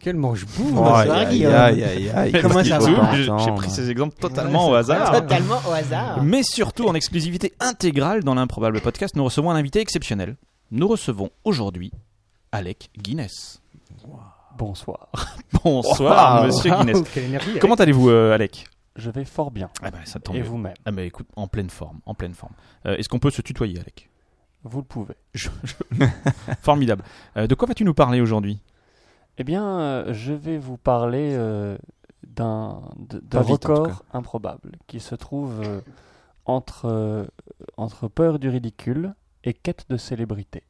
Quel mange-bouffe. Oh, Bonsoir aïe, Guillaume. aïe, aïe, aïe. Mais Comment pas ça du tout, va Attends, j'ai- J'ai moi. pris ces exemples totalement Ouais, au c'est Ah, hasard. Totalement au hasard. Mais surtout, en exclusivité intégrale dans l'improbable podcast, nous recevons un invité exceptionnel. Nous recevons aujourd'hui Alec Guinness. Bonsoir. Bonsoir, Wow. monsieur Guinness. Oh, quelle énergie. Comment allez-vous, euh, Alec Je vais fort bien. Ah ben, ça tombe Et mieux. vous-même, Ah mais écoute, en pleine forme, en pleine forme. Euh, Est-ce qu'on peut se tutoyer, Alec vous le pouvez. Je- je- Formidable. Euh, de quoi vas-tu nous parler aujourd'hui Eh bien, euh, je vais vous parler euh, d'un d- d'un Pas vite, en tout record improbable qui se trouve euh, entre, euh, entre peur du ridicule et quête de célébrité.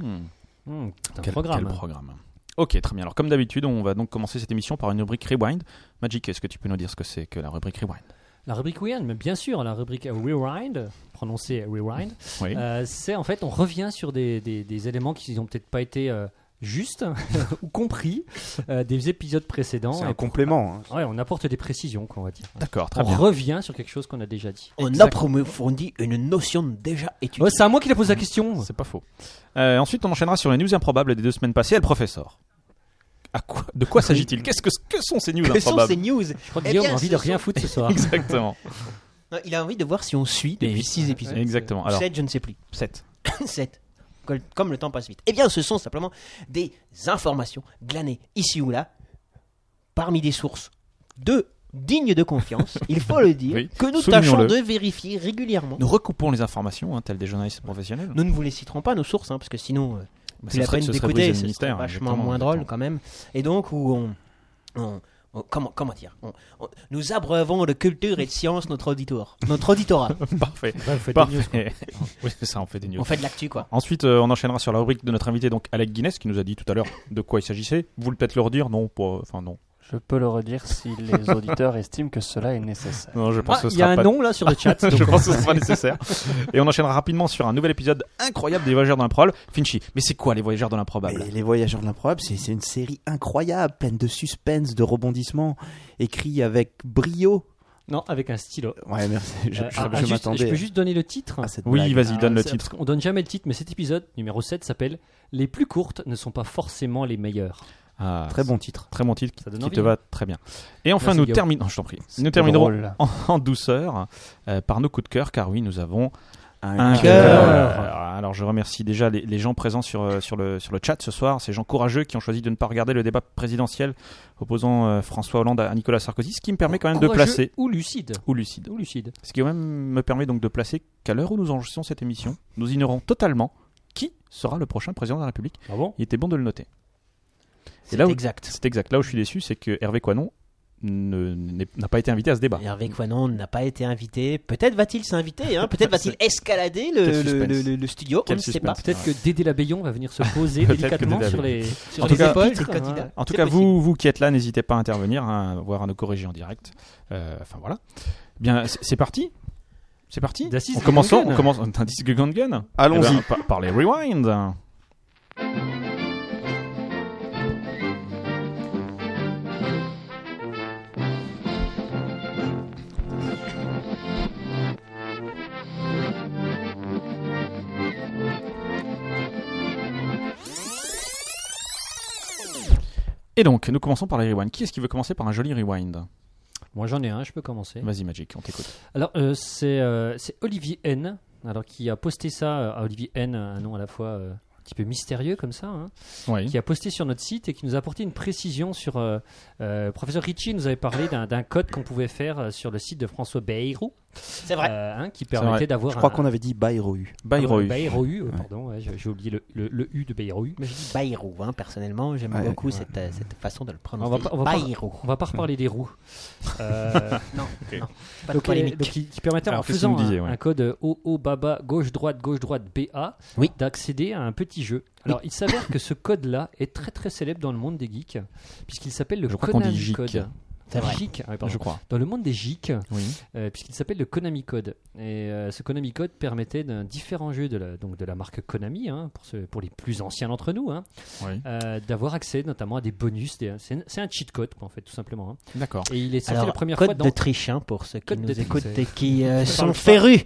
Hum, un Quel programme. quel Hmm, programme. Ok, très bien. Alors comme d'habitude, on va donc commencer cette émission par une rubrique Rewind. Magic, est-ce que tu peux nous dire ce que c'est que la rubrique Rewind La rubrique Rewind, mais bien sûr, la rubrique Rewind, prononcée Rewind, Oui. euh, c'est en fait, on revient sur des, des- des éléments qui n'ont peut-être pas été euh, justes ou compris euh, des épisodes précédents. C'est Et un pour- complément. hein. Ouais, on apporte des précisions, qu'on va dire. D'accord, très On bien. revient sur quelque chose qu'on a déjà dit. On Exact. approfondit une notion déjà étudiée. Oh, c'est à moi qu'il a posé la question. C'est pas faux. Euh, ensuite, on enchaînera sur les news improbables des deux semaines passées. Et le professeur. À quoi, de quoi s'agit-il Qu'est-ce que, que sont ces news Que sont improbables ces news Je crois que Eh Guillaume a bien, envie ce de sont- rien foutre ce soir. Exactement. Non, Il a envie de voir si on suit Et- depuis 6 épisodes. Exactement. Alors, 7, je ne sais plus. 7. 7. Col- Comme le temps passe vite. Eh bien, ce sont simplement des informations glanées ici ou là parmi des sources de dignes de confiance, il faut le dire, Oui. que nous Soulignons-le. tâchons de vérifier régulièrement. Nous recoupons les informations, hein, tels des journalistes professionnels. Nous ne vous les citerons pas, nos sources, hein, parce que sinon, euh, Bah, plus ça la serait- peine ce serait d'écouter, briser le c'est mystère, vachement exactement, moins exactement. drôle quand même. Et donc où on, on- on- comment comment dire, on- on- nous abreuvons de culture et de science notre auditoire, notre auditorat. Parfait. Ouais, vous faites des news. Parfait. oui, c'est ça, on fait des news. on fait de l'actu quoi. Ensuite, euh, on enchaînera sur la rubrique de notre invité, donc Alec Guinness, qui nous a dit tout à l'heure de quoi il s'agissait. Vous le peut-être le redire Non, pas- enfin non. Je peux le redire si les auditeurs estiment que cela est nécessaire. Non, je pense Ah, que il ce y a sera un pas. nom là sur le chat. donc, je pense que ce sera nécessaire. Et on enchaînera rapidement sur un nouvel épisode incroyable des Voyageurs dans l'improbable. Finchy, mais c'est quoi les Voyageurs dans l'improbable Et les Voyageurs de l'improbable, c'est c'est une série incroyable, pleine de suspense, de rebondissements, écrit avec brio. Non, avec un stylo. Ouais, merci. Je, Euh, je- ah, je juste- Je m'attendais peux juste donner le titre. à cette Oui, blague. Ah, vas-y, donne le Ah, c'est- titre. parce qu'on donne jamais le titre, mais cet épisode numéro 7 s'appelle Les plus courtes ne sont pas forcément les meilleures. Ah, Très bon titre. Très bon titre Ça donne qui envie, te hein. va très bien. Et enfin, Merci, nous Guillaume. terminons. Je t'en prie. Nous C'est terminerons drôle. en, en douceur euh, par nos coups de cœur, car oui, nous avons Un Un cœur. cœur. Euh, Alors je remercie déjà les, les gens présents sur, euh, sur, le, sur le chat ce soir, ces gens courageux qui ont choisi de ne pas regarder le débat présidentiel opposant euh, François Hollande à Nicolas Sarkozy, ce qui me permet quand même de Courageux placer Ou lucide. ou lucide. Ou lucide. Ce qui quand même me permet donc de placer qu'à l'heure où nous enregistrons cette émission, nous ignorons totalement qui sera le prochain président de la République. Ah bon Il était bon de le noter. C'est là où- exact. C'est exact. Là où je suis déçu, c'est que Hervé Coinon ne- n'est- n'a pas été invité à ce débat. Hervé Quanon n'a pas été invité. Peut-être va-t-il s'inviter, hein peut-être va-t-il escalader le, Quel le, suspense. le- le- le studio, on Quel ne sait pas. suspense. Peut-être que Dédé Labéillon va venir se poser Ah. Peut-être que délicatement Dédé sur les, sur En les tout cas- épaules. Titre hein. candidat. hein. En tout C'est cas, possible. vous, vous qui êtes là, n'hésitez pas à intervenir, hein, voire à nous corriger en direct. Euh, Enfin voilà. Bien, c'est c'est parti. C'est parti. D'Assis On commence. On Gun. commence. Indice Gun. Allons-y. Eh ben, par, par les rewind. Et donc, nous commençons par les rewind. Qui est-ce qui veut commencer par un joli rewind Moi j'en ai un, je peux commencer. Vas-y, Magic, on t'écoute. Alors, euh, c'est euh, c'est Olivier N. Alors, qui a posté ça euh, à Olivier N, un nom à la fois euh, un petit peu mystérieux comme ça, hein, Oui. qui a posté sur notre site et qui nous a apporté une précision sur. euh, euh, professeur Ritchie nous avait parlé d'un d'un code qu'on pouvait faire euh, sur le site de François Bayrou, C'est vrai. euh, hein, qui vrai. permettait d'avoir. Je crois un- qu'on avait dit Bayrou. Bayrou. Ah, Bayrou, euh, pardon, ouais, j'ai j'ai oublié le, le- le U de Bayrou. Mais je dis Bayrou, hein, personnellement, j'aime Ouais, beaucoup ouais. Cette, euh, cette façon de le On prononcer. va pas- on va pas- Bayrou. On va pas reparler des roues. Euh, Non, non, pas de Donc, polémique. euh, donc, qui, qui permettait Alors, en qu'est-ce faisant qu'il nous disait, un, ouais. un code OO Baba gauche droite gauche droite BA Oui. d'accéder à un petit jeu. Alors il s'avère que ce code là est très très célèbre dans le monde des geeks puisqu'il s'appelle le Je crois qu'on dit Konami geek. code. C'est vrai. Geek, ah oui, pardon. Je crois. Dans le monde des geeks, Oui. euh, puisqu'il s'appelle le Konami Code. Et euh, ce Konami Code permettait d'un différent jeu de la, donc de la marque Konami, hein, pour, ce- pour les plus anciens d'entre nous, hein, Oui. euh, d'avoir accès notamment à des bonus. des- c'est un- c'est un cheat code, quoi, en fait, tout simplement. hein. D'accord. Et il est sorti Alors, la première code fois dans. de triche hein, pour ceux qui Code de nous triche. écoutent et qui euh, Ça parle sont pas. férus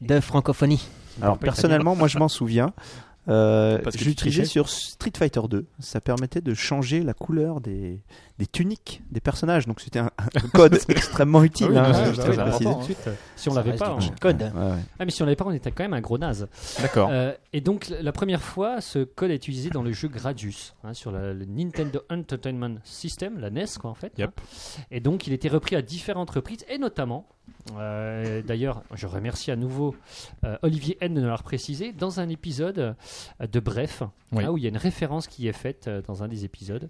de francophonie. Alors pas italien. personnellement, moi je m'en souviens. Euh, Parce que je tu l'utilisais trichais. sur Street Fighter 2. Ça permettait de changer la couleur des, des tuniques des personnages. Donc c'était un, un code extrêmement utile. Ah oui, hein, bah je oui, tiens bah à oui, le bah préciser. important, Si on Ça l'avait reste pas, du on- cheat code. Ouais, ouais. Ah mais si on l'avait pas, on était quand même un gros naze. D'accord. Euh, et donc la première fois, ce code est utilisé dans le jeu Gradius, hein, sur la- le Nintendo Entertainment System, la NES quoi en fait. Yep. hein. Et donc il était repris à différentes reprises et notamment, euh, d'ailleurs je remercie à nouveau euh, Olivier N de nous l'avoir précisé, dans un épisode euh, de Bref, Oui. hein, où il y a une référence qui est faite euh, dans un des épisodes.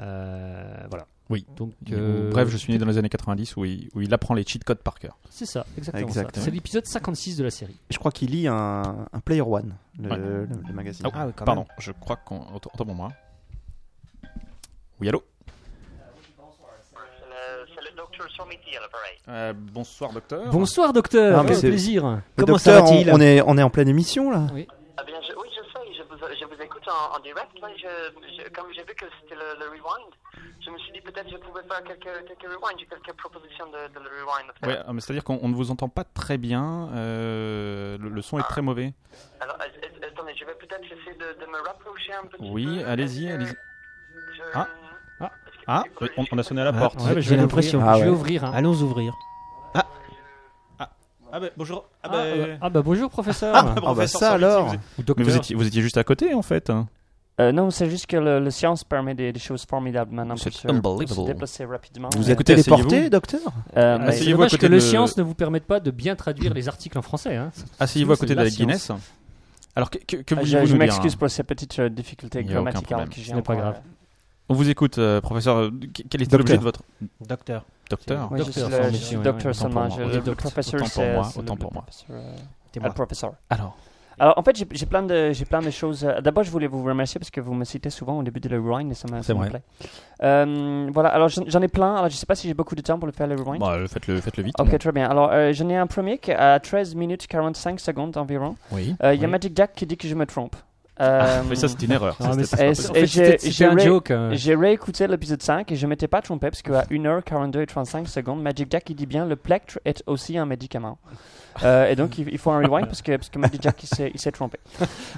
Euh, voilà. Oui. Donc, Ou, euh, Bref, je suis né dans les années 90 où il, où il apprend les cheat codes par cœur. C'est ça, exactement. ça. Exactement. C'est l'épisode 56 de la série. Je crois qu'il lit un, un Player One, le, Ouais. le- le magazine. Oh, Ah oui, quand pardon, je crois qu'on. autant- Autant pour moi. Oui, allô Euh, c'est le docteur Somiti à l'appareil. Euh, Bonsoir, docteur. Bonsoir docteur, Non, mais quel c'est- plaisir. Le Comment ça docteur, va-t-il on, on est, on est en pleine émission là. Ah bien, je, oui, je sais, je vous, je vous écoute en, en direct. là, je, je- comme j'ai vu que c'était le, le rewind, je me suis dit peut-être je pouvais faire quelques, quelques rewinds, j'ai quelques propositions de, de le rewind. à faire. Ouais, euh, mais c'est-à-dire qu'on on ne vous entend pas très bien. euh, le, le son est très mauvais. Alors, euh, euh, attendez, je vais peut-être essayer de, de me rapprocher un petit Oui, peu. allez-y, Est-ce que allez-y. je- Ah. Ah, euh, on, on a sonné à la Ah, porte. mais ouais. je J'ai vais l'impression. l'ouvrir. Ah je vais ouais. ouvrir. hein. Allons ouvrir. Ah, bah, bonjour. Ah, Ah, bah, euh, ah bah bonjour professeur Ah bah ça alors. ou Mais docteur. vous étiez, vous étiez juste à côté en fait. hein. Euh, non, c'est juste que le, le science permet des, des choses formidables maintenant. pour C'est se- pour unbelievable. Se déplacer rapidement. Vous Euh, êtes Écoutez, téléporté, asseyez-vous. docteur euh, Ah, mais- c'est asseyez-vous à dommage côté que de le le- science ne vous permette pas de bien traduire les articles en français. hein. Asseyez-vous Ah, à c'est côté de de la la Guinness. Alors, que, que, que euh, vouliez-vous je nous je dire, m'excuse hein pour ces petites euh, difficultés Il y a aucun grammaticales problème. que Ce j'ai. n'est pas encore, grave. On vous écoute, euh, professeur. euh, qu- Quel était l'objet Docteur. de votre Docteur. docteur Oui, je suis Docteur, le- sans je métier, suis ouais, docteur ouais, seulement. autant pour je- moi. Le Docteur, professeur, autant pour c'est. moi, c'est le- autant le pour moi. professeur, euh, C'est le moi. professeur. Alors, Alors, en fait, j'ai- j'ai plein, de- j'ai plein de choses. euh, D'abord, je voulais vous remercier parce que vous me citez souvent au début de le rewind et ça me, C'est ça me vrai. plaît. Euh, voilà, alors j'en j'en ai plein. Alors, je sais pas si j'ai beaucoup de temps pour le faire, le rewind. bah, euh, faites-le faites-le vite. Ok, très bien. Alors, euh, j'en ai un premier qui est à 13 minutes 45 secondes environ. Oui. Euh, Il y a Oui. Magic Jack qui dit que je me trompe. Ah, Euh, mais ça, c'est une erreur. Ça, Ah, c'était mais c'est- pas et- possible. et En fait, j'ai- c'était- C'était un j'ai- joke. hein. J'ai réécouté l'épisode 5 et je m'étais pas trompé parce qu'à 1h42 et 35 secondes, Magic Jack il dit bien le plectre est aussi un médicament. Euh, et donc il, il faut un rewind parce que, parce que Magic Jack il s'est- il s'est trompé.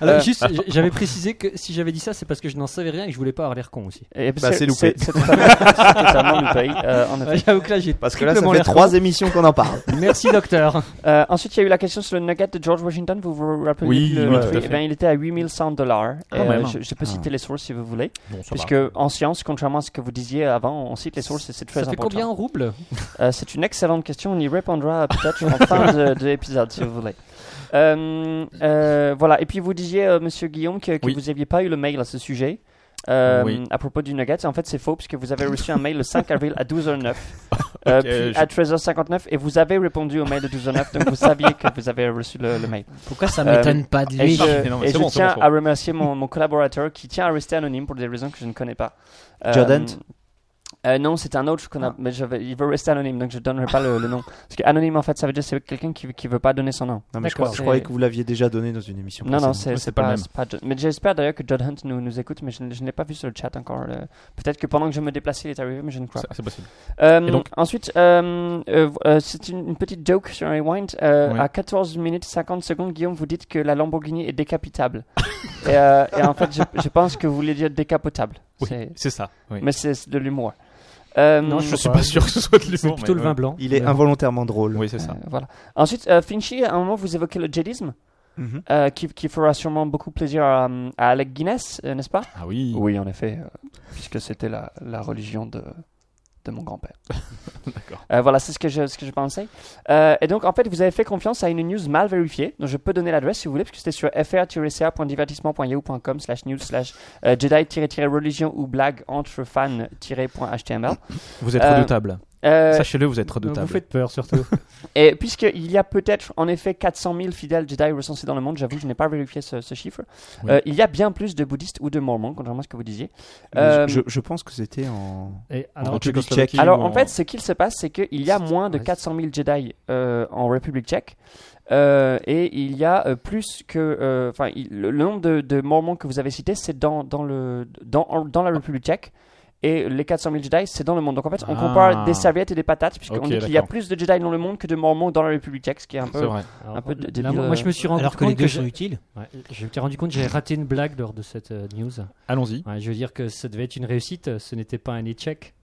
Alors Euh, juste, j- j'avais précisé que si j'avais dit ça, c'est parce que je n'en savais rien et que je voulais pas avoir l'air con aussi. Et Bah, c'est loupé. C'est c'est totalement c'est totalement loupé. euh, en effet. Ouais, J'avoue que là, j'ai Parce que là, ça triplement fait l'air trois émissions qu'on en parle. con. Merci docteur. Euh, ensuite, il y a eu la question sur le nugget de George Washington. Vous vous rappelez Oui, le oui, le tout à tweet fait. Eh bien, Il était à 8100 dollars. Euh, Quand même. je, je peux Ah. citer les sources si vous voulez. Bon, ça va. Puisque en science, contrairement à ce que vous disiez avant, on cite les sources et c'est très Ça fait important. combien en roubles Euh, c'est une excellente question. On y répondra peut-être en fin de, de l'épisode, si vous voulez. Euh, euh, voilà. Et puis vous disiez, euh, Monsieur Guillaume, que, que Oui. vous n'aviez pas eu le mail à ce sujet. euh, Oui. à propos du Nuggets. En fait, c'est faux puisque vous avez reçu un mail le 5 avril à 12h09, euh, puis je- à 13h59 et vous avez répondu au mail de 12h09, donc vous saviez que vous avez reçu le, le mail. Pourquoi ça Euh, m'étonne pas de Et lui je, Non, mais et c'est bon, c'est je bon, tiens c'est bon. à remercier mon, mon collaborateur qui tient à rester anonyme pour des raisons que je ne connais pas. Euh, Jordan euh, non, c'est un autre Ah. qu'on a, mais je vais- il veut rester anonyme, donc je donnerai pas le, le nom. Parce que anonyme, en fait, ça veut dire que c'est quelqu'un qui, qui veut pas donner son nom. Non, mais je, D'accord. crois- je croyais C'est- que vous l'aviez déjà donné dans une émission. Non, non, précédente. c'est Ouais, c'est pas, le même. c'est pas John. Mais j'espère d'ailleurs que John Hunt nous, nous écoute, mais je, ne- je ne l'ai pas vu sur le chat encore. le- Peut-être que pendant que je me déplaçais, il est arrivé, mais je ne crois pas. C'est c'est possible. Euh, Et donc- ensuite, euh, euh, euh, c'est une, une petite joke sur Rewind. Euh, Ouais. À 14 minutes 50 secondes, Guillaume, vous dites que la Lamborghini est décapitable. et, euh, et en fait, je, je pense que vous voulez dire décapotable. Oui, C'est- c'est ça. oui. Mais c'est c'est de l'humour. Euh, Non, Je je suis sais pas pas. sûr que ce soit de l'humour. C'est plutôt mais le vin ouais. blanc. Euh, Il est Mais bon. involontairement drôle. Oui, c'est ça. Euh, voilà. Ensuite, euh, Finchy, à un moment, vous évoquez le jadisme, Mhm. euh, qui, qui fera sûrement beaucoup plaisir à, à Alec Guinness, euh, n'est-ce pas Ah oui. Oui, en effet, euh, puisque c'était la, la religion de, de mon grand-père. D'accord. Euh, voilà, c'est ce que je, ce que je pensais. Euh, et donc, en fait, vous avez fait confiance à une news mal vérifiée, dont je peux donner l'adresse si vous voulez, puisque c'était sur fr-ca.divertissement.yahoo.com slash news slash euh, jedi-religion ou blague entre fans-html. Vous êtes Euh, redoutable. Euh, Sachez-le, vous êtes Vous redoutable. faites peur surtout. Et puisqu'il y a peut-être en effet 400 000 fidèles Jedi recensés dans le monde, j'avoue, je n'ai pas vérifié ce, ce chiffre, Oui. euh, il y a bien plus de bouddhistes ou de mormons, contrairement à ce que vous disiez. Mais Euh, je, je pense que c'était en. Et En alors, République Tchécoslovaquie tchèque. Alors ou en fait, ce qu'il se passe, c'est qu'il y a moins de Ouais. 400 000 Jedi euh, en République tchèque. Euh, et il y a euh, plus que. euh, Enfin, il- le, le nombre de, de Mormons que vous avez cités, c'est dans, dans, le, dans, en- dans Ah. la République tchèque. Et les 400 000 Jedi, c'est dans le monde. Donc en fait, on Ah. compare des serviettes et des patates, puisqu'on Ok, dit qu'il y a d'accord. plus de Jedi dans le monde que de Mormons dans la République tchèque, ce qui est un C'est peu. vrai. alors, un peu là, débile, moi, moi, je me suis rendu euh, Alors que compte les deux je- sont Bah utiles. Ouais, je me suis rendu compte que j'avais raté une blague lors de cette euh, news. Allons-y. Ouais, je veux dire que ça devait être une réussite, euh, ce n'était pas un échec.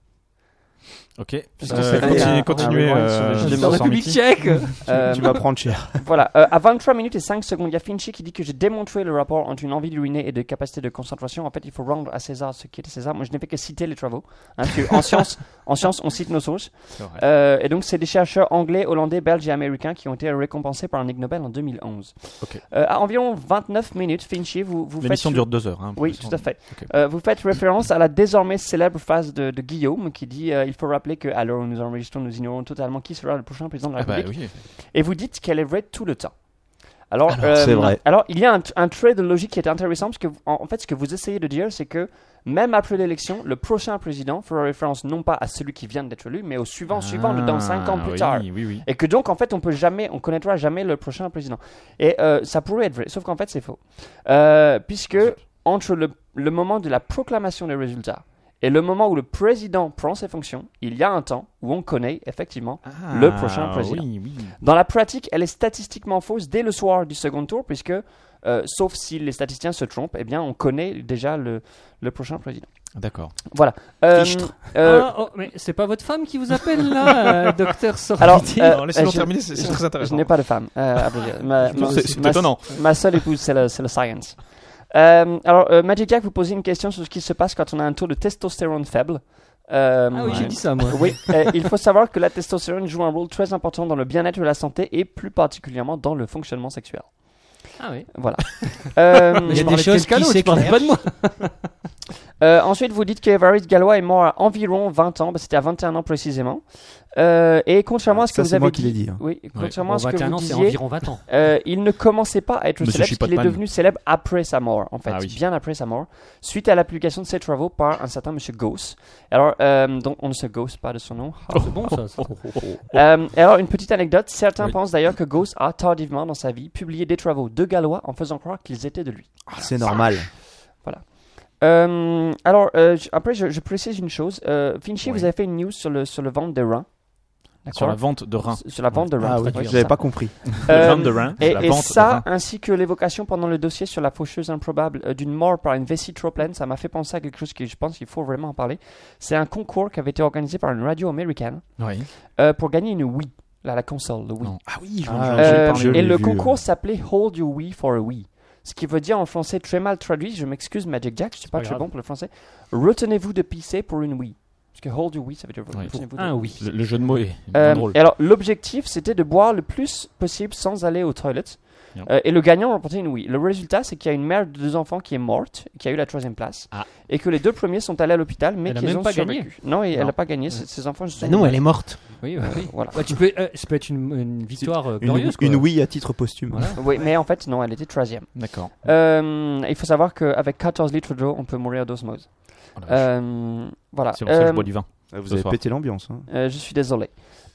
Ok. Parce que Euh, c'était un- continuez, un continuez. euh, rewind sur les Vincent jeux de la Sormiti. tchèque Euh, Tu vas prendre cher. Voilà, euh, à 23 minutes et 5 secondes, il y a Finchi qui dit que j'ai démontré le rapport entre une envie de ruiner et de capacité de concentration. En fait, il faut rendre à César ce qui est de César. Moi, je n'ai fait que citer les travaux. hein, parce que en, science, en science, on cite nos sources. C'est vrai. Euh, et donc, c'est des chercheurs anglais, hollandais, belges et américains qui ont été récompensés par un Ig Nobel en 2011. Ok. Euh, à environ 29 minutes, Finchi, vous, vous faites... L'émission dure deux heures. hein, pour Oui, l'instant. tout à fait. Ok. Euh, vous faites référence à la désormais célèbre phrase de, de Guillaume qui dit euh, Il faut rappeler que, à l'heure où nous enregistrons, nous ignorons totalement qui sera le prochain président de la Ah bah République oui. et vous dites qu'elle est vraie tout le temps. Alors, euh, Alors, c'est vrai. alors il y a un, un trait de logique qui est intéressant parce que, vous- en, en fait, ce que vous essayez de dire, c'est que même après l'élection, le prochain président fera référence non pas à celui qui vient d'être élu, mais au suivant, suivant, de dans 5 ans plus Ah, tard. Oui, oui, oui. Et que donc, en fait, on peut jamais, on connaîtra jamais le prochain président. Et euh, ça pourrait être vrai, sauf qu'en fait, c'est faux. Euh, puisque entre le, le moment de la proclamation des résultats et le moment où le président prend ses fonctions, il y a un temps où on connaît effectivement Le prochain Ah, président. Oui, oui. dans la pratique, elle est statistiquement fausse dès le soir du second tour, puisque, euh, sauf si les statisticiens se trompent, eh bien, on connaît déjà le, le prochain président. D'accord. Voilà. Euh, Fichtre. euh, Ah, oh, mais c'est pas votre femme qui vous appelle là, euh, docteur Sormiti alors, euh, Non, laissez-le euh, je- terminer, c'est c'est je- très Je intéressant. n'ai pas de femme, euh, à vrai dire. Ma, ma- C'est c'est ma- étonnant. ma seule épouse, c'est le, c'est le science. Euh, alors, euh, Magic Jack, vous posez une question sur ce qui se passe quand on a un taux de testostérone faible. Euh, Ah oui, ouais. j'ai dit ça moi. Oui, euh, il faut savoir que la testostérone joue un rôle très important dans le bien-être de la santé et plus particulièrement dans le fonctionnement sexuel. Ah oui. Voilà. Euh, Il y parlais a des de choses qui quelqu'un d'autre, tu parlais s'éclairent. pas de moi. Euh, ensuite, vous dites que Everett Galois est mort à environ 20 ans, bah, c'était à 21 ans précisément. Euh, et contrairement à ce Ça, que vous c'est avez moi dit, qui l'ai dit. hein. oui, contrairement Bon, à ce que 21 vous ans, c'est disiez, environ 20 ans. euh, il ne commençait pas à être Monsieur célèbre, parce qu'il est Chipotman. devenu célèbre après sa mort, en fait, Ah oui. bien après sa mort, suite à la publication de ses travaux par un certain Monsieur Gauss. Alors, euh, donc, on ne se gausse pas de son nom. Ah. C'est bon ça. ça. Euh, et alors, une petite anecdote, certains Oui. pensent d'ailleurs que Gauss a tardivement dans sa vie publié des travaux de Galois en faisant croire qu'ils étaient de lui. C'est normal. Euh, alors, euh, je- après, je, je précise une chose. Euh, Finchy, Oui. vous avez fait une news sur, le, sur le ventre de reins. Sur la D'accord vente de reins. S- sur la vente de reins. Ah oui, traduire j'avais ça. pas compris. Euh, La vente de reins. Et, la et vente de ça, reins. ainsi que l'évocation pendant le dossier sur la faucheuse improbable euh, d'une mort par une vessie trop pleine, ça m'a fait penser à quelque chose que je pense qu'il faut vraiment en parler. C'est un concours qui avait été organisé par une radio américaine Oui. euh, pour gagner une Wii, la, la console, le Wii. Non. Ah oui, je Ah, m'en j'ai Euh, parlé, je et l'ai le vu, concours euh. s'appelait Hold Your Wii for a Wii. Ce qui veut dire en français très mal traduit, je m'excuse Magic Jack, je suis pas pas très grave. bon pour le français. Retenez-vous de pisser pour une Wii. Parce que hold your wheat, ça veut dire voter. Ouais. Vous savez, voter. Un Ah oui. Le, le jeu de mots est Euh, bien drôle. et alors, l'objectif, c'était de boire le plus possible sans aller aux toilettes. Bien. Euh, et le gagnant remportait une oui. Le résultat, c'est qu'il y a une mère de deux enfants qui est morte, qui a eu la troisième place, Ah. et que les deux premiers sont allés à l'hôpital, mais Elle a qu'ils même ont pas survécu. gagné. Non, et elle Non. n'a pas gagné. Ces ces enfants, sont Bah non, elle est morte. Oui, oui. Voilà. Ouais, tu peux, euh, ça peut être une, une victoire euh, Une, glorieuse. une quoi. oui à titre posthume. Voilà. Oui, mais en fait, non, elle était troisième. D'accord. Euh, il faut savoir qu'avec 14 litres d'eau, on peut mourir d'osmose. Oh la vache. Euh, voilà. C'est pour ça que Euh, je bois du vin. Ah, vous Ce avez soir. pété l'ambiance. hein. euh, je suis désolé.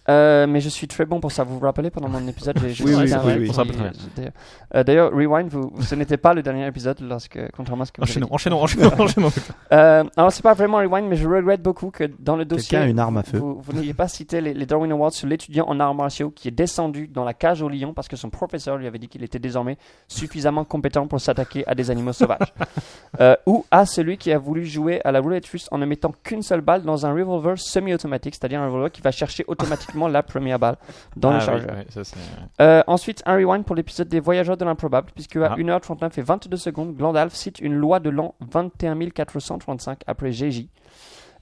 Euh, mais je suis très bon pour ça. Vous vous rappelez pendant mon épisode, j'ai j'ai Oui, cité oui, un oui, mec oui. qui- On se rappelle très bien. j'étais- Euh, D'ailleurs, Rewind, vous, ce n'était pas le dernier épisode, lorsque, contrairement à ce que vous avez Enchaînons, dit. enchaînons, enchaînons, enchaînons. Euh, alors, c'est pas vraiment Rewind, mais je regrette beaucoup que dans le dossier, Quelqu'un a une arme à feu. vous, vous n'ayez pas cité les, les Darwin Awards sur l'étudiant en arts martiaux qui est descendu dans la cage au lion parce que son professeur lui avait dit qu'il était désormais suffisamment compétent pour s'attaquer à des animaux sauvages. Euh, ou à celui qui a voulu jouer à la roulette russe en ne mettant qu'une seule balle dans un revolver semi-automatique, c'est-à-dire un revolver qui va chercher automatiquement la première balle dans Ah, le oui, chargeur. oui, ça, c'est- Euh, ensuite, un rewind pour l'épisode des voyageurs de l'improbable, puisque à Ah. 1h39 et 22 secondes, Glandalf cite une loi de l'an 21435 après GJ,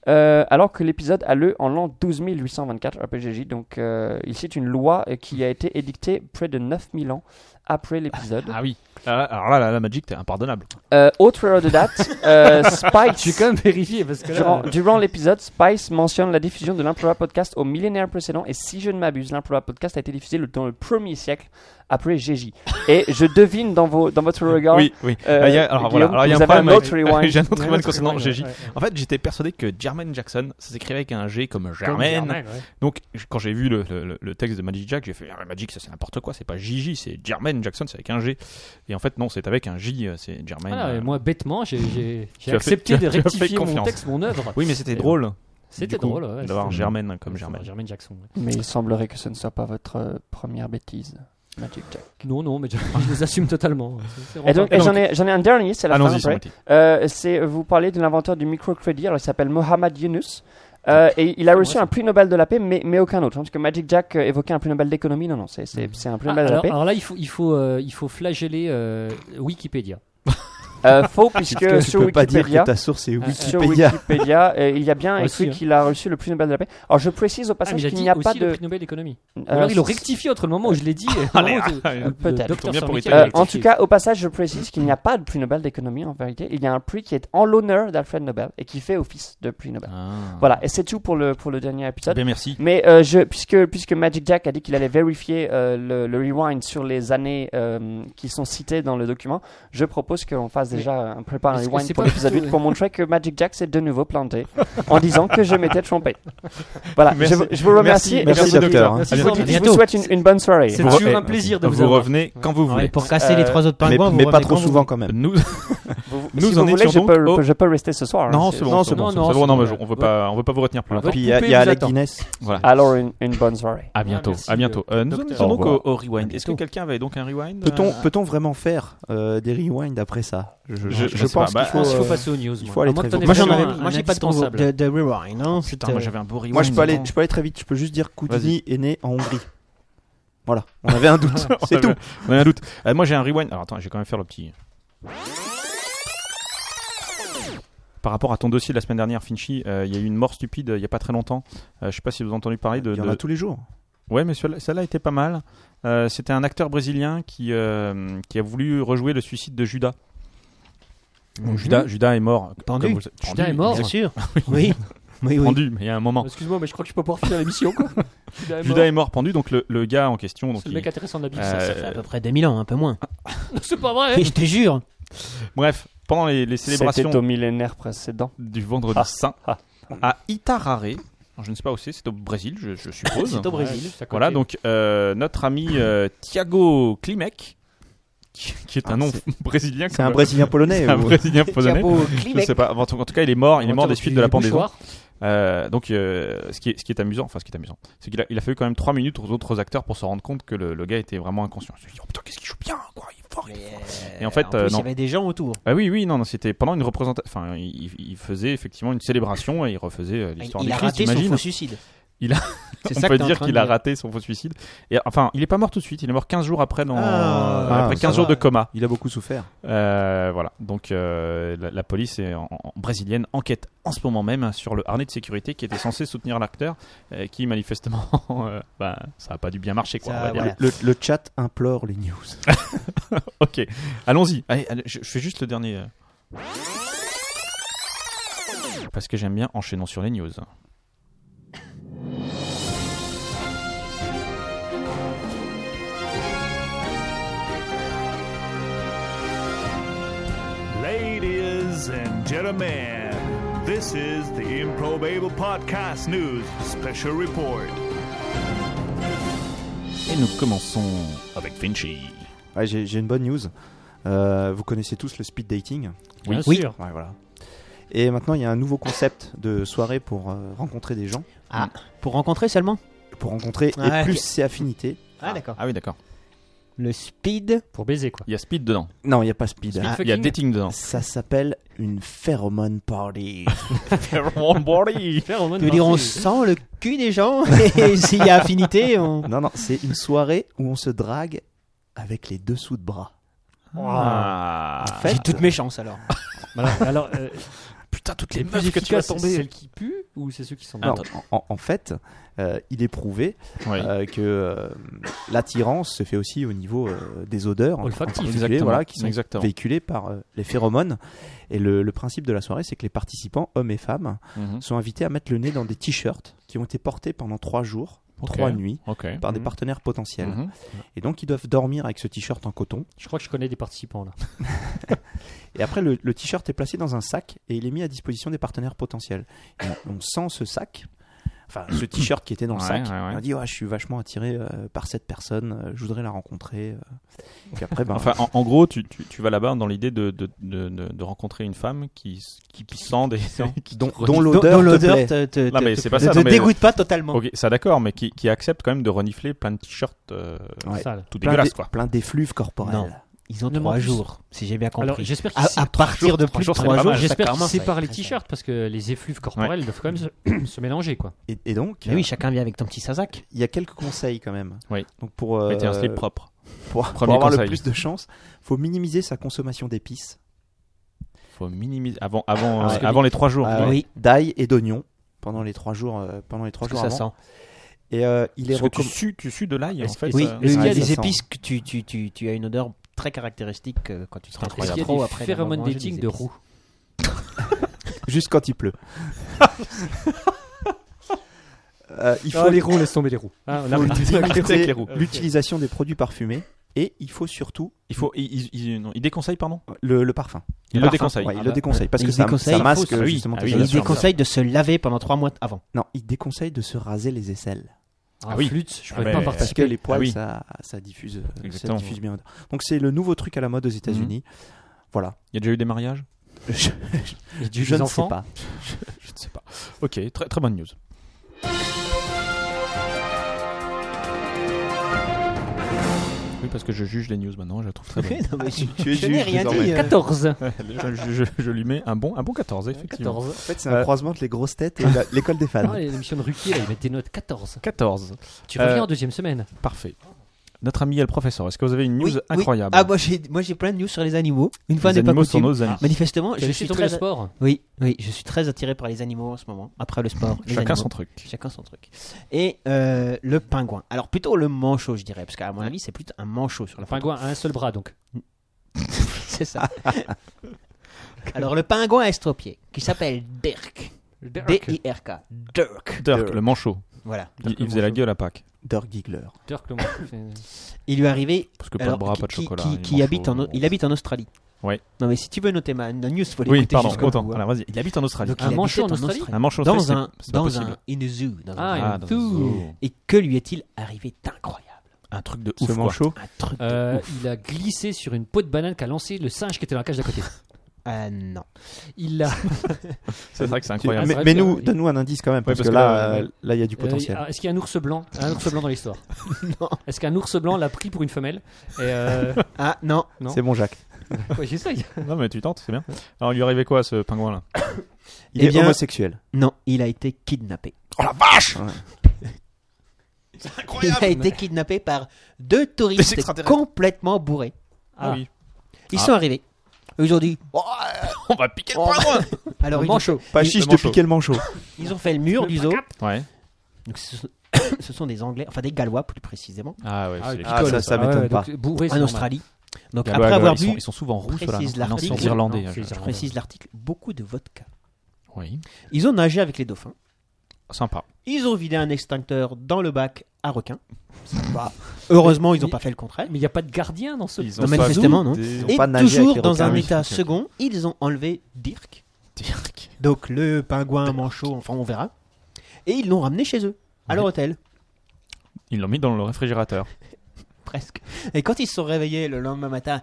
euh, alors que l'épisode a lieu en l'an 12824 après GJ. Donc, euh, il cite une loi euh, qui a été édictée près de 9000 ans après l'épisode. Ah oui. Ah, Alors là, la, la Magic, t'es impardonnable. Euh, autre erreur de date, euh, Spice. J'ai quand même vérifié parce que là, euh, Durant, durant l'épisode, Spice mentionne la diffusion de l'Improbable Podcast au millénaire précédent et si je ne m'abuse, l'Improbable Podcast a été diffusé le- dans le premier siècle après GJ. Et je devine dans, vos, dans votre regard... Oui, oui. euh, Ah, il y a- alors voilà, Guillaume, alors il y a vous un avez problème. un avec- autre rewind. J'ai un autre Ouais, rewind c'est concernant vrai, GJ. ouais, ouais. En fait, j'étais persuadé que Jermaine Jackson, ça s'écrivait avec un G comme Comme Germaine. Germaine, ouais. Donc, j- quand j'ai vu le, le- le texte de Magic Jack, j'ai fait ah, Magic, ça c'est n'importe quoi, c'est pas Gigi, c'est Jermaine Jackson, c'est avec un G. Et en fait, non, c'est avec un J, euh, c'est Jermaine. Voilà, et euh. moi, bêtement, j'ai- j'ai j'ai as fait- accepté tu de as- tu as fait rectifier mon confiance. texte, mon œuvre. Oui, mais c'était Et drôle. C'était du coup, drôle. ouais, D'avoir c'était- Germaine comme Germaine. Germaine Jackson. ouais. Mais il semblerait que ce ne soit pas votre euh, première bêtise. Magic Jack. Non, non, mais je je les assume totalement. C'est- c'est Et donc, rentable. et j'en ai, j'en ai un dernier, c'est la fin Allons-y, après. Samantha. Euh, c'est euh, vous parlez de l'inventeur du microcrédit. Alors, il s'appelle Mohamed Yunus. Euh, et il a reçu moi, ça. un prix Nobel de la paix, mais, mais aucun autre. Parce que Magic Jack euh, évoquait un prix Nobel d'économie. Non, non, c'est, c'est, c'est un prix Ah, Nobel de la alors, paix. alors là, il faut, il faut, euh, il faut flageller euh, Wikipédia. Euh, faux, puisque Parce que tu sur peux pas dire Wikipédia, que ta source est sur Wikipédia. Wikipédia euh, il y a bien Aussi, écrit hein. qu'il a reçu le prix Nobel de la paix. Alors, je précise au Ah, mais passage j'ai qu'il dit n'y a aussi pas le de. prix Nobel d'économie. Ou euh, alors, ils l'ont rectifié entre le moment où je l'ai dit. et le Allez, moment où- allez, le- le peut-être. docteur Tant bien pour Italie. Sir Michael Quel Euh, en a tout rectifié. cas, au passage, je précise qu'il n'y a pas de prix Nobel d'économie en vérité. Il y a un prix qui est en l'honneur d'Alfred Nobel et qui fait office de prix Nobel. Ah. Voilà, et c'est tout pour le, pour le dernier épisode. Eh Bien, merci. Mais euh, je, puisque, puisque Magic Jack a dit qu'il allait vérifier euh, le, le rewind sur les années euh, qui sont citées dans le document, je propose qu'on fasse déjà un prépare un Est-ce que rewind c'est pour pas euh. l'épisode plutôt- 8 pour montrer que Magic Jack s'est de nouveau planté en disant que je m'étais trompé. Voilà, je, Merci. vous- je vous remercie. et Merci, je vous dis- docteur. Merci, je vous Jean. dis- À je vous bientôt. souhaite une, une bonne soirée. C'est toujours un plaisir de vous Vous avoir. revenez quand vous Ouais, voulez. Euh, pour casser les Euh, trois autres Mais, pingouins, vous mais revenez pas quand trop vous- souvent quand même. Nous, Vous- Nous si en vous voulez, je étions peux, donc au- je peux rester ce soir. non, hein, c'est si- bon, Non, c'est c'est bon, bon, c'est non, bon, c'est bon. c'est Non, bon, mais je- on veut pas, on veut pas vous retenir plus Voilà. longtemps. Votre Puis il y a, poupée il y a vous la attend. Guinness. Voilà. Alors, une, une bonne soirée. Ah, À bientôt. merci, À bientôt. euh, Euh, Nous en docteur. étions donc Au au revoir. au rewind. À Est-ce que bientôt. quelqu'un avait donc un rewind Peut-on euh, peut-on vraiment faire euh, des rewinds après ça Je, je je sais pas. pense Bah, qu'il Je faut. pense qu'il faut euh, passer aux news. il moi. faut aller À moins très que t'en Moi, aies j'en vraiment avais- un moi, j'ai pas de temps indispensable. de, de rewind. Hein, c'est, Putain, euh, moi j'avais un beau rewind. Moi, je peux, aller, avant. je peux aller très vite. Je peux juste dire Houdini Vas-y. est né en Hongrie. Voilà, on avait un doute. C'est tout. On a un doute. Euh, moi, j'ai un rewind. Alors, attends, je vais quand même faire le petit. Par rapport à ton dossier de la semaine dernière, Finchy, euh, il y a eu une mort stupide euh, il n'y a pas très longtemps. Euh, je sais pas si vous avez entendu parler de. Il y en de- a tous les jours. Ouais, mais celle- celle-là était pas mal. Euh, C'était un acteur brésilien qui, euh, qui a voulu rejouer le suicide de Judas. Bon, Judas, Judas est mort. Pendu. Comme vous- Judas est mort. Bien sûr. oui. Oui, oui. Pendu, mais il y a un moment. Excuse-moi, mais je crois que je peux pas finir l'émission. quoi. Judas est mort. Judas est mort pendu, donc le, le gars en question. Donc C'est le il- mec intéressant de la Bible. Euh, ça, ça Ça fait à peu près 2000 ans, un peu moins. fait- C'est pas vrai. Et je te jure. Bref, pendant les, les célébrations C'était au millénaire précédent. du vendredi Ah, saint ah, à Itararé. Alors, Je ne sais pas où c'est, c'est au Brésil, je, je suppose. C'est au Brésil. Ouais, c'est à côté. Voilà, donc euh, notre ami euh, Thiago Klimek, qui, qui est un Ah, nom c'est- brésilien. C'est comme- un Brésilien polonais. un ou- Brésilien polonais. Thiago Je Klimek. sais pas. En tout en tout cas, il est mort. Il est mort des Tu- suites de la du pendaison. bouchoir. Euh, donc, euh, ce, qui est, ce qui est amusant, enfin, ce qui est amusant, c'est qu'il a, il a fallu quand même 3 minutes aux autres acteurs pour se rendre compte que le, le gars était vraiment inconscient. Il s'est dit, oh putain, qu'est-ce qu'il joue bien, quoi, il est fort, il est fort. Et en fait, plus, euh, il y non. avait des gens autour. Ah oui, oui, non, non c'était pendant une représentation. Enfin, il, il faisait effectivement une célébration et il refaisait euh, l'histoire du il a Christ, raté son j'imagine. faux suicide. Il a, C'est on ça que peut t'es en dire train de qu'il a raté son faux suicide. Et, enfin, il est pas mort tout de suite, il est mort 15 jours après, dans, Ah, après ça 15 jours de va. coma. Il a beaucoup souffert. Euh, voilà, donc euh, la, la police est en, en- brésilienne enquête en ce moment même sur le harnais de sécurité qui était censé soutenir l'acteur, euh, qui manifestement, euh, bah, ça a pas dû bien marcher quoi. Ça, on va dire. voilà. Le, le chat implore les news. Ok, allons-y. Allez, allez, je, je fais juste le dernier. euh. Parce que j'aime bien enchaînons sur les news. Ladies and gentlemen, this is the Improbable Podcast News Special Report. Et nous commençons avec Vinci. Ouais, j'ai j'ai une bonne news. Euh, vous connaissez tous le speed dating. Oui. Bien Oui. sûr. Ouais, voilà. Et maintenant, il y a un nouveau concept de soirée pour euh, rencontrer des gens, Ah, pour rencontrer seulement pour rencontrer Ouais. et plus ses affinités. Ah, d'accord. Ah oui, d'accord. Le speed. Pour baiser, quoi. Il y a speed dedans. Non, il n'y a pas speed. Speed Ah, Il y a Fucking. dating dedans. Ça s'appelle une pheromone party. Faire au moins Tu veux dire, on sent le cul des gens et s'il y a affinité, on. non, non, c'est une soirée où on se drague avec les dessous de bras. Ah. En fait, J'ai toutes mes chances alors. Voilà. Alors, euh, Putain, toutes les les plus meufs que tu vas efficaces, c'est tomber. celles qui puent ou c'est ceux qui sont non, morts en, en fait, euh, il est prouvé Oui. euh, que euh, l'attirance se fait aussi au niveau euh, des odeurs, en- en Olfactif. particulier, Exactement. voilà, qui sont Exactement. véhiculées par euh, les phéromones. Et le, le principe de la soirée, c'est que les participants, hommes et femmes, Mhm. sont invités à mettre le nez dans des t-shirts qui ont été portés pendant trois jours, Ok. Mmh. trois nuits, Ok. par des partenaires potentiels. Mhm. Et donc, ils doivent dormir avec ce t-shirt en coton. Je crois que je connais des participants là. Et après, le, le t-shirt est placé dans un sac et il est mis à disposition des partenaires potentiels. Et on, on sent ce sac, enfin ce t-shirt qui était dans le Ouais, sac. ouais, ouais. On dit, ouais, je suis vachement attiré euh, par cette personne, euh, je voudrais la rencontrer. euh. Puis après, ben, Enfin, en, en gros, tu, tu, tu vas là-bas dans l'idée de, de, de, de, de rencontrer une femme qui, s- qui, sent des. qui- dont, qui- dont Dont- l'odeur dont te plaît. te, te- Non, te- mais te- c'est pas te- ça, te non, mais- dégoûte pas totalement. Ok, ça d'accord, mais qui, qui accepte quand même de renifler plein de t-shirts euh, Ouais. Sale. tout Plein dégueulasses, d'é- quoi. Plein d'effluves corporels. Non. Ils ont Ne trois m'en- jours, si j'ai bien Alors, compris. j'espère qu'ils À, à partir de plus de jours, c'est trois pas jours, mal. ça J'espère qu'ils commence à être séparent les très bien. t-shirts parce que les effluves corporelles doivent quand même se, se mélanger quoi. Et, et donc, euh, Mais oui, chacun vient avec ton petit sazac. il y a quelques conseils quand même. Oui. Donc pour, euh, Mettez un slip propre. pour, pour Premier avoir le conseil. plus de chance, faut minimiser sa consommation d'épices, Faut minimiser avant avant Parce euh, que avant les trois jours. Ah, Ouais. oui, d'ail et d'oignons pendant les trois jours, euh, pendant les trois parce que jours ça avant. sent. Et euh, il est Parce que tu recommandé. sues tu sues de l'ail en Est-ce fait. que- Oui, euh, mais il y a ouais, ça des sent. épices que tu, tu, tu, tu as une odeur très caractéristique euh, quand tu te Est-ce retrouves qu'il y a trop des après. d'avoir phéromones mangé dating des de épices. roux juste quand il pleut. Euh, il faut, Ah, les roux, laisse tomber les roux. Ah, on il faut arrête. Arrêtez avec les limiter roues. l'utilisation des produits parfumés et il faut surtout Il faut il, il, il- non, il déconseille pardon. le, le parfum. Il le Le parfum, déconseille. ouais, il Ah le bah. déconseille parce Il que ça, déconseille, ça masque ah oui, justement. ah tes oui, Et bien il odeurs. sûr. déconseille de se laver pendant trois mois avant. Non, il déconseille de se raser les aisselles Ah, oui. flûte, je Ah, pourrais mais- pas parce participer. que les poils Ah oui. ça, ça diffuse, euh, ça Exactement. diffuse bien. l'odeur. Donc c'est le nouveau truc à la mode aux États-Unis. Voilà. Il y a déjà eu des mariages Mm. Je, Et du- je des ne enfants. sais pas. Je ne sais pas. OK, très très bonne news. Oui, parce que je juge les news maintenant, je la trouve très bonne. Ah bah, tu es Je n'ai juge rien désormais. dit. euh. 14. je, je- je- je lui mets un bon, un bon 14, effectivement. 14. En fait, c'est un croisement de les grosses têtes et la- l'école des fans. Ah, l'émission de Ruquier, là, ils mettent des notes 14. Tu Euh, reviens en deuxième semaine. Parfait. Notre ami est le professeur, est-ce que vous avez une news Oui, oui. incroyable Ah, moi j'ai moi, j'ai plein de news sur les animaux. Une fois Les n'est pas animaux sont coutume. nos amis. Manifestement, je Quel suis est ton très sport Oui, oui, je suis très attiré par les animaux en ce moment. Après le sport, Ah, les Chacun animaux. son truc. Chacun son truc. Et euh, le pingouin. Alors plutôt le manchot, je dirais, parce qu'à mon avis, c'est plutôt un manchot sur Le la pingouin a un seul bras donc. C'est ça. Alors le pingouin estropié, qui s'appelle Dirk. Dirk, D-I-R-K. Dirk. Dirk, le manchot. Voilà. Il, il faisait la gueule à Pâques. Dirk Diggler. Dirk le manchot, c'est- Il lui est arrivé. Parce que pas alors, de bras, qui- pas de qui- chocolat. hein, qui- il qui manchot, habite en, bon. il habite en Australie. Ouais. Non, mais si tu veux noter ma, ma news, faut Oui, l'écouter pardon, jusqu'au autant. bout, hein. Alors, vas-y, il habite en Australie. Donc, Un il manchot habitait en Australie Un manchot dans australien, un, c'est- c'est pas dans possible. un, in a zoo, dans Ah, un- in a dans un zoo. zoo. Et que lui est-il arrivé d'incroyable Un truc de Ce ouf. quoi. manchot. Un truc de Euh, ouf. il a glissé sur une peau de banane qu'a lancé le singe qui était dans la cage d'à côté. Ah Euh, non. Il a, C'est vrai que c'est Mais, incroyable. Ah, c'est vrai mais que- nous, donne-nous un indice quand même, parce, parce que que là, là, euh, là, il y a du potentiel. Euh, Est-ce qu'il y a un ours blanc Un ours blanc dans l'histoire Est-ce qu'un ours blanc l'a pris pour une femelle Et euh, Ah non. non. C'est bon, Jacques. ouais, J'essaye. Non, mais tu tentes, c'est bien. Alors, il lui arrivait quoi à ce pingouin-là Il Eh est bien- homosexuel. Non, il a été kidnappé. Oh la vache Ouais. C'est incroyable. Il a été kidnappé par deux touristes extraterrestres. complètement bourrés. Ah, oui. Ils sont arrivés. Ils ont dit. On va piquer le point loin. Alors, ils, manchot. Pas Ils- chiche le de manchot. piquer le manchot. ils ont fait le mur du zoo. Ouais. Donc, ce, sont, ce sont des Anglais, enfin des Gallois plus précisément, Ah ouais, Ah, c'est ils les- Ah, picolent. ça, ça m'étonne ouais, pas. donc, bourré, c'est en normal. Australie. Donc, Les après Gallois, avoir bah, ils, sont, bu, ils sont souvent rouges, voilà. précise Non, non, c'est l'article. irlandais. hein, euh, Non, je- c'est je- je précise l'article, beaucoup de vodka. Oui, Ils ont nagé avec les dauphins. Oh, sympa. Ils ont vidé un extincteur dans le bac à requins. Sympa. Heureusement, ils n'ont pas fait le contraire. Mais il n'y a pas de gardien dans ce. Non, manifestement, non. Ils ont Et pas nagé avec toujours les dans requins, un oui. état second, ils ont enlevé Dirk. Dirk. Donc le pingouin manchot, enfin on verra. Et ils l'ont ramené chez eux, à leur hôtel, Ils l'ont mis dans le réfrigérateur. presque. Et quand ils se sont réveillés le lendemain matin,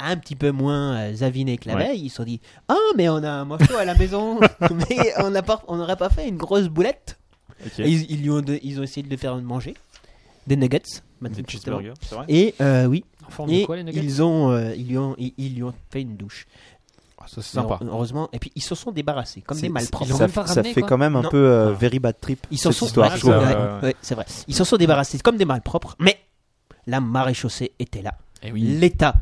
un petit peu moins euh, avinés que la Ouais. veille, ils se sont dit Ah, mais on a un manchot à la maison, mais on n'a pas- on n'aurait pas fait une grosse boulette. Ok. Et ils, ils lui ont de- ils ont essayé de le faire manger des nuggets, maintenant, Des justement. cheeseburgers, c'est vrai Et euh, oui, En forme de et quoi, les nuggets ils, ont, euh, ils, lui ont, ils, ils lui ont fait une douche. Ah, ça, c'est sympa. Mais Heureusement, et puis ils se sont débarrassés, comme C'est- des malpropres. Ils l'ont Ça, même pas ça ramené, fait quoi. quand même un Non. peu euh, very bad trip. Ils s'en cette sont histoire, ouais, je trouve. ouais, Ouais, ouais, ouais. ouais, c'est vrai. Ils s'en sont débarrassés comme des malpropres, mais la maréchaussée était là. Eh Et L'État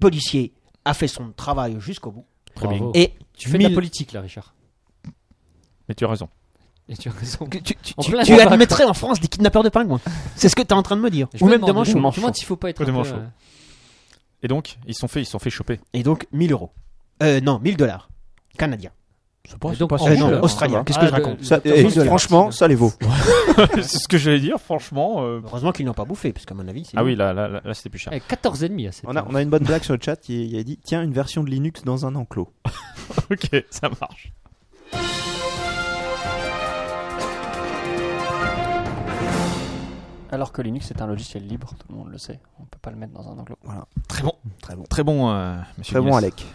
policier a fait son travail jusqu'au bout. Très bien. Bravo. Et tu fais de la mille- politique là, Richard. Mais tu as raison. Et tu as raison. tu, tu- tu- En plein tu combat, admettrais en France des kidnappeurs de pingouins. C'est ce que tu es en train de me dire. Je Ou me même de demande- Je manchots. me demande s'il faut pas être. Ou des un peu, manchots. euh, Et donc, ils se sont fait, ils se sont fait choper. Et donc 1000 euros. Euh, non, 1000 dollars. Canadiens. Et donc, pas en si Euh, cher, rouge, non, hein, australiens. Qu'est-ce que Ah, je le- raconte Ça- le- et le- franchement, ça les vaut. c'est ce que j'allais dire, franchement. euh, Heureusement qu'ils n'ont pas bouffé, parce qu'à mon avis, c'est. Ah oui, là, là, là, là, c'était plus cher. Eh, 14 ennemis à cette. On a, on a une bonne blague sur le chat. Il, il a dit Tiens, une version de Linux dans un enclos. ok, ça marche. Alors que Linux est un logiciel libre, tout le monde le sait. On peut pas le mettre dans un enclos. Très bon. Très bon. Très bon, euh, monsieur. Très bon, Guinness. Alec.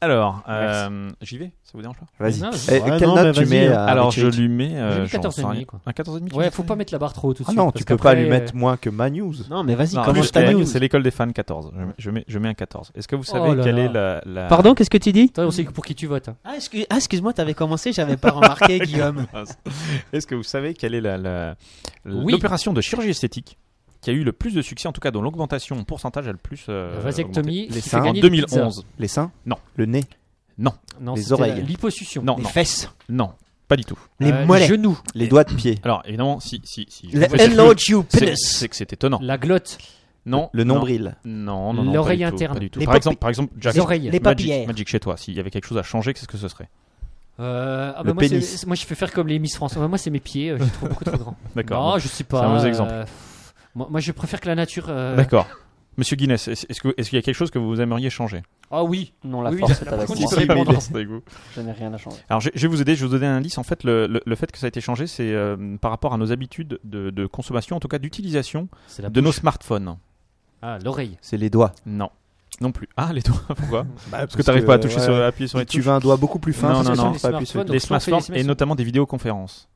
Alors, euh, j'y vais, ça vous dérange pas Vas-y. Non, Eh, ouais, quelle non, mais note tu vas-y, mets euh, hein. à Alors, Richie je lui mets. Je lui Euh, mets 14 j'en sais et demi, rien. quoi. Un 14 et demi tu Ouais, mets faut pas mettre la barre trop haut tout de Ah suite. non, parce tu peux pas qu'après, lui euh, mettre moins que Ma News. Non, mais vas-y, Non, comment plus ta que- news C'est l'école des fans 14. Je mets, je mets, je mets un 14. Est-ce que vous savez Oh là quelle là. est la. la- Pardon, qu'est-ce que tu dis Toi, on sait pour qui tu votes. hein. Ah, excuse- ah, excuse-moi, t'avais commencé, j'avais pas remarqué, Guillaume. Est-ce que vous savez quelle est la- la- Oui. l'opération de chirurgie esthétique qui a eu le plus de succès, en tout cas dont l'augmentation en pourcentage a le plus. euh, La les vasectomie. qui fait seins en augmenté gagner En des pizzas. 2011. Les seins Non. Le nez Non, Les c'était oreilles. la- L'hypossuccion. Non, Les non, fesses, non, pas du tout. les Euh, mollets, genoux. Les doigts de pied Alors évidemment, si. si, si je le vous fais cette enlarge you chose, c'est- penis, C'est que c'est étonnant. La glotte. Non. Le non, nombril Non, non, non. L'oreille pas du tout, interne. pas du tout. Les Par papi- exemple, par exemple, Jack, Les oreilles. les Magic, papières. Magic chez toi, s'il y avait quelque chose à changer, qu'est-ce que ce serait Euh, ah Le bah moi, c'est- pénis. moi, je fais faire comme les Miss France. Ah bah moi, c'est mes pieds. euh, Je les trouve beaucoup trop grands. D'accord. Non, je sais pas. C'est un mauvais euh, exemple. moi, moi, je préfère que la nature. euh, D'accord. Monsieur Guinness, est-ce est-ce que- est-ce qu'il y a quelque chose que vous aimeriez changer Ah oui. Non, la Oui, force la- est avec la- moi. Si, si, pardon. Je n'ai rien à changer. Alors, je, je vais vous aider, je vais vous donner un indice. En fait, le, le- le fait que ça a été changé, c'est euh, par rapport à nos habitudes de, de consommation, en tout cas d'utilisation C'est la de nos smartphones. Ah, l'oreille. C'est les doigts. Non. Non plus. Ah, les doigts, pourquoi Parce que tu n'arrives pas à toucher sur, à appuyer sur les Tu touches. veux un doigt beaucoup plus fin Non, parce non, que ça, non. on peut pas appuyer sur les Donc, les soit on fait des smartphones et SMS. notamment des vidéoconférences.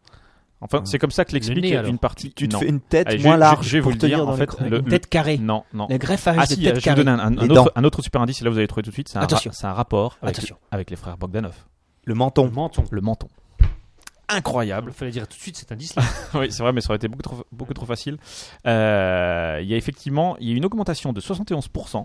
Enfin, c'est comme ça que l'explique nez, alors. une partie. Tu te non. fais une tête Allez, je- moins je- large je vais vous pour le tenir dire, dans en les fait, creux. le- une tête carrée, Non, non. le greffage Ah de si, je tête vais vous carrée. donner un, un Les dents. autre, un autre super indice, et là vous allez le trouver tout de suite, c'est un, ra- Attention. c'est un rapport avec, Attention. avec les frères Bogdanov. Le menton. Menton. Le menton. Il Incroyable. fallait dire tout de suite cet indice-là. oui, c'est vrai, mais ça aurait été beaucoup trop, beaucoup trop facile. Euh, il y a effectivement il y a une augmentation de 71%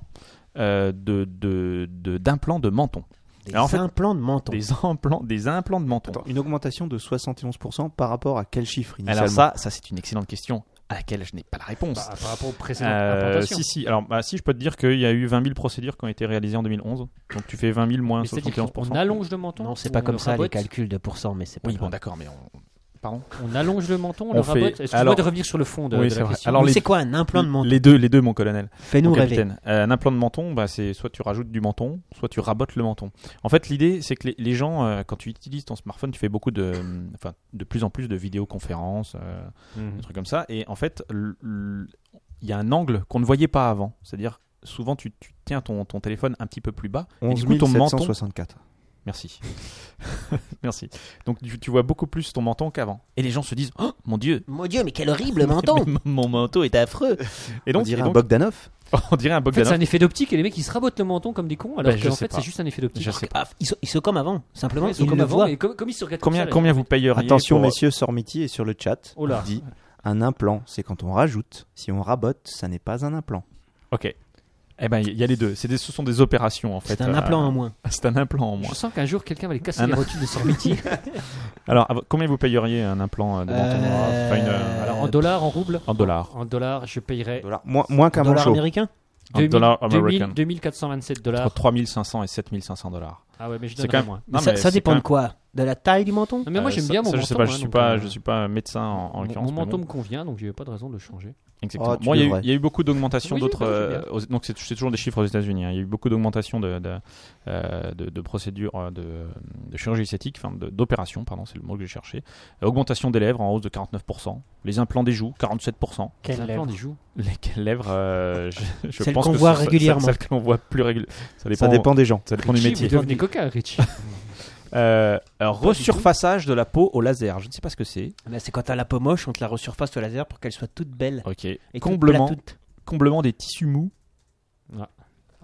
euh, de- de- de- d'implants de, menton. des Alors, en fait- implants de menton. Des implants, des implants de menton. Attends, une augmentation de 71% par rapport à quel chiffre initialement Alors ça, ça c'est une excellente question à laquelle je n'ai pas la réponse. Bah, par rapport au précédent. Euh, si, si. Alors, bah, si, je peux te dire qu'il y a eu 20 000 procédures qui ont été réalisées en 2011. Donc, tu fais 20 000 moins C'est-à-dire 71%. qu'on allonge le menton. Non, c'est on pas le comme ça les rabote, calculs de pourcents, mais c'est pas Oui, bon, grave. d'accord, mais on... Pardon On allonge le menton, on On le fait- rabote. Excuse-moi alors- de revenir sur le fond de, Oui, de c'est la vrai. Ah, question. Alors, Mais les- c'est quoi un implant de menton Les deux, les deux, mon colonel. Fais-nous Mon rêver. capitaine. Euh, un implant de menton, bah, c'est soit tu rajoutes du menton, soit tu rabotes le menton. En fait, l'idée, c'est que les, les gens, euh, quand tu utilises ton smartphone, tu fais beaucoup de, euh, enfin, de plus en plus de vidéoconférences, euh, Mhm. des trucs comme ça. Et en fait, l- l- il y a un angle qu'on ne voyait pas avant. C'est-à-dire, souvent, tu, tu tiens ton, ton téléphone un petit peu plus bas. et 11 du coup, ton menton 764. Merci. Merci. Donc tu, tu vois beaucoup plus ton menton qu'avant. Et les gens se disent Oh mon Dieu Mon Dieu, mais quel horrible menton Mon- Mon menton est affreux Et On donc, dirait et un donc- Bogdanov. on dirait un En fait, Bogdanov. c'est un effet d'optique et les mecs ils se rabotent le menton comme des cons alors Bah, je qu'en sais fait pas. c'est juste un effet d'optique. Je sais pas. Paf, Ils sont, ils sont comme avant, simplement Ils sont ils comme le avant, voient. et comme, comme ils se regardent comme Combien, ça, là. combien vous payeriez Attention pour- messieurs, Sormiti est sur le chat. Oh là. Il dit Un implant, c'est quand on rajoute. Si on rabote, ça n'est pas un implant. Ok. Eh ben, il y a les deux. C'est des- ce sont des opérations en fait. C'est un Euh, implant en moins. C'est un implant en moins. Je sens qu'un jour quelqu'un va les casser Un- les rotules de son métier. Alors, à vo- combien vous payeriez un implant euh, de menton noir Euh, Enfin, une, euh, alors, En dollars, en roubles en, en dollars. En dollars, je payerais Dollar. Moins, moins qu'un Dollar manchot. américain En dollars américains. 2427 dollars. Entre 3500 et 7500 dollars. Ah ouais, mais je C'est donnerais quand même. moins. Non, ça, mais ça c'est dépend quand de quoi De la taille du menton Non, mais moi Euh, j'aime ça- bien mon ça, menton. Je sais pas, je hein, suis donc, pas, euh, je suis pas médecin en, en mon- l'occurrence. Mon mais menton bon. me convient, donc j'ai pas de raison de changer. Exactement. Oh, tu Bon, il y a eu- devrais. il y, a eu beaucoup d'augmentations Oui, d'autres. bah, je veux euh, bien. aux- donc c'est c'est toujours des chiffres aux États-Unis. hein. Il y a eu beaucoup d'augmentations de, de, euh, de- de procédures euh, de, de chirurgie esthétique, enfin de- d'opérations, pardon, c'est le mot que j'ai cherché. Euh, augmentation des lèvres en hausse de 49%. Les implants des joues, 47%. Quel implant des joues Lesquelles lèvres euh, Je, je Celles pense qu'on que voit ce- ce- régulièrement. Celles qu'on voit plus régulièrement. Ça dépend. Ça dépend des gens. ça dépend du Richie, métier. Vous devenez coquin, Richie. Euh, alors, resurfaçage de la peau au laser. Je ne sais pas ce que c'est. Bah, C'est quand t'as la peau moche, on te la resurface au laser pour qu'elle soit toute belle. Ok. Et toute Comblement, platoutte. comblement des tissus mous.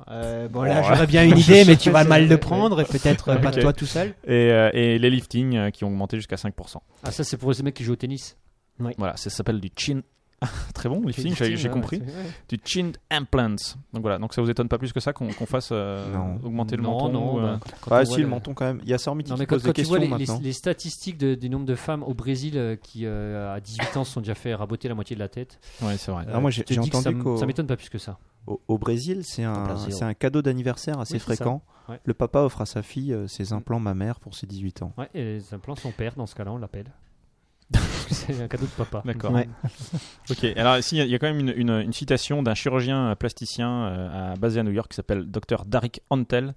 Euh, bon, Bon, là ouais. j'aurais bien une idée, mais tu vas mal le prendre et peut-être euh, pas Oh. Ok. toi tout seul. Et, euh, et les liftings euh, qui ont augmenté jusqu'à 5%. Ah, ça, c'est pour les mecs qui jouent au tennis. Voilà, ça s'appelle du chin. Très bon, lifting, Christine, j'ai j'ai ouais, compris. ouais, ouais. Du chin implants. Donc voilà, donc ça vous étonne pas plus que ça qu'on qu'on fasse euh, Non. augmenter le Non, menton non, ou, euh, bah, quand- quand on Ah, voit si, le menton quand même. Il y a Sormiti Non, qui mais quand, pose des quand tu vois questions les, les- maintenant. les statistiques de- du nombre de femmes au Brésil euh, qui, euh, à 18 ans, se sont déjà fait raboter la moitié de la tête, Ouais, c'est vrai. euh, Ah, moi, j'ai- je te j'ai dis que entendu ça m- qu'au- Ça m'étonne pas plus que ça. Au, au Brésil, c'est un, Brésil. c'est un cadeau d'anniversaire assez Oui, c'est ça. fréquent. Ouais. Le papa offre à sa fille euh, ses implants mammaires pour ses 18 ans. Ouais, et les implants son père, dans ce cas-là, on l'appelle. Parce que c'est un cadeau de papa. D'accord. Ouais. Ok, alors ici, il y a- il y, a quand même une, une- une citation d'un chirurgien euh, plasticien euh, à- basé à New York qui s'appelle Dr. Darik Antel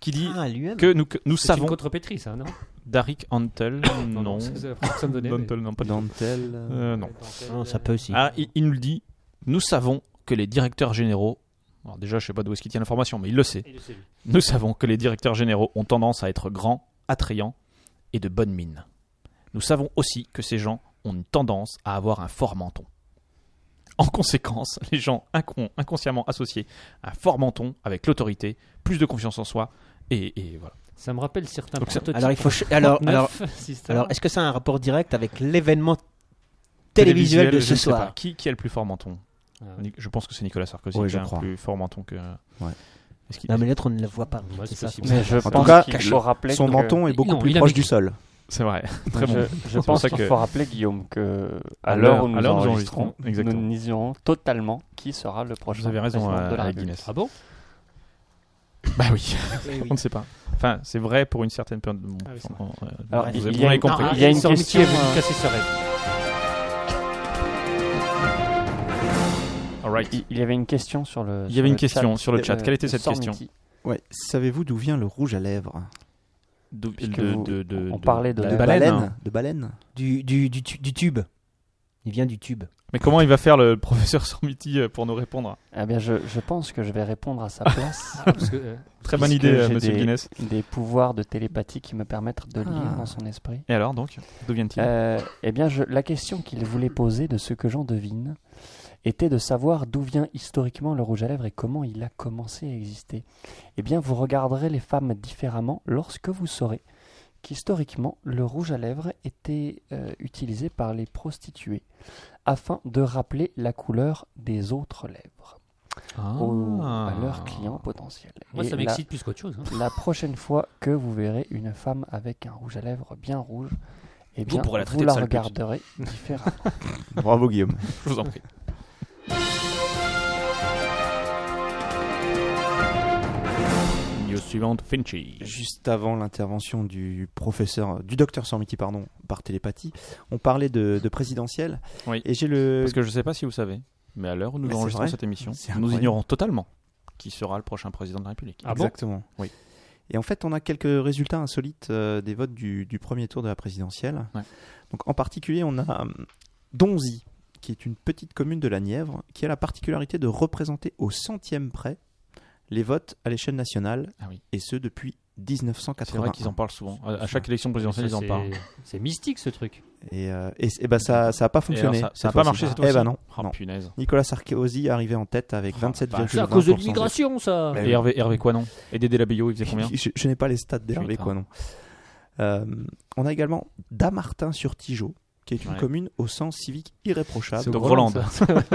qui dit Ah, lui que nous, que nous C'est une savons. contrepétrie, ça, non Darik Antel Non. non. c'est- c'est la première que Ça me donnait. mais- Antel, non, pas du tout. Dantel. euh, Euh, non. ça peut aussi. Ah, il, il nous le dit nous savons que les directeurs généraux. Alors déjà, je sais pas d'où est-ce qu'il tient l'information, mais il le sait. Et le CV. Nous savons que les directeurs généraux ont tendance à être grands, attrayants et de bonne mine. Nous savons aussi que ces gens ont une tendance à avoir un fort menton. En conséquence, les gens incon- inconsciemment associés à un fort menton avec l'autorité, plus de confiance en soi, et, et voilà. Ça me rappelle certains Donc, c'est- prototypes Alors, il faut. ch- Alors, 39, alors, si ça alors va. est-ce que ça a un rapport direct avec l'événement télévisuel de je ce ne sais pas. soir Qui, qui a le plus fort menton Ah, Ni- Je pense que c'est Nicolas Sarkozy Oui, qui je a un crois. plus fort menton que. Ouais. Est-ce qu'il- Non, mais l'autre, on ne la voit pas. Ouais, c'est C'est ça. possible. Mais je tout pense cas, qu'il cache-le. faut rappeler Son que- menton est beaucoup Non, plus il a proche vécu. du sol. C'est vrai, très bon. Je, je pour pense ça qu'il que- faut rappeler, Guillaume, que À à l'heure l'heure- où nous, à l'heure où nous enregistrons, enregistrons, exactement. nous ignorons totalement qui sera le prochain. Vous avez raison, président de la euh, République. Guinness. Ah bon Bah oui, on ne sait pas. Enfin, c'est vrai pour une certaine période. Bon, Ah oui, c'est on- on- euh, Alors, vous avez- il- il y vous a l'avez une- compris. Ah, il y a une Sans question, métier, vous euh, lui cassez sa rêve. All right. Il, il y avait une question sur le. Il y sur avait une le chat Euh, question sur le de- chat. Quelle était cette Sormiti. question Ouais. Savez-vous d'où vient le rouge à lèvres D'où- Puisque de- vous- de- de- on de- parlait de- la de baleine. De baleine Du, du, du, tu- du tube. Il vient du tube. Mais comment il va faire le professeur Sormiti euh, pour nous répondre Eh bien, je, je pense que je vais répondre à sa place. Ah, parce que, euh, Très bonne puisque idée, euh, j'ai monsieur des- Guinness. Des pouvoirs de télépathie qui me permettent de lire Ah. dans son esprit. Et alors, donc, d'où vient-il Euh, eh bien, je- la question qu'il voulait poser, de ce que j'en devine, était de savoir d'où vient historiquement le rouge à lèvres et comment il a commencé à exister. Eh bien, vous regarderez les femmes différemment lorsque vous saurez qu'historiquement, le rouge à lèvres était euh, utilisé par les prostituées afin de rappeler la couleur des autres lèvres au- Ah. à leurs clients potentiels. Moi, Et ça la- m'excite plus qu'autre chose. hein. la prochaine fois que vous verrez une femme avec un rouge à lèvres bien rouge, eh bien, vous, pourrez la traiter de la sale pute. regarderez différemment. Bravo Guillaume. Je vous en prie. News suivante, Finchy. Juste avant l'intervention du professeur, du docteur Sormiti, pardon, par télépathie, on parlait de, de présidentiel. Oui. Et j'ai le. Parce que je ne sais pas si vous savez, mais à l'heure où nous Mais c'est enregistrons vrai. cette émission, C'est nous incroyable. ignorons totalement qui sera le prochain président de la République. Ah bon Exactement. Oui. Et en fait, on a quelques résultats insolites euh, des votes du, du premier tour de la présidentielle. Ouais. Donc, en particulier, on a hum, Donzy, qui est une petite commune de la Nièvre, qui a la particularité de représenter au centième près les votes à l'échelle nationale, Ah oui. et ce depuis C'est vrai 1980. qu'ils en parlent souvent. À, à chaque élection présidentielle, Ça, ils en c'est- parlent. C'est mystique ce truc. Et, euh, et, et ben, ça n'a pas Et alors, fonctionné. ça- cette ça n'a pas fois-ci. marché cette Eh fois-ci ben non. Oh, non. punaise. Nicolas Sarkozy arrivait en tête avec Oh, 27,20%. C'est à cause de l'immigration, Bah ça. Mais- Et Hervé, Hervé Quanon Et Dédé Labillot, il faisait combien Je, je n'ai hein. pas les stats d'Hervé Putain. hein. quoi non. Euh, on a également Damartin sur Tigeot qui est une Ouais. commune au sens civique irréprochable. au Donc, Groland, Groland. ça. Ça fait, Votez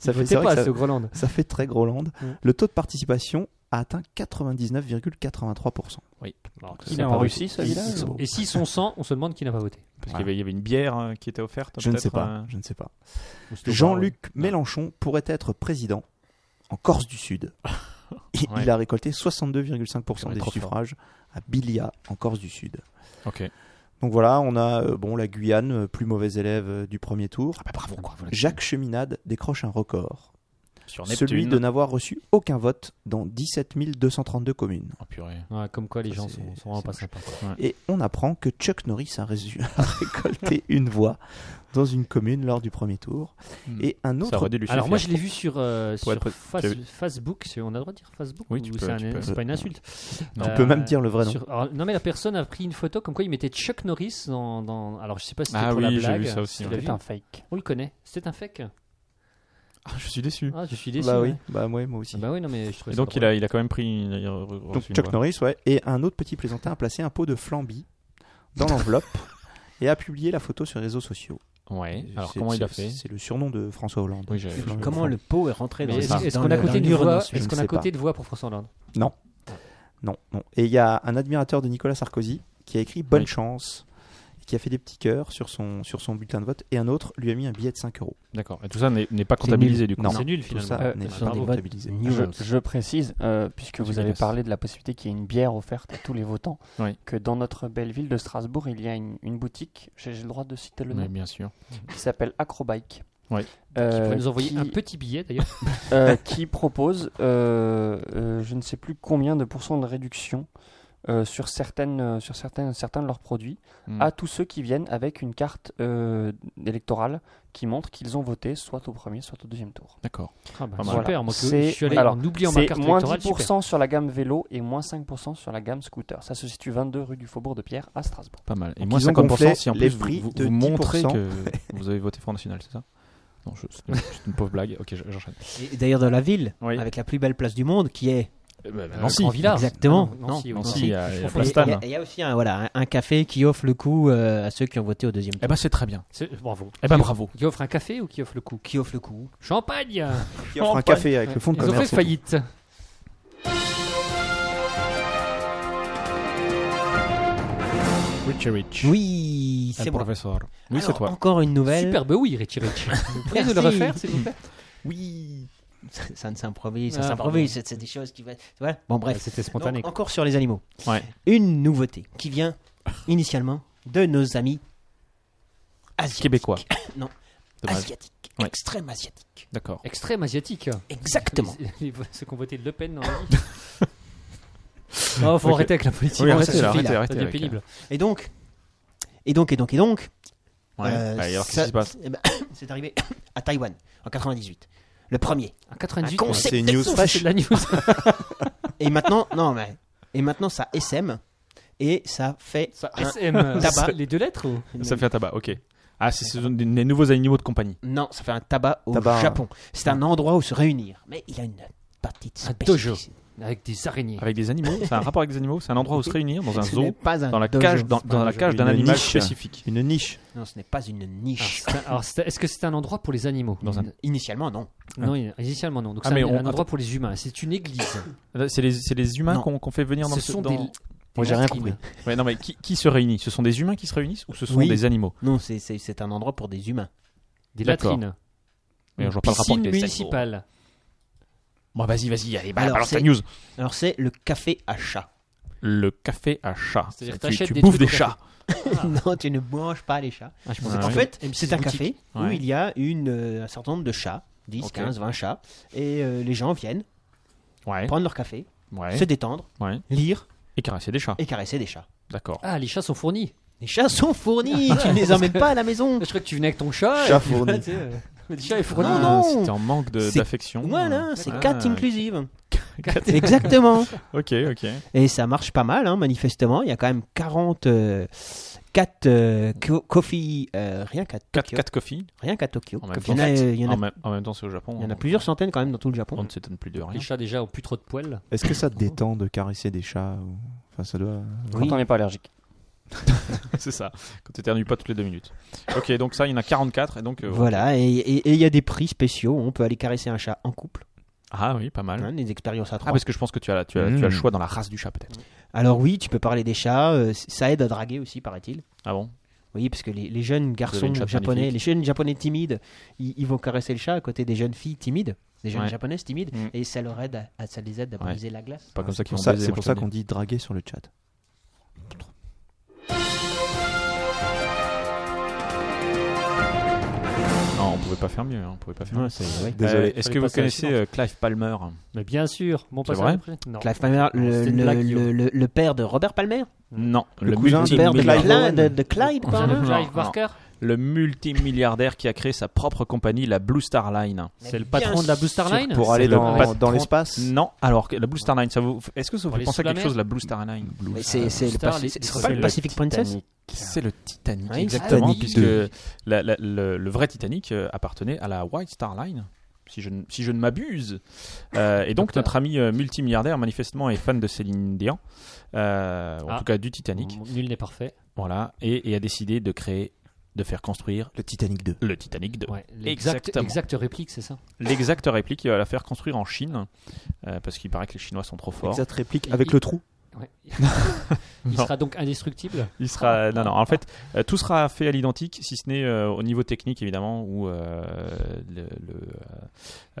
c'est vrai pas, que c'est ça, au Groland. ça fait très Groland. Mm. Le taux de participation a atteint 99,83%. Il Ça est en part Russie, beaucoup. ce village, Ils- ou- Et s'ils sont 100, on se demande qui n'a pas voté. Parce qu'il y avait- il y avait une bière euh, qui était offerte. Je ne peut-être, sais pas. euh, Je ne sais pas. Ou c'était au Jean-Luc Mélenchon pourrait être président en Corse du Sud. Il, Ouais. il a récolté 62,5% Ouais, des trop fort. suffrages à Bilia, en Corse du Sud. Ok. Donc voilà, on a euh, bon la Guyane, euh, plus mauvais élève euh, du premier tour. Bah, bravo quoi. Jacques Cheminade décroche un record, Sur Neptune. celui de n'avoir reçu aucun vote dans 17 232 communes. Oh, purée. Groland. Ouais, comme quoi, les Ça, gens c'est- sont, sont vraiment c'est pas moche. sympas. quoi. Et on apprend que Chuck Norris a, résu- a récolté une voix dans une commune lors du premier tour. Hmm. Et un Ça autre aurait dû lui Alors, suffire. moi, je l'ai vu sur, euh, Pour sur être- Face- tu l'as vu- Facebook. c'est- On a le droit de dire Facebook Oui, tu ou peux, c'est un- tu peux. C'est pas une insulte. Euh, Non. Tu peux même dire le vrai nom. sur- alors, non, mais la personne a pris une photo comme quoi il mettait Chuck Norris dans. dans- alors, je sais pas si c'était Ah pour oui, la j'ai blague. vu ça aussi, Tu l'as ouais. vu C'est un fake. On le connaît. C'était un fake. Ah, je suis déçu. Ah, je suis déçu. bah oui, ouais. bah ouais, moi aussi. Ah Bah oui, non, mais je Et trouvais ça donc il drôle. a, il a quand même pris. une- il a re- reçu Donc une Chuck voix. Norris, ouais, et un autre petit plaisantin a placé un pot de flamby dans l'enveloppe et a publié la photo sur les réseaux sociaux. Ouais. Alors C'est- comment il a c'est- fait C'est le surnom de François Hollande. Oui, j'avais- Flamby. Comment le pot est rentré Mais dans Est-ce ça. est-ce dans qu'on a le- coté dans une l'urne voix ensuite Est-ce qu'on Je a ne sais coté de voix pour François Hollande Non, non. Et il y a un admirateur de Nicolas Sarkozy qui a écrit Bonne Oui. chance, qui a fait des petits cœurs sur son, sur son bulletin de vote, et un autre lui a mis un billet de 5 euros. D'accord. Et tout ça n'est n'est pas comptabilisé du coup. Non. C'est nul Tout finalement. ça Euh, n'est sur pas les votes comptabilisé. Je, je précise, euh, puisque vous avez Dégueulasse. parlé de la possibilité qu'il y ait une bière offerte à tous les votants, Oui. que dans notre belle ville de Strasbourg, il y a une, une boutique, j'ai j'ai le droit de citer le nom, Mais bien sûr. qui s'appelle Acrobike. Oui. Euh, Qui pourrait nous envoyer qui- un petit billet d'ailleurs. euh, qui propose, euh, euh, je ne sais plus combien de pourcents de réduction euh, sur, certaines, euh, sur certaines, certains de leurs produits, Mm. Ah. à tous ceux qui viennent avec une carte euh, électorale qui montre qu'ils ont voté soit au premier, soit au deuxième tour. D'accord. Ah bah, Pas mal. super, moi que C'est- je suis allé alors, en oubliant ma C'est carte moins électorale. 10% super. sur la gamme vélo et moins 5% sur la gamme scooter. Ça se situe 22 rue du Faubourg de Pierre à Strasbourg. Pas mal. Et Donc, moins ils ont gonflé 50% si en les plus vous, prix vous, de vous montrez 10%. que vous avez voté Front National, c'est ça Non, je- c'est une- c'est une pauvre blague. Ok, je- j'enchaîne. Et D'ailleurs, dans la ville, Oui. avec la plus belle place du monde, qui est Eh ben, Euh, Nancy. Grand Village. Exactement. Ah non, Nancy, Nancy, euh, Nancy. il y a- il y a Je confonds la les- Et Il y, Stan. a- il y a aussi un, voilà, un, un café qui offre le coup euh, à ceux qui ont voté au deuxième tour. Eh ben, c'est très bien. C'est- Bravo. Eh ben, bravo. Qui offre un café ou qui offre le coup Qui offre le coup Champagne Qui offre un café avec le fonds de Ils ont fait commerce. faillite. Richie Rich. Oui, Ah, c'est le moi. professeur. Oui, c'est Alors, toi. Encore une nouvelle. Superbe oui, Richie Rich. Vous pourriez nous le Merci. refaire, s'il vous plaît Oui. Ça, ça ne s'improvise, Ah, ça s'improvise. C'est c'est des choses qui. va- Voilà. Bon, bref. C'était Donc, spontané. quoi. encore sur les animaux. Ouais. Une nouveauté qui vient initialement de nos amis asiatiques. Québécois. Non. Dommage. Asiatiques. Ouais. Extrême asiatique. D'accord. Extrême asiatique. Exactement. Les- Ceux qui ont voté Le Pen dans la vie. Oh, faut Ok. arrêter avec la politique. Oui, ça arrêtez, suffit, là, là. arrêtez, Ça Ça arrêtez. devient avec- euh, pénible. Et donc. Et donc, et donc, et donc. Ouais. Euh, Allez, alors, qu'est-ce ça- qui se passe eh ben, C'est arrivé à Taïwan en 98. Le premier. En Un Ah, 98. concept C'est une news techno- Ça, c'est de la news. Et maintenant, non, mais. Et maintenant, ça SM. Et ça fait. Ah, Ça, un- SM. euh, Tabac. Les deux lettres ou Ça fait un tabac, ok. Ah, c'est c'est des des nouveaux animaux de compagnie. Non, ça fait un tabac au hein. Tabac. Japon. C'est un endroit où se réunir. Mais il a une partie de dojo. spécificité. Avec des araignées. Avec des animaux C'est un rapport avec des animaux C'est un endroit où se réunir dans un Ce n'est zoo pas un dans la dojo. cage dans, C'est dans pas un la dojo. cage d'un Une animal niche. spécifique. Une niche. Non, ce n'est pas une Alors, niche. Ah, c'est un- alors, c'est- est-ce que c'est un endroit pour les animaux Dans un- Initialement, non. Non, initialement non. Donc Ah, c'est mais un, on- un endroit pour les humains. C'est une église. Là, C'est les, c'est les humains Non. qu'on qu'on fait venir dans Ce ce- sont dans- des. Moi, j'ai rien compris. Ouais, non, mais qui, qui se réunit Ce sont des humains qui se réunissent ou ce sont Oui. des animaux Non, c'est- c'est c'est un endroit pour des humains. Des D'accord. latrines. Mais Une je vois pas le rapport piscine avec les animaux. municipale. Bon, vas-y, vas-y, allez, bah, Alors, balance ta c'est- news. Alors, c'est le café à chat. Le café à chat. C'est-à-dire Tu- t'achètes tu des bouffes trucs des au café. chats. non, tu ne manges pas les chats. Ah, je Ah pensais que En ouais. fait, M6 c'est un boutique. café où Ouais. il y a une, euh, un certain nombre de chats, 10, Ok. 15, 20 chats, et euh, les gens viennent Ouais. prendre leur café, Ouais. se détendre, ouais. lire Et caresser des chats. et caresser des chats. D'accord. Ah, les chats sont fournis. Les chats sont fournis, tu ne les emmènes pas à la maison. Je crois que tu venais avec ton chat. Chat et puis, fourni. tu sais, euh, Le chat est fourni. Oh Non, Ah, non. Si t'es en manque de- C'est- d'affection. Voilà, c'est Ah, quatre inclusive. Quatre- Exactement. Ok, ok. Et ça marche pas mal, hein, manifestement. Il y a quand même 40 euh, quatre, euh, co- coffee, euh, rien qu'à Quatre Tokyo. quatre coffees. Rien qu'à Tokyo. En même Il y en a, temps. euh, il y en a- En même- en même temps, c'est au Japon. il y en a on- plusieurs centaines quand même dans tout le Japon. On ne s'étonne plus de Les rien. chats déjà ont plus trop de poils. Est-ce que ça te détend de caresser des chats ou- Enfin, ça doit. Quand on n'est pas allergique. c'est ça. Quand tu éternues pas toutes les deux minutes. Ok, donc ça, il y en a 44. Et donc, euh, Voilà, et et- et il y a des prix spéciaux. On peut aller caresser un chat en couple, Ah oui, pas mal. hein, des expériences à Ah, trois. parce que je pense que tu as, la- tu as, Mmh. tu as le choix dans la race du chat, peut-être. Alors oui, tu peux parler des chats, euh, c- ça aide à draguer aussi, paraît-il. Ah bon Oui, parce que les, les jeunes avez garçons une chatte japonais, magnifique. les jeunes japonais timides, ils, ils vont caresser le chat à côté des jeunes filles timides, des jeunes Ouais. japonaises timides, Mm. et ça leur aide, à- à, ça les aide à Ouais. briser la glace. C'est pas comme ça C'est qu'ils pour vont ça, baiser, c'est moi, pour je te ça le qu'on dis. dit draguer sur le chat. Non, on pouvait pas faire mieux. hein, On pouvait pas faire mieux. Ouais, c'est- Euh, ouais. Désolé. Est-ce Fallait que vous passer à la connaissez euh, Clive Palmer Mais bien sûr, mon C'est passage vrai après- Non. Clive Palmer, le, C'est une blague, le- Guillaume. le- le- le père de Robert Palmer, Non, Le le, cousin le père de Clive multimilliardaire, Clyde, Owen. de, de Cousin Clyde de Palmer. Non, Clive non. Barker le multimilliardaire qui a créé sa propre compagnie, la Blue Star Line. C'est le patron de la Blue Star Line Pour C'est aller le dans, patron- dans l'espace Non, alors que la Blue Star Line, ça vous... est-ce que ça vous Pour fait les penser à sous la quelque mer chose, la Blue Star Line Mais c'est c'est le, Star, Paci- les- c'est les- pas le le Pacific Princess C'est le Titanic, Ouais, exactement, Titanic puisque deux. la- la- le, le vrai Titanic euh, appartenait à la White Star Line. Si je, ne- si je ne m'abuse. Euh, et donc, notre ami euh, multimilliardaire, manifestement, est fan de Céline Dion, euh, en Ah. tout cas du Titanic. Nul n'est parfait. Voilà, et, et a décidé de créer, de faire construire Le Titanic 2. le Titanic 2. Ouais, l'exact- Exactement. Exacte réplique, c'est ça L'exacte réplique, il va la faire construire en Chine, euh, parce qu'il paraît que les Chinois sont trop forts. Exacte réplique Il- avec il- le trou. Ouais. Non. Euh, Il sera donc indestructible. Il sera non non en fait euh, tout sera fait à l'identique si ce n'est euh, au niveau technique évidemment où euh, le, le, Il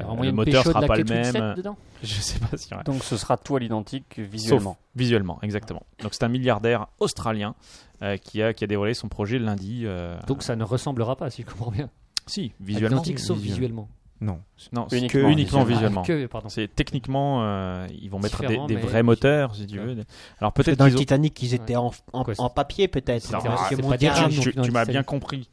euh, y aura euh, le moyen de moteur pécho de sera la pas le Kate Winslet même dedans je sais pas si Donc ce sera tout à l'identique euh, visuellement. visuellement exactement donc c'est un milliardaire australien euh, qui a qui a dévoilé son projet lundi euh, Donc ça ne ressemblera pas, si je comprends bien. si visuellement Identique sauf visuellement. Non. non c'est Uniquement que uniquement visuellement visuellement. Ah, que, pardon. c'est techniquement euh, ils vont mettre des, Différent, des mais- vrais moteurs si tu Ouais. veux alors Parce que peut-être dans le qu'ils ont- Titanic, ils étaient en, en, Quoi, c'est- en papier peut-être. Non, parce c'est que pas mon des Dieu, rames, hein, je- non tu, plus dans tu le m'as Titanic. bien compris.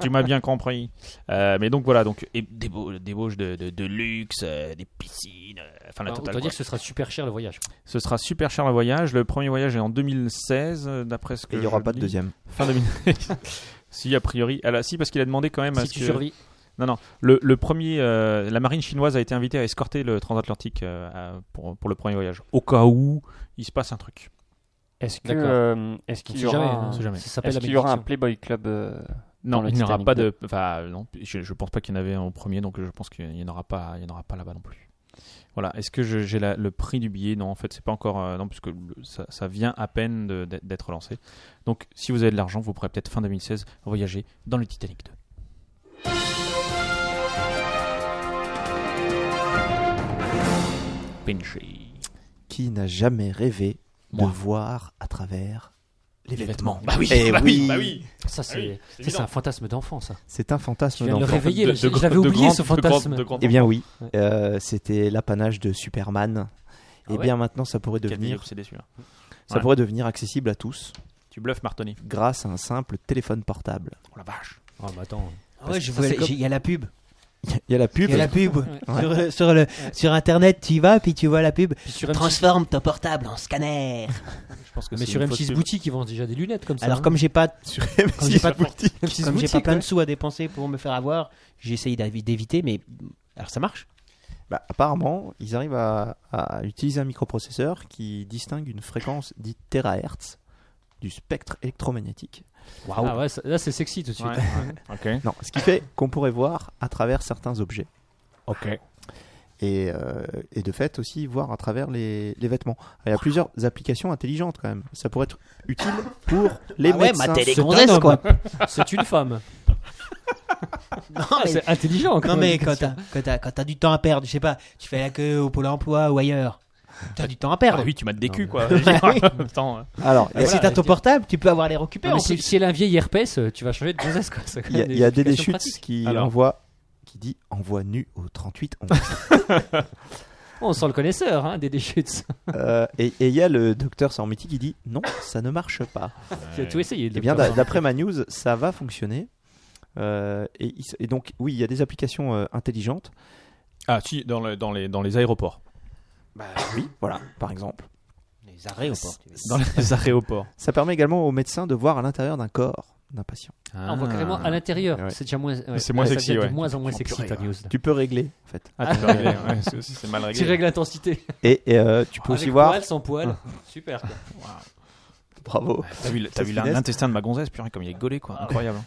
tu m'as bien compris. Euh, mais donc voilà, donc et débo- débauche de, de- de luxe, euh, des piscines, euh, enfin la Alors, totale. Bah, autant quoi. dire que ce sera super cher le voyage. Ce sera super cher le voyage. Le premier voyage est en 2016, euh, d'après ce que Et il n'y aura je pas de lis. deuxième. Fin 2016. si a priori, ah là, si parce qu'il a demandé quand même à si ce tu que- survis, Non non, le, le premier, euh, la marine chinoise a été invitée à escorter le transatlantique euh, à- pour pour le premier voyage. Au cas où il se passe un truc. Est-ce que D'accord. euh, est-ce on qu'il sait y aura jamais. un- hein. sait jamais. Ça s'appelle est-ce la qu'il y aura un méditation. Playboy Club euh, Non, dans le il n'y aura Titanic pas de. Enfin, non, je, je pense pas qu'il y en avait un au premier, donc je pense qu'il n'y en aura pas, il y en aura pas là-bas non plus. Voilà. Est-ce que je- j'ai la- le prix du billet Non, en fait, c'est pas encore. euh, non, puisque le- ça, ça vient à peine de- d'être- d'être lancé. Donc, si vous avez de l'argent, vous pourrez peut-être fin 2016 voyager dans le Titanic 2. Pinchy. Qui n'a jamais rêvé Moi. de voir à travers les, Les vêtements, vêtements. Bah oui, Eh bah oui. oui, bah oui. Ça, c'est, oui, ça, c'est un fantasme d'enfant, ça. C'est un Tu fantasme viens de le d'enfant. réveiller. De- je- de- je l'avais de oublié, grande- ce de grande- fantasme. de grande- Eh bien oui, Ouais. Euh, c'était l'apanage de Superman. Et Ah ouais. bien maintenant, ça pourrait Quel devenir, délire, c'est déçu, hein. ça Ouais. pourrait devenir accessible à tous Tu bluffes, Martoni. grâce à un simple téléphone portable. Oh la vache. Oh, mais attends. Ah ouais, je vois- c'est comme- j'ai- il y a la pub. Il y a la Il pub. y a la pub. Sur, sur le, sur Internet, tu y vas, puis tu vois la pub. Puis sur M6 Transforme ton portable en scanner. Je pense que mais c'est sur une fausse M6 pub. Boutique, ils vendent déjà des lunettes comme ça. Alors, hein. comme j'ai pas, comme j'ai pas, de- M6 comme j'ai pas Boutique, plein de ouais. sous à dépenser pour me faire avoir, j'essaye d'avi- d'éviter, mais alors ça marche. Bah, apparemment, ils arrivent à, à utiliser un microprocesseur qui distingue une fréquence dite terahertz du spectre électromagnétique. Waouh. Ah ouais, ça- là, c'est sexy tout de suite. Ouais, ouais. Ok. Non, ce qui fait qu'on pourrait voir à travers certains objets. Ok. Et, euh, et de fait aussi voir à travers les, les vêtements. Il y a plusieurs applications intelligentes quand même. Ça pourrait être utile pour les Ah ouais, médecins. ma télégonzesse, quoi. C'est une femme. Non, Ah, mais, c'est intelligent. non, quand même. mais quand t'as, quand t'as- quand t'as du temps à perdre, je sais pas, tu fais la queue au Pôle emploi ou ailleurs. T'as du temps à perdre. Ah oui, tu m'as des culs, quoi. Attends, euh, Alors, il y a- Et si voilà, t'as ton et- portable, tu peux avoir les récupérés. Non, mais en si, plus. si elle a un vieil herpès, euh, tu vas changer de gonzesse. quoi. C'est quand il y a, même il y a des applications déchutes pratiques. qui Alors. envoie qui dit envoie nu au 38 11. On sent le connaisseur, hein, des déchutes. Euh, et et il y a le docteur Sormiti qui dit non, ça ne marche pas. Tu as tout essayé. Eh bien, docteur. d'a- d'après ma news, ça va fonctionner. Euh, et, il s- et donc, oui, il y a des applications euh, intelligentes. Ah, si, dans, le- dans, les, dans les aéroports. oui, voilà, par exemple. Les arrêts au port. Dans les aéroports. Ça permet également aux médecins de voir à l'intérieur d'un corps d'un patient. Ah, on voit carrément à l'intérieur. Ouais. C'est déjà moins. ouais. C'est moins Ça sexy, devient de ouais. moins en moins Oh, sexy purée, ta ouais. news. Tu peux régler, en fait. Ah, tu peux régler, ouais, c'est aussi- c'est mal réglé. Tu règles l'intensité. Et, et, euh, tu peux Ah, Avec aussi voir. poil, sans poil. Super. quoi. Bravo. T'as vu, le- t'as Cette vu l'in- finesse. l'intestin de ma gonzesse, purée, comme il est gaulé, quoi. Incroyable. hein.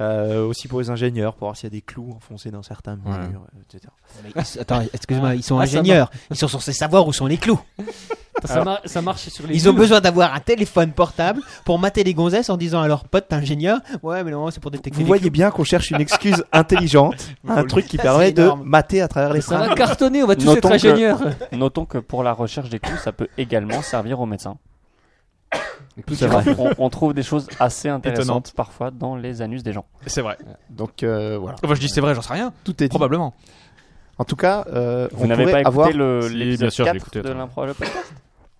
Euh, aussi pour les ingénieurs, pour voir s'il y a des clous enfoncés dans certains murs, Ouais. euh, etc. Mais ils- attends, excuse-moi, ils sont oh, Ah, ça ingénieurs. Ils sont censés savoir où sont les clous. Ça, mar- ça marche sur les Ils ont deux. besoin d'avoir un téléphone portable pour mater les gonzesses en disant à leur pote t'es ingénieur. Ouais, mais non, c'est pour détecter Vous les voyez bien qu'on cherche une excuse intelligente, un truc qui Ça, permet c'est de énorme. mater à travers les Ça fringues. va cartonner, on va tous Notons être que- ingénieurs. Notons que pour la recherche des clous, ça peut également servir aux médecins. Tout Tu vois, On, on trouve des choses assez intéressantes Étonnante. parfois dans les anus des gens. C'est vrai. Donc euh, voilà, Enfin, je dis c'est vrai, j'en sais rien. tout est dit. Probablement. En tout cas, euh, Vous on, n'avez pourrait pas écouté avoir, le- Si, l'épisode bien sûr, je l'ai 4 écouté, de attends. l'improbable podcast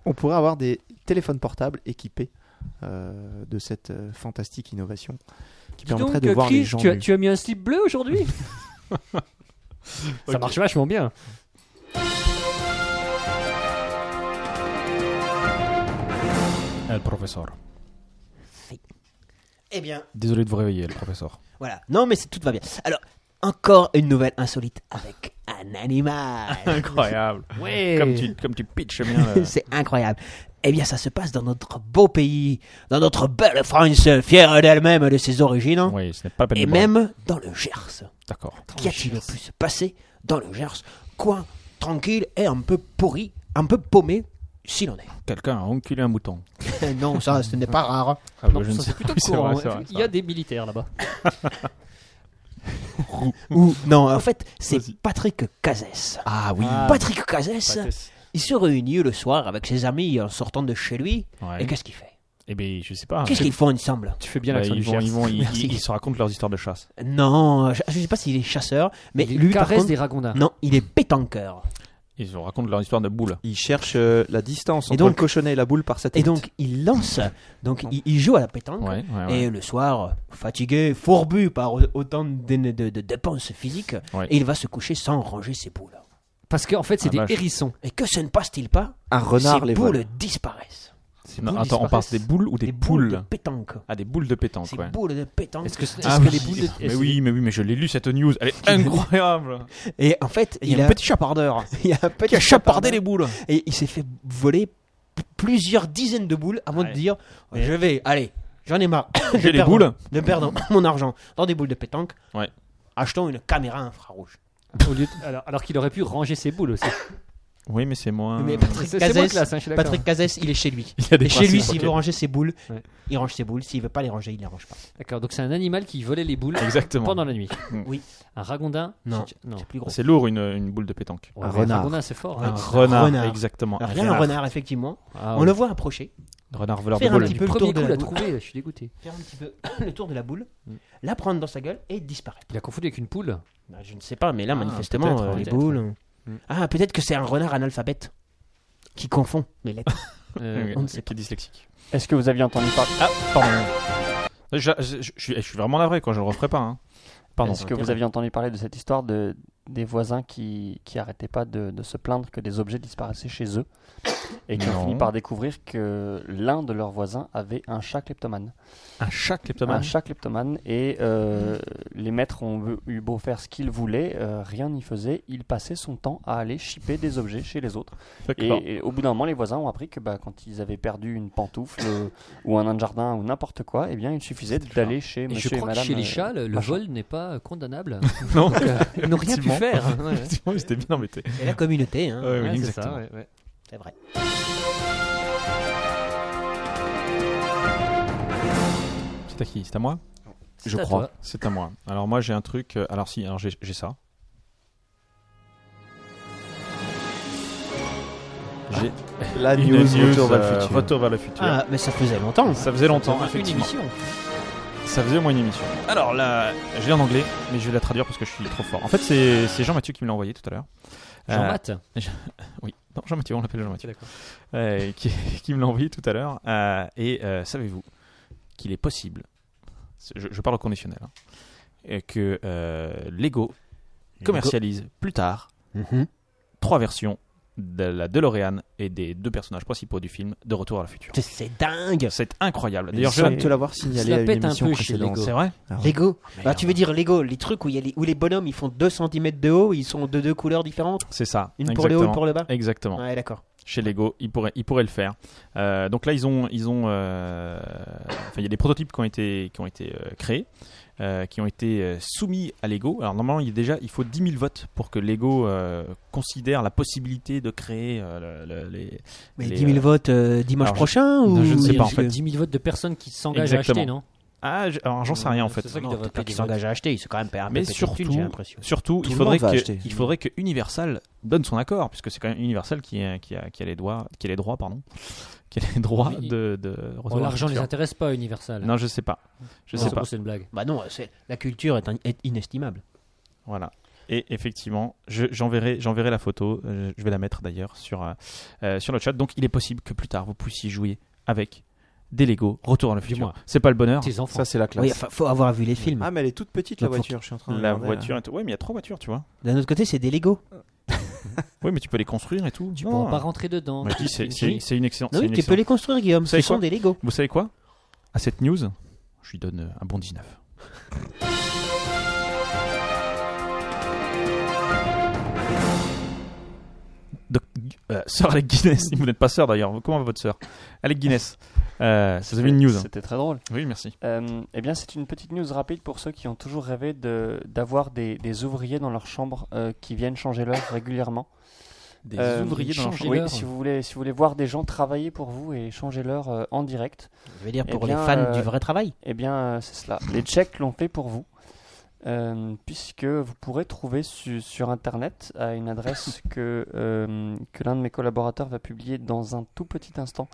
on pourrait avoir des téléphones portables équipés euh, de cette euh, fantastique innovation qui Dis permettrait donc, de voir les Chris, gens. tu as, nus. tu as mis un slip bleu aujourd'hui Ça marche vachement bien. Euh, Le professeur. Eh bien, Désolé de vous réveiller, le professeur. voilà. Non, mais c'est- tout va bien. Alors, encore une nouvelle insolite avec un animal. Incroyable. Ouais. Comme tu, comme tu pitches bien. là. c'est incroyable. Eh bien, ça se passe dans notre beau pays, dans notre belle France, fière d'elle-même et de ses origines, hein, Oui, ce n'est pas et pénible. même dans le Gers. D'accord. Qu'y a-t-il pu se passer dans le Gers Coin tranquille et un peu pourri, un peu paumé, s'il en est. Quelqu'un a enculé un mouton. non, ça, ce n'est pas rare. Ah, Non, bah, je ne ça, sais c'est plutôt plus, c'est courant, vrai, c'est hein. vrai, c'est Il y a des militaires là-bas. Ou non, en fait, c'est Patrick Cazès. Ah oui. Patrick Cazès, il se réunit le soir avec ses amis en sortant de chez lui. Ouais. Et qu'est-ce qu'il fait Eh ben, je sais pas. Qu'est-ce qu'ils font ensemble Tu fais bien Bah, l'action ils, du vont, ils, chef. vont, ils, Merci. ils- ils se racontent leurs histoires de chasse. Non, je ne sais pas s'il est chasseur, mais Il lui, par caresse contre, des Ah. ragondins. non, il est pétanqueur. Ils se racontent leur histoire de boule. Il cherche euh, la distance Et entre donc- le cochonnet et la boule par Et satellite. donc, il lance, donc il, il joue à la pétanque. Ouais, ouais, ouais. Et le soir, fatigué, fourbu par au- autant de, de- de dépenses physiques, Ouais. il va se coucher sans ranger ses boules. Parce qu'en fait, c'est Ah, des vache. hérissons. Et que se ne passe-t-il pas un renard Ses les boules vole. disparaissent. Non, boules attends, on parle disparaissent. des boules ou des, Des boules de poules pétanque. Ah, des boules de pétanque, Ces ouais. boules de pétanque. Est-ce que, est Ah que oui. les boules de... Mais oui, mais oui, mais je l'ai lu cette news. Elle est incroyable. Et en fait, Il y a un a- petit chapardeur il y a un qui petit a chapardé les boules. Et il s'est fait voler p- plusieurs dizaines de boules avant Ouais. de dire Je vais, allez, j'en ai marre. J'ai les perds- boules. De perdre mon argent dans des boules de pétanque. Ouais. Achetons une caméra infrarouge. Au lieu de- alors alors qu'il aurait pu ranger ses boules aussi. Oui, mais c'est moins. Mais C'est- Patrick C'est moins Cazès, classe, hein, je suis d'accord. Patrick Cazès, il est chez lui. Ah. Il y a des Et chez lui, principes, s'il ok. veut ranger ses boules, Ouais. il range ses boules. S'il veut pas les ranger, il les range pas. D'accord, donc c'est un animal qui volait les boules Exactement. pendant la nuit. Oui. Un ragondin Mm. Non. c'est- non. C'est plus gros. C'est lourd une, une boule de pétanque. Ouais, mais renard. ragondin, c'est fort. Ouais. hein. Un c'est un renard, renard. exactement. Alors, il y a un Ah, renard, effectivement. Ah, On ouais. le voit approcher, Renard voleur de Faire un boule. petit Du peu le premier tour de coup, la l'a boule. trouvé, je suis dégoûté. faire un petit peu le tour de la boule, la prendre dans sa gueule et disparaître. Il a confondu avec une poule. Bah, je ne sais pas, mais là, Ah, manifestement, peut-être, euh, les peut-être. boules. Mm. Ah, peut-être que c'est un renard analphabète qui confond les lettres. Euh, Oui, on ne oui, sait qui est dyslexique. Est-ce que vous aviez entendu parler Ah, pardon. Je, je- je suis, je suis vraiment navré, quoi. Je le referai pas. hein. Pardon. Est-ce que vous aviez entendu parler de cette histoire de, des voisins qui, qui arrêtaient pas de, de se plaindre que des objets disparaissaient chez eux et qui ont Non. fini par découvrir que l'un de leurs voisins avait un chat kleptomane. Un chat Un kleptomane. chat kleptomane et euh, les maîtres ont eu- eu beau faire ce qu'ils voulaient, euh, rien n'y faisait. Il passait son temps à aller chipper des objets chez les autres. Et, D'accord. et au bout d'un moment, les voisins ont appris que bah, quand ils avaient perdu une pantoufle euh, ou un nain de jardin ou n'importe quoi, eh bien, il suffisait d'aller chez Et je monsieur et crois que madame. chez les euh, chats, le, le machin. vol n'est pas condamnable. Non. Donc, euh, ils n'ont rien pu Effectivement. faire. hein, Ouais, ouais. Effectivement, j'étais bien embêté. Et la communauté, hein, Ouais, oui, Ouais, c'est exactement. ça, ouais, ouais. c'est vrai. C'est à qui C'est à moi C'est Je à crois. toi. C'est à moi. Alors moi j'ai un truc. euh, Alors si, alors j'ai j'ai ça. J'ai La une Ah, news, retour vers le euh, futur. Retour vers le futur. Ah, mais ça faisait longtemps. Ça faisait longtemps, Ça faisait une effectivement. émission. Ça faisait au moins une émission. Alors là, je l'ai en anglais, mais je vais la traduire parce que je suis trop fort. En fait, c'est c'est Jean-Mathieu qui me l'a envoyé tout à l'heure. Euh, Jean-Math. Oui, non, Jean-Mathieu, on l'appelle Jean-Mathieu. Euh, qui, qui me l'a envoyé tout à l'heure. Euh, et euh, savez-vous qu'il est possible, c'est- je, je parle au conditionnel, hein, et que euh, Lego commercialise plus tard Mhm. trois versions de la DeLorean et des deux personnages principaux du film De Retour à la Future. C'est- C'est dingue. C'est incroyable. D'ailleurs, D'ailleurs, je je viens de te l'avoir signalé la à une pète un émission peu chez précédente. Lego. C'est vrai Ah, Lego. Merde. Alors, tu veux dire Lego, les trucs où, il y a les, où les bonhommes ils font 2 cm de haut, ils sont de deux couleurs différentes, C'est ça. une pour le haut, Exactement. une pour le bas Exactement. Ouais, d'accord. chez Lego. Ils pourraient, ils pourraient le faire. Euh, donc là, ils ont, ils ont, euh, enfin, il y a des prototypes qui ont été, qui ont été euh, créés, euh, qui ont été euh, soumis à Lego. Alors normalement, il y a déjà, il faut 10 000 votes pour que Lego euh, considère la possibilité de créer euh, le- le- les. Mais les, 10 000 euh, votes euh, dimanche alors, je- prochain Non, ou je ne sais parce pas, en fait. que- 10 000 votes de personnes qui s'engagent à Exactement. acheter, non Ah, j- alors j'en sais rien en fait. C'est ça qui Non, devrait peut-être pas être qu'ils des votes. s'engagent à acheter, ils sont quand même pas un peu Mais pétés de thunes, surtout- j'ai l'impression. Surtout, Tout il le faudrait, monde va que, acheter. il faudrait que Universal donne son accord, puisque c'est quand même Universal qui, a- qui, a, qui a les doigts, qui a les droits, pardon, qui a les droits Oui. de, de Bon, recevoir L'argent la les culture. intéresse pas, Universal. Non, je sais pas, je Non, sais c'est pas. bon, C'est une blague. Bah non, c'est- la culture est, un- est inestimable. Voilà. Et effectivement, je- j'enverrai j'enverrai la photo, euh, je vais la mettre d'ailleurs sur, euh, euh, sur le chat. Donc il est possible que plus tard vous puissiez jouer avec des Lego Retour dans le futur. moins. C'est pas le bonheur. Tes enfants. Ça, c'est la classe. Oui, enfin, faut avoir vu les films. Ah, mais elle est toute petite la La voiture. Je suis en train de La regarder, là. voiture et tout. Oui, mais il y a trois voitures, tu vois. D'un autre côté, c'est des Lego. Oui, mais tu peux les construire et tout. Tu Non. hein. pourras pas rentrer dedans. Moi, je dis, c'est- c'est Oui. c'est une excellente. Non, c'est Ah oui, une tu peux excellente- les construire, Guillaume. Vous Ce savez sont quoi des Lego. Vous savez quoi À cette news, je lui donne euh, un bon 19. Donc, Gu- euh, sœur Alec Guinness, vous n'êtes pas sœur d'ailleurs, comment va votre sœur Alec Guinness, euh, ça vous avez une news. C'était très drôle. Oui, merci. Euh, eh bien, c'est une petite news rapide pour ceux qui ont toujours rêvé de- d'avoir des, des ouvriers dans leur chambre euh, qui viennent changer l'heure régulièrement. Des Euh, ouvriers dans leur changer Oui, l'heure. si vous, voulez, si vous voulez voir des gens travailler pour vous et changer l'heure euh, en direct, Je veux dire, Eh pour bien, les fans euh, du vrai travail. eh bien, euh, c'est cela. Les Tchèques l'ont fait pour vous, euh, puisque vous pourrez trouver su- sur Internet à une adresse que, euh, que l'un de mes collaborateurs va publier dans un tout petit instant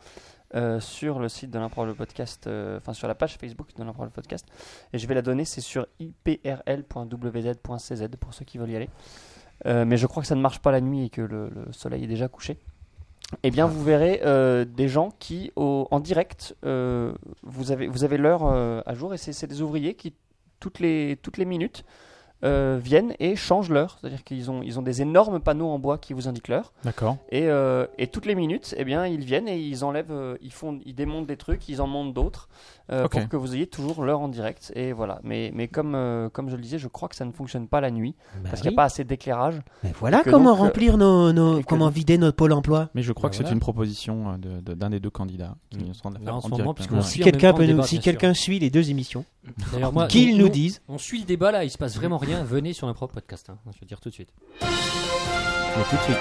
euh, sur le site de l'improbable podcast, euh, enfin sur la page Facebook de l'improbable podcast. Et je vais la donner, c'est sur iprl.wz.cz pour ceux qui veulent y aller. Euh, mais je crois que ça ne marche pas la nuit et que le, le soleil est déjà couché. Eh bien, vous verrez euh, des gens qui, au- en direct, euh, vous avez, vous avez l'heure euh, à jour et c'est c'est des ouvriers qui, toutes les, toutes les minutes, euh, viennent et changent l'heure. C'est-à-dire qu'ils ont, ils ont des énormes panneaux en bois qui vous indiquent l'heure. D'accord. Et, euh, et toutes les minutes, eh bien, ils viennent et ils enlèvent, euh, ils, font, ils démontent des trucs, ils en montent d'autres euh, Ok. pour que vous ayez toujours l'heure en direct. Et voilà. Mais, mais comme, euh, comme je le disais, je crois que ça ne fonctionne pas la nuit Bah parce qu'il n'y oui. a pas assez d'éclairage. Mais voilà que comment donc, euh, remplir nos, nos- et que comment donc- vider notre pôle emploi. Mais je crois Bah que c'est voilà. une proposition euh, de- de- d'un des deux candidats qui Mm. nous sont de la Là, faire en en ce moment, direct, parce hein. qu'on Ouais. suit Si en même quelqu'un temps peut le nous, débat, si bien sûr. quelqu'un suit les deux émissions, D'ailleurs, moi, qu'il nous on- dise. On suit le débat là, il se passe vraiment rien. Venez sur l'impro podcast. hein. Je veux dire tout de suite. Mais tout de suite.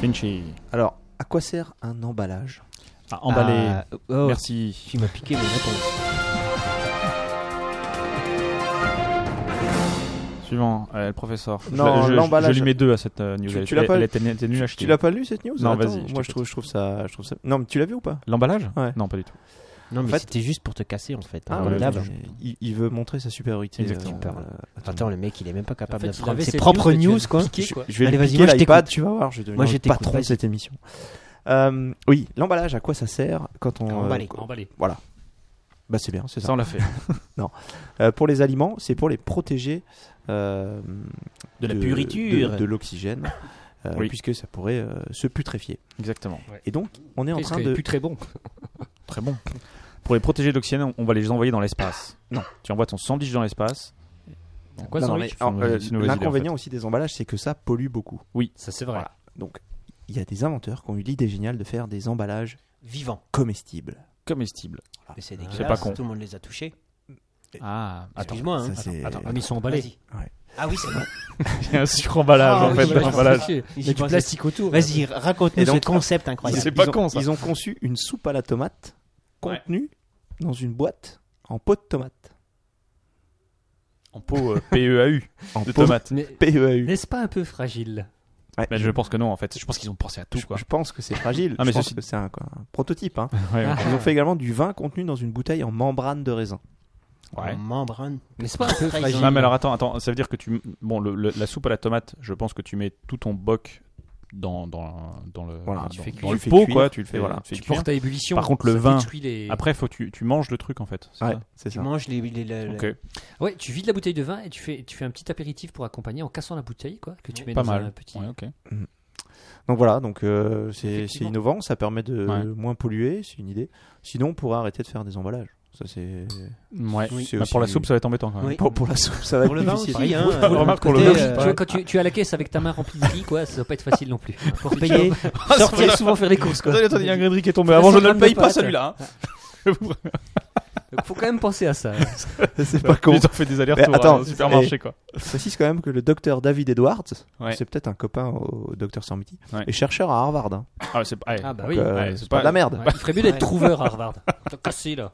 Finchy. Alors, à quoi sert un emballage Ah, emballé. Ah, oh, Merci. Tu m'as piqué mes réponses. Suivant, euh, le professeur. Je- Non, je, je- l'emballage- je lui mets deux à cette euh, news. Tu- Elle- tu l'as elle- pas- elle était- elle était nulle à Tu chier. l'as pas lu cette news Non, vas-y, Attends, je Moi, je t'écoute. trouve, je trouve ça, je trouve ça. Non, mais tu l'as vu ou pas L'emballage Ouais. Non, pas du tout. Non, mais fait- Ah, c'était juste pour te casser en fait. hein, Ah, ouais, là, ouais. je- il, il veut montrer sa supériorité. Exactement. euh, Super. euh, Attends, le mec, il est même pas capable En fait, de il prendre avait ses ses news propres que tu news, viens de quoi. piquer, Je, quoi. je vais Allez, lui vas-y, piquer moi, je l'iPad, t'écoute. tu vas voir, je vais devenir Moi, je le t'écoute, patron de vas-y. cette émission. Euh, oui, l'emballage, à quoi ça sert quand on... À euh, emballer. qu- Emballé. bah, c'est bien, c'est ça. Ça, on l'a fait. Euh, pour les aliments, c'est pour les protéger euh, De la pourriture. de, de l'oxygène, euh, Oui. puisque ça pourrait euh, se putréfier. Exactement. Et donc, on est en Qu'est-ce train qu'il est de... plus très bon Très bon. Pour les protéger de l'oxygène, on- on va les envoyer dans l'espace. Non. Tu envoies ton sandwich dans l'espace. À quoi Non, ça non, enrichit mais, alors, C'est une euh, mauvaise idée, en fait. L'inconvénient aussi des emballages, c'est que ça pollue beaucoup. Ça, c'est vrai. Ah, Voilà. Donc, il y a des inventeurs qui ont eu l'idée géniale de faire des emballages Vivant. comestibles. Comestible. Mais c'est pas dégueulasse. con. Tout le monde les a touchés. Ah, attends. Excuse-moi. hein. Ça, c'est- attends, Ah, mais ils sont emballés. Vas-y. Ah oui, c'est vrai. Il y a un suremballage Ah, en oui, fait. oui, dans oui. l'emballage. Ils Il y a y du pensaient. plastique autour. Vas-y, Et raconte-nous ce donc- concept Ils- incroyable. C'est pas ils ont- con, ça. Ils ont conçu une soupe à la tomate contenue dans une boîte en pot de tomate. En pot euh, PEAU En de pot tomate. Mais PEAU. n'est-ce pas un peu fragile Ouais, Mais je pense que non en fait. Je pense qu'ils ont pensé à tout je- quoi. je pense que c'est fragile. Ah, mais je pense ceci- que c'est un, quoi, un prototype. hein. Ouais, ouais. Ils ont fait également du vin contenu dans une bouteille en membrane de raisin. Ouais. En Oh, membrane. N'est-ce pas un peu Fragile. fragile Non mais alors attends, attends, ça veut dire que tu bon le- le- la soupe à la tomate, je pense que tu mets tout ton boc dans dans dans le Voilà. dans, Tu fais dans cuire. le Tu fais pot cuire. quoi, tu le fais Et voilà. tu fais Tu cuire. portes à ébullition. Par contre, le ça vin, détruit les- Après faut tu tu manges le truc en fait, c'est Ouais, ça c'est Tu ça. manges les. les- les- OK. Ouais, tu vides la bouteille de vin et tu fais, tu fais un petit apéritif pour accompagner en cassant la bouteille, quoi. Que tu mets Pas dans mal. un petit. Ouais, OK. Donc voilà, donc euh, c'est- c'est Effectivement. innovant, ça permet de Ouais. moins polluer, c'est une idée. Sinon, on pourrait arrêter de faire des emballages. Ça, c'est. Ouais. Oui. Bah, pour la soupe, ça va être embêtant quand même. Oui. Pour, pour la soupe, ça va Pour être le vin difficile. aussi, hein, Oui, euh, remarque, pour côté, le vin, euh, Tu vois, quand tu, tu as la caisse avec ta main remplie de billes, quoi, ça doit pas être facile non plus. pour payer, sortir souvent faire des courses. Quoi. Attendez, attendez, il y a un Grédry qui est tombé. Ça Avant, je sent ne le comme de paye pas pâtes. celui-là. hein. Je vous préviens. Donc, faut quand même penser à ça. c'est pas con. Ils ont fait des allers-retours hein, Mais attends, au supermarché, quoi. Je précise quand même que le docteur David Edwards, Ouais. c'est peut-être un copain au docteur Sormiti, Ouais. est chercheur à Harvard. hein. Ah, c'est pas. ouais. Ah bah Donc, oui. euh, ouais, c'est pas de la merde. Ouais, il ferait mieux d'être trouveur à Harvard. T'as cassé là.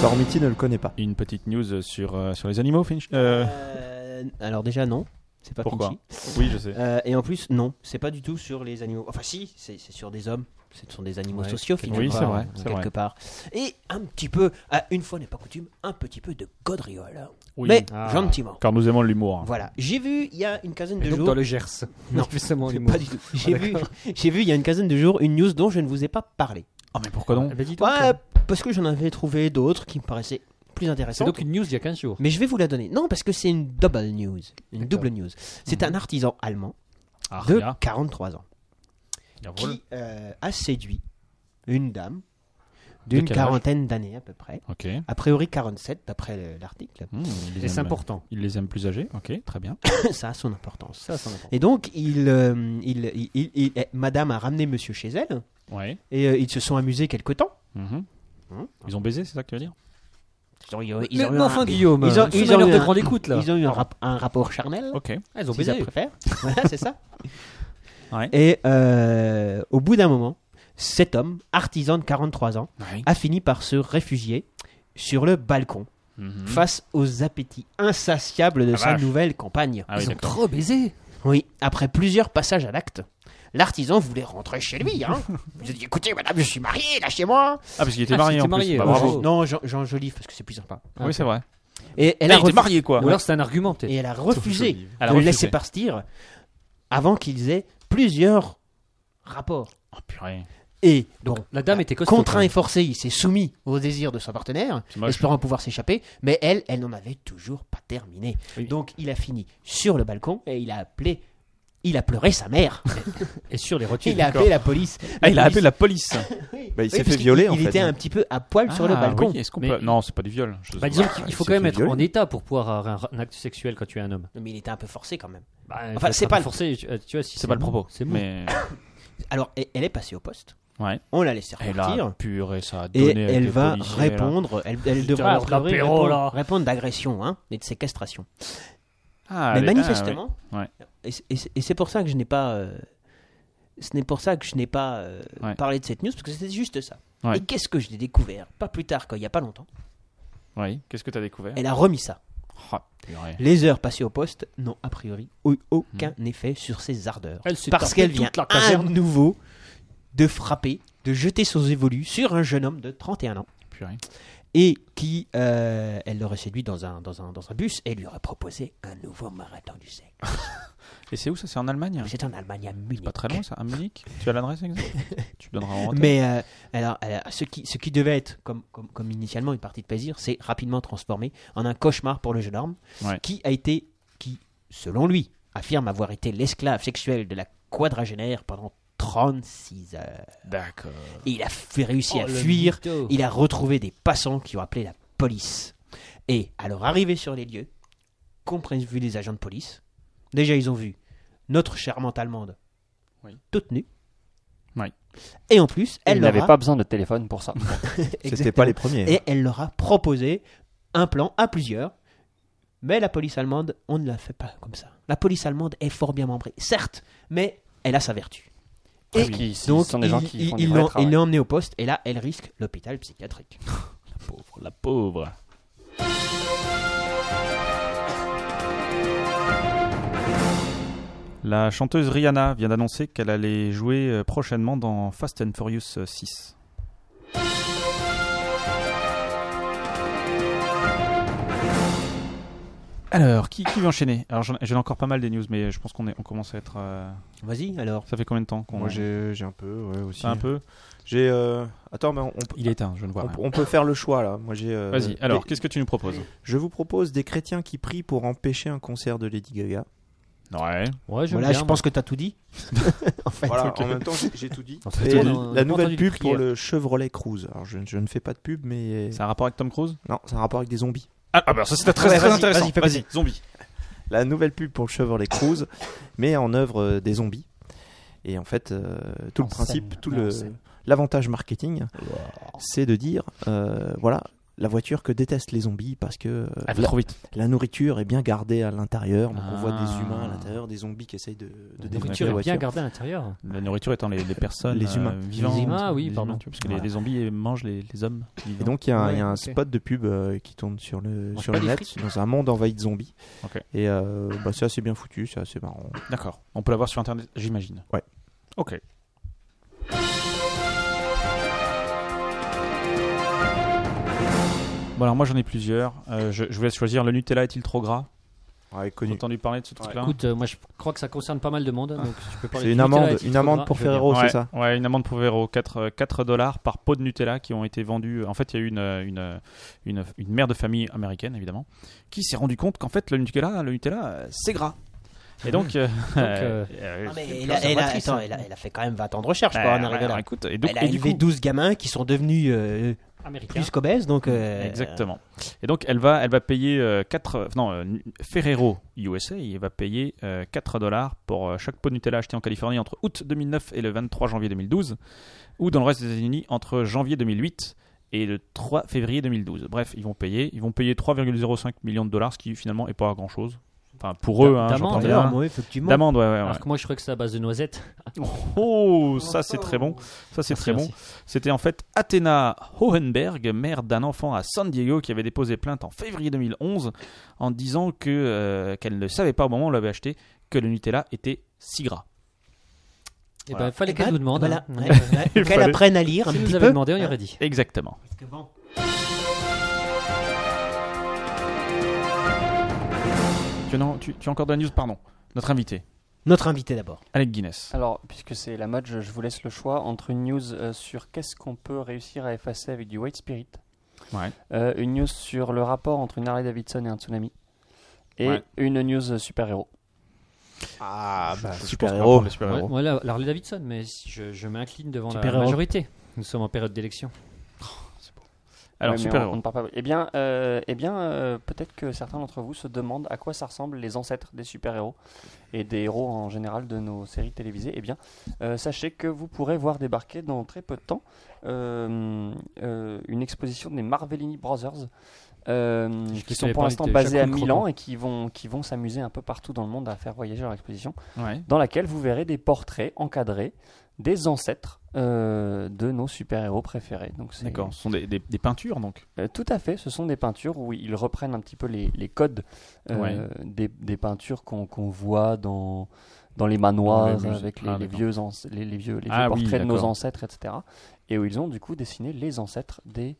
Sormiti ne le connaît pas. Une petite news sur, euh, sur les animaux, Finch Euh, Euh, alors déjà non, c'est pas Pourquoi Pinchy. Oui, je sais. Euh, et en plus non, c'est pas du tout sur les animaux. Enfin si, c'est c'est sur des hommes. Ce sont des animaux Ouais, sociaux finalement. Oui, c'est vrai, hein, c'est quelque vrai. part. Et un petit peu, à une fois n'est pas coutume, un petit peu de gaudriole. hein. Oui. Mais Ah. gentiment. Car nous aimons l'humour. Voilà. J'ai vu il y a une quinzaine de Et donc jours. dans le Gers. Non. justement. C'est Pas du tout. J'ai vu, j'ai vu il y a une quinzaine de jours une news dont je ne vous ai pas parlé. Ah, mais pourquoi Bah, donc Ouais, parce que j'en avais trouvé d'autres qui me paraissaient plus C'est intéressantes. donc une news il y a 15 jours. Mais je vais vous la donner. Non, parce que c'est une double news. Une D'accord. double news. C'est un artisan allemand Ah, de regarde. 43 ans qui euh, a séduit une dame d'une quel âge quarantaine d'années à peu près. Ok. A priori 47 d'après le- l'article. Hmm, il les Et c'est aime- important. Il les aime plus âgés. Ok, très bien. Ça a son importance. Ça, c'est important. Et donc, il, euh, il, il- il- il- eh, madame a ramené monsieur chez elle Ouais. et euh, ils se sont amusés quelque temps. Mhm. Hein Ils ont baisé, c'est ça que tu veux dire Ils ont eu- ils Mais, ont eu mais un- enfin, Guillaume, Ils ont- ils ils ont ont eu l'air de un- grande écoute là. Ils ont eu un, rap- un rapport charnel, Ok. Ah, ils ont si ça baisé. préfère. voilà, c'est ça. Ouais. Et euh, au bout d'un moment, cet homme, artisan de 43 ans, Ouais. a fini par se réfugier sur le balcon Mhm. face aux appétits insatiables de Ah, sa vache. nouvelle compagne. Ah oui, Ils ont d'accord. trop baisé. Oui, après plusieurs passages à l'acte, l'artisan voulait rentrer chez lui. Hein. Il a dit Écoutez, madame, je suis marié, lâchez-moi. Ah, parce qu'il était Ah, marié c'était en marié, plus. Bah, ouais. bravo. Oh. Non, Jean, Jean Joliffe, parce que c'est plus sympa. Oui, c'est vrai. Et elle, Ah, il était a refusé, marié, quoi. Ou alors c'est un argument et peut-être. elle a refusé Elle a de le refusé. laisser partir avant qu'ils aient plusieurs rapports. Oh, purée. Et donc, La dame était costaud. Ah contraint et forcé, il s'est soumis au désir de son partenaire, C'est moche. espérant pouvoir s'échapper, mais elle, elle n'en avait toujours pas terminé. Oui. Donc il a fini sur le balcon et il a appelé, il a pleuré sa mère, Et sur les rotules. il a appelé la police. Ah, il a appelé la police. Bah, il Oui, s'est parce fait qu'il- violer en Il fait. hein. était un petit peu à poil sur le Ah, balcon. oui, est-ce qu'on Mais- peut- Non, c'est pas du viol. je- Bah, disons qu'il faut il quand même s'est être violé. en état pour pouvoir avoir un, un acte sexuel quand tu es un homme. Mais il était un peu forcé quand même. Bah, Enfin, faut c'est être pas le- forcé. Tu, euh, tu vois, si C'est pas le bon, propos. C'est bon. Mais Alors e- elle est passée au poste. Ouais. On l'a laissé elle a repartir. purée, ça a Et donné. avec elle les va policiers, là. répondre, elle, elle Putain, devra alors a priori, l'apéro, là. répondre, répondre d'agression hein, et de séquestration. Ah, Mais elle est- ah, manifestement, ouais. Ouais. et c'est- et c'est- et c'est pour ça que je n'ai pas, euh, ce n'est pour ça que je n'ai pas euh, Ouais. parlé de cette news parce que c'était juste ça. Ouais. Et qu'est-ce que je l'ai découvert Pas plus tard qu'il n'y a pas longtemps, Ah, oui. Oui. Qu'est-ce que t'as découvert elle a remis ça. Ah, purée. Les heures passées au poste n'ont a priori eu aucun effet sur ses ardeurs, Elle s'est parce tapée qu'elle toute vient la à caserne. nouveau de frapper, de jeter son évolu sur un jeune homme de 31 ans. Purée. Et qui, euh, elle l'aurait séduit dans un, dans, un, dans un bus et lui aurait proposé un nouveau marathon du sexe. Et c'est où ça Ah. C'est en Allemagne C'est en Allemagne à Munich. Pas très loin ça, à Munich Tu as l'adresse exacte Tu me donneras en retard. Mais euh, alors, alors, ce, qui, ce qui devait être, comme, comme, comme initialement une partie de plaisir, c'est rapidement transformé en un cauchemar pour le jeune homme, Ouais. qui a été, qui, selon lui, affirme avoir été l'esclave sexuel de la quadragénaire pendant 36 heures. D'accord. Et il a f- réussi Oh, à le fuir, mytho. il a retrouvé des passants qui ont appelé la police. Et alors, arrivé sur les lieux, qu'ont vu les agents de police Déjà, ils ont vu notre charmante Allemande Oui. toute nue. Oui. Et en plus, elle Elle n'avait leur a- pas besoin de téléphone pour ça. C'était pas les premiers. hein. et elle leur a proposé un plan à plusieurs. Mais la police allemande, on ne la fait pas comme ça. La police allemande est fort bien membrée, certes, mais elle a sa vertu. Et Parce qu'ils- donc, Ah ce sont des gens il- qui il- font du ils vrai l'ont travail. ils l'ont emmenée au poste et là, elle risque l'hôpital psychiatrique. Pauvre, la pauvre. La chanteuse Rihanna vient d'annoncer qu'elle allait jouer euh, prochainement dans Fast and Furious euh, 6. Alors, qui, qui veut enchaîner Alors, j'en- j'ai encore pas mal des news, mais je pense qu'on est, on commence à être. euh, Vas-y, alors. Ça fait combien de temps qu'on Moi j'ai j'ai un peu, ouais, aussi. un peu J'ai. euh, Attends, mais on, on peut- Il est éteint, je ne vois on- rien. on peut faire le choix là. Moi j'ai. euh, Vas-y. Alors, mais qu'est-ce que tu nous proposes Je vous propose des chrétiens qui prient pour empêcher un concert de Lady Gaga. Ouais. Ouais, j'aime Voilà, bien, je moi. pense que t'as tout dit. en fait, Voilà, donc, en euh, même temps, j'ai- j'ai tout dit. Non, c'est Et toi, la- on a la pas nouvelle entendu de pub pour prière. le Chevrolet Cruze. Alors, je, je ne fais pas de pub, mais. C'est un rapport avec Tom Cruise Non, c'est un rapport avec des zombies. Ah, ah bah ça c'était très, Ouais, très vas-y, intéressant. vas-y, fais Vas-y, zombie. La nouvelle pub pour le Chevrolet Cruze, mais en œuvre euh, des zombies. Et en fait, euh, tout En le principe, scène, tout en le scène. l'avantage marketing, c'est de dire euh, voilà, la voiture que détestent les zombies parce que euh, Elle va la, trop vite. la nourriture est bien gardée à l'intérieur. Donc, on voit des Ah. humains à l'intérieur, des zombies qui essayent de, de La détruire nourriture la est bien voiture. gardée à l'intérieur. La nourriture étant les, les personnes Les humains. euh, vivantes. Les humains, oui, pardon. tu vois, parce que les- Voilà. les, zombies euh, mangent les, les hommes. Et vivants. donc il y a, un- il y a Ouais, un ok. spot de pub euh, qui tourne sur le, Mange sur pas le les net, dans un monde envahi de zombies. Ok. Et euh, bah, c'est assez bien foutu, c'est assez marrant. D'accord. On peut la voir sur internet, j'imagine. Ouais. Ok. Bon alors moi j'en ai plusieurs. Euh, je, je vous laisse choisir. Le Nutella est-il trop gras Ouais, J'ai connu. entendu parler de ce truc-là Écoute, euh, moi je crois que ça concerne pas mal de monde, donc je peux parler C'est de une Nutella et amende, de une Titre amende Gras, pour je veux bien. Ferrero, ouais, c'est ça Ouais, une amende pour Véro, 4, 4 dollars par pot de Nutella qui ont été vendus. euh, En fait, il y a eu une, une, euh, une, une mère de famille américaine, évidemment, qui s'est rendu compte qu'en fait, le Nutella, le Nutella euh, c'est gras. Et donc, euh, euh, euh, Non, Ah, mais c'est elle a- elle a- conservatrice, attends, hein. elle a- elle a fait quand même 20 ans de recherche Bah, pour en ouais, arriver alors, là. écoute, et donc, Elle a et du élevé coup- 12 gamins qui sont devenus euh, américain. plus qu'obèses, donc. euh, Exactement. Et donc, elle va, elle va payer 4. Non, euh, Ferrero USA, il va payer 4 dollars pour euh, chaque pot de Nutella acheté en Californie entre août 2009 et le 23 janvier 2012, ou dans le reste des États-Unis entre janvier 2008 et le 3 février 2012. Bref, ils vont payer. Ils vont payer 3,05 millions de dollars, ce qui finalement n'est pas grand-chose. Enfin, pour eux, hein, D'amende, j'entends Alors, bien. moi, effectivement. D'amende, ouais, ouais, ouais. Alors que moi je crois que c'est à base de noisettes. Oh, ça c'est très bon. Ça c'est Merci, très bon. merci. C'était en fait Athéna Hohenberg, mère d'un enfant à San Diego, qui avait déposé plainte en février 2011 en disant que euh, qu'elle ne savait pas au moment où on l'avait acheté que le Nutella était si gras. Et Voilà. ben, fallait Eh qu'elle ben, nous demande. Voilà. hein. Ouais, ouais, Il Qu'elle fallait. apprenne à lire un Si petit nous peu. avait demandé, on y aurait dit. Exactement. Parce que bon, Tu, en- tu- tu as encore de la news, pardon. Notre invité, Notre invité d'abord. Alec Guinness. Alors, puisque c'est la mode, je, je vous laisse le choix entre une news euh, sur qu'est-ce qu'on peut réussir à effacer avec du white spirit, Ouais. euh, une news sur le rapport entre une Harley Davidson et un tsunami, et Ouais. une news euh, super-héros. Ah, bah, super-héros. super-héros. Ouais, super-héros. voilà, alors les Davidson, mais je, je m'incline devant la Super-héros. majorité. Nous sommes en période d'élection. Alors, Ouais, mais super on- on ne héros. parle pas- Eh bien, euh, eh bien euh, peut-être que certains d'entre vous se demandent à quoi ça ressemble les ancêtres des super-héros et des héros en général de nos séries télévisées. Eh bien, euh, sachez que vous pourrez voir débarquer dans très peu de temps euh, euh, une exposition des Marvelini Brothers. euh, Je te qui savais sont pour pas l'instant invité, basés à Jacques Milan Cronin. et qui vont, qui vont s'amuser un peu partout dans le monde à faire voyager leur exposition, Ouais. dans laquelle vous verrez des portraits encadrés des ancêtres euh, de nos super-héros préférés. Donc c'est- D'accord. Ce sont des, des- des peintures donc. euh, tout à fait, ce sont des peintures où ils reprennent un petit peu les, les codes euh, Ouais. des, des peintures qu'on qu'on voit dans, dans les Dans manoirs, les musées. avec les, Ah, les d'accord. vieux, anc- les, les vieux, les vieux Ah oui, portraits de nos d'accord. ancêtres, etc. Et où ils ont du coup dessiné les ancêtres des,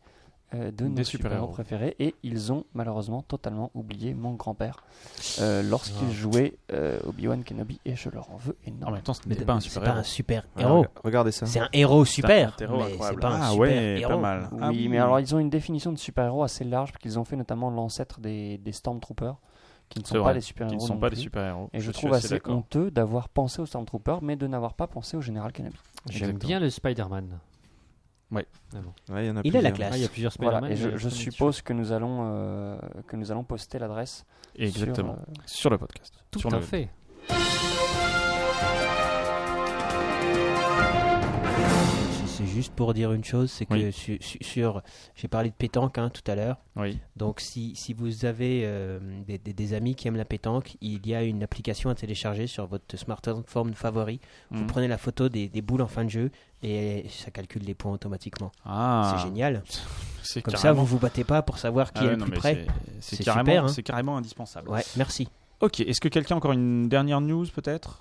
euh, de Des nos super-héros. super-héros préférés. Et ils ont malheureusement totalement oublié mon grand-père euh, lorsqu'il jouait euh, Obi-Wan Kenobi et je leur en veux En énormément. même temps, ce Mais n'était pas un C'est pas super-héros. un super Voilà, héros. rega- regardez ça. C'est un héros super. C'est un héros mais c'est incroyable. pas un Ah super ouais, héros. pas mal. Oui, Ah oui. mais alors ils ont une définition de super-héros assez large, parce qu'ils ont fait notamment l'ancêtre des, des Stormtroopers, qui ne C'est sont vrai, pas des qui super-héros. ne sont non pas plus. des super-héros. Et je, suis trouve assez d'accord. honteux d'avoir pensé aux Stormtroopers, mais de n'avoir pas pensé au général Kenobi. J'aime Exactement. bien le Spider-Man. Ouais, il y en a Il a la plusieurs. Ah, il y a classe. plusieurs Spider-Man. Voilà, mais et je, le je premier que suppose que nous, allons, euh, que nous allons poster l'adresse. sur, Exactement. euh, Sur le podcast. Tout Sur à le- fait. C'est- C'est juste pour dire une chose, c'est que Oui. su- su- sur, j'ai parlé de pétanque hein, tout à l'heure. Oui. Donc si, si vous avez euh, des, des- des amis qui aiment la pétanque, il y a une application à télécharger sur votre smartphone favori. Vous Mhm. prenez la photo des, des boules en fin de jeu et ça calcule les points automatiquement. Ah. C'est génial. C'est Comme ça, carrément- vous vous battez pas pour savoir qui Ah est ouais, le non, plus mais près. c'est- C'est C'est carrément, super, hein. c'est carrément indispensable. Ouais, merci. Ok, est-ce que quelqu'un a encore une dernière news peut-être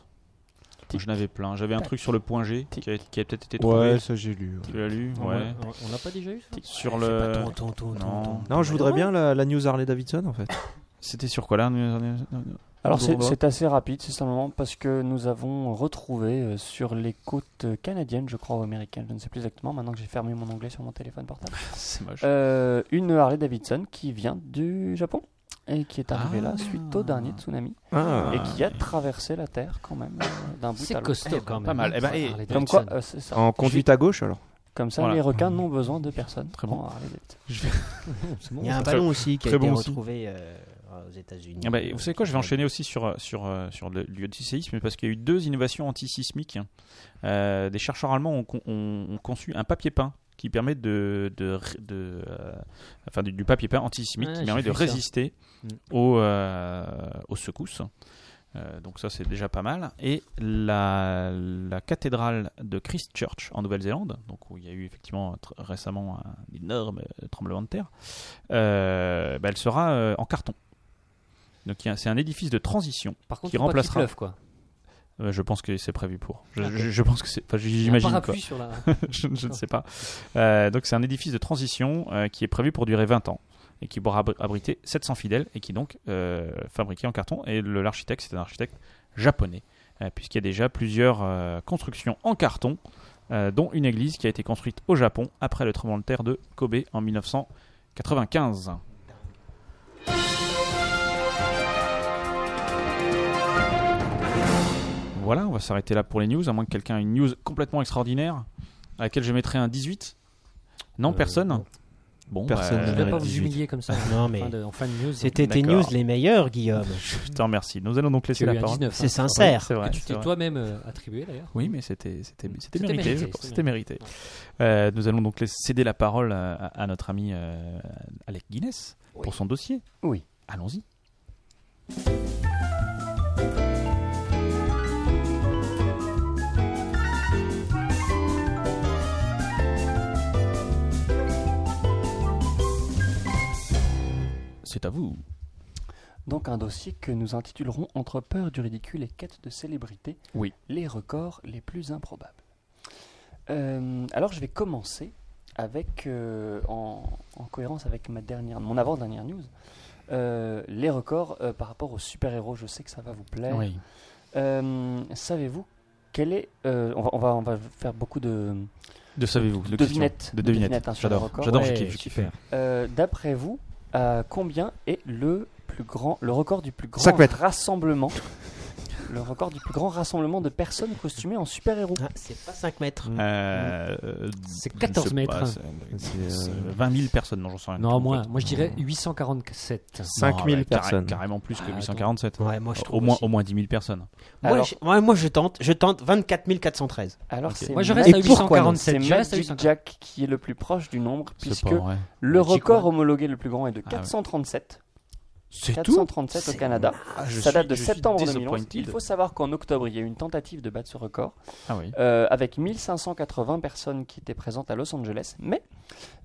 Moi, Je n'avais plein. J'avais un truc sur le point G qui a, qui a peut-être été trouvé. Ouais, ça j'ai lu. ouais. Tu l'as lu On- Ouais. on- On n'a pas déjà eu ça Sur Fais le. pas ton- ton- ton- ton- Non. ton- Non, je voudrais bien la, la news Harley Davidson en fait. C'était sur quoi là Non, non, non, non. Alors c'est- Bon, bon. c'est assez rapide, c'est simplement parce que nous avons retrouvé euh, sur les côtes canadiennes, je crois, ou américaines, je ne sais plus exactement, maintenant que j'ai fermé mon onglet sur mon téléphone portable, C'est moche. euh, une Harley Davidson qui vient du Japon. et qui est arrivé Ah. là suite au dernier tsunami Ah. et qui a traversé la Terre quand même euh, d'un bout à C'est l'autre. costaud quand même. hein. pas mal. hein. Eh ben, et- Harley Comme Davidson. quoi, euh, c'est ça. En conduite à gauche alors Comme ça, Voilà. les requins n'ont besoin de personne. Très bon. pour Harley Davidson. Il y a un Très- ballon aussi qui a très été bon aussi. retrouvé euh, aux États-Unis. Ah bah, vous savez quoi, je vais enchaîner aussi sur, sur, euh, sur le, lieu séisme parce qu'il y a eu deux innovations antisismiques. hein. Euh, des chercheurs allemands ont, con- ont- ont conçu un papier peint qui permet de, de, ré- de, euh, enfin du, du papier peint antisismique Ouais, qui j'ai permet de vu ça. Mm. résister aux, euh, aux secousses. Euh, donc ça c'est déjà pas mal. Et la, la cathédrale de Christchurch en Nouvelle-Zélande, donc où il y a eu effectivement tr- récemment un énorme euh, tremblement de terre, euh, bah, elle sera euh, en carton. Donc il y a- c'est un édifice de transition. Par contre, qui faut pas qu'il remplacera. pleuve, quoi. Euh, je pense que c'est prévu pour. Je, Ah, Ok. je- je pense que c'est. Enfin, Un j'imagine quoi. parapluie sur la. je, je ne sais pas. Euh, donc c'est un édifice de transition euh, qui est prévu pour durer 20 ans et qui pourra abri- abriter 700 fidèles et qui est donc euh, fabriqué en carton. Et le- l'architecte, c'est un architecte japonais, euh, puisqu'il y a déjà plusieurs euh, constructions en carton, euh, dont une église qui a été construite au Japon après le tremblement de terre de Kobe en 1995. Voilà, on va s'arrêter là pour les news, à moins que quelqu'un ait une news complètement extraordinaire à laquelle je mettrais un 18. Non, Euh, personne non. Bon, Personne. bah, Je vais pas vous 18. humilier comme ça. Non, mais En fin de- en fin de news. hein. c'était tes news D'accord. les meilleurs, Guillaume. je te remercie. Nous allons donc laisser Tu as la eu un parole. 19, C'est hein. sincère. Oui, c'est vrai, Que tu c'est t'es vrai. toi-même euh, attribué d'ailleurs. Oui, mais c'était c'était c'était C'était mérité. mérité, je pense. c'est C'était mérité. Euh, nous allons donc laisser- céder la parole à, à- à notre ami euh, Alec Guinness pour son dossier. Oui. Allons-y. C'est à vous. Donc un dossier que nous intitulerons Entre peur du ridicule et quête de célébrité, Oui. les records les plus improbables. Euh, alors je vais commencer avec, euh, en, en cohérence avec ma dernière, mon avant-dernière news, euh, les records euh, par rapport aux super-héros. Je sais que ça va vous plaire. Euh, Savez-vous quel est euh, on, va, on va- on va faire beaucoup de De savez-vous de devinettes. questions. De devinettes. Devinettes, hein, sur le J'adore. record. J'adore. je Ouais, kiffe, je kiffe. super. Euh, D'après vous, à combien est le plus grand, le record du plus grand Cinq mètres. rassemblement Le record du plus grand rassemblement de personnes costumées en super-héros. Ah, c'est pas 5 mètres. Euh, C'est je ne 14 sais mètres. pas, c'est- c'est, euh, 20 000 personnes, non, j'en sais rien. Non, moins. Moi, je dirais 847. Non, 5 000 ouais, carré- personnes. Carrément plus que Ah, 847. Ouais, moi je trouve. Au moins, aussi. au moins 10 000 personnes. Moi, Alors- je, ouais, moi, je tente, je tente 24 413. Alors Ok. c'est Moi, je Ma- reste à Et pourquoi 847. non C'est Je reste à Magic 847. Jack qui est le plus proche du nombre, C'est puisque pas vrai. le Magic, record ouais. homologué le plus grand est de Ah ouais. 437. C'est Ah, 437 au Canada. Ça date de septembre 2011. 2011. Il faut savoir qu'en octobre, il y a eu une tentative de battre ce record. Ah oui. euh, avec 1580 personnes qui étaient présentes à Los Angeles, mais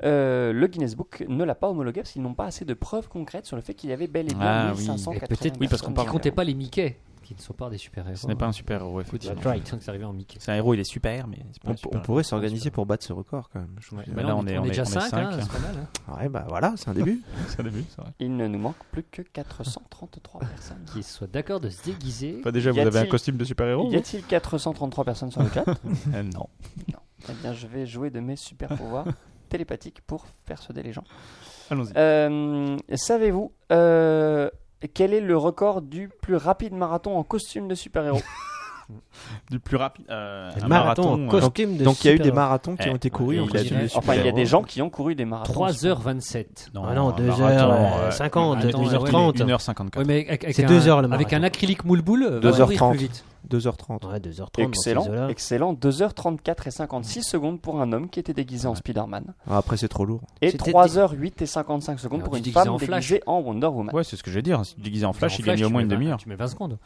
euh, le Guinness Book ne l'a pas homologué parce qu'ils n'ont pas assez de preuves concrètes sur le fait qu'il y avait bel et bien Ah oui. 1580 Et peut-être- oui, parce qu'on personnes parle- Qui comptait différentes. pas les Mickey, qui ne sont pas des super-héros. hein. Ce n'est pas un super-héros, effectivement. That's right. C'est arrivé en Mickey. C'est un héros, il est super, mais c'est pas On, un p- on super-héros. pourrait s'organiser pour battre ce record quand même. je Ouais, trouve. mais là, on est- on est- déjà on est 5, cinq, hein. c'est pas mal. hein. Ouais, bah voilà, c'est un début. C'est un début, c'est vrai. Il ne nous manque plus que 433 personnes. Qu'ils soient d'accord de se déguiser. déjà, vous Y avez un a-t-il- costume de super-héros Y a-t-il 433 personnes sur le chat Oh. Euh, Non. Eh bien, je vais jouer de mes super pouvoirs télépathiques pour persuader les gens. Allons-y. Euh, Savez-vous euh, quel est le record du plus rapide marathon en costume de super-héros Du plus rapide. euh, Le un marathon, en euh, costume de Donc il y a eu des super-héros. marathons qui Eh, ont été courus il en a costume dit- de Enfin, il y a super-héros. des gens qui ont couru des marathons. 3h27. Ah non, un deux marathon, heures, euh, euh, 50, attends, deux heures ouais, trente. une heure 54. Ouais, mais avec, avec C'est un- deux heures, le Avec marathon. un acrylique moule-boule, va Deux heures courir trente. plus vite. 2h30. Ouais, 2h30. Excellent, excellent. 2h34 et 56 secondes pour un homme qui était déguisé en Spider-Man. Ah, après, c'est trop lourd. Et C'était 3h08 et 55 secondes Alors, pour tu une déguisais femme en Flash. déguisée en Wonder Woman. Ouais, c'est ce que je vais dire. Si tu es déguisé en flash, En il gagne au tu moins une mets vingt- demi-heure. Tu mets 20 secondes.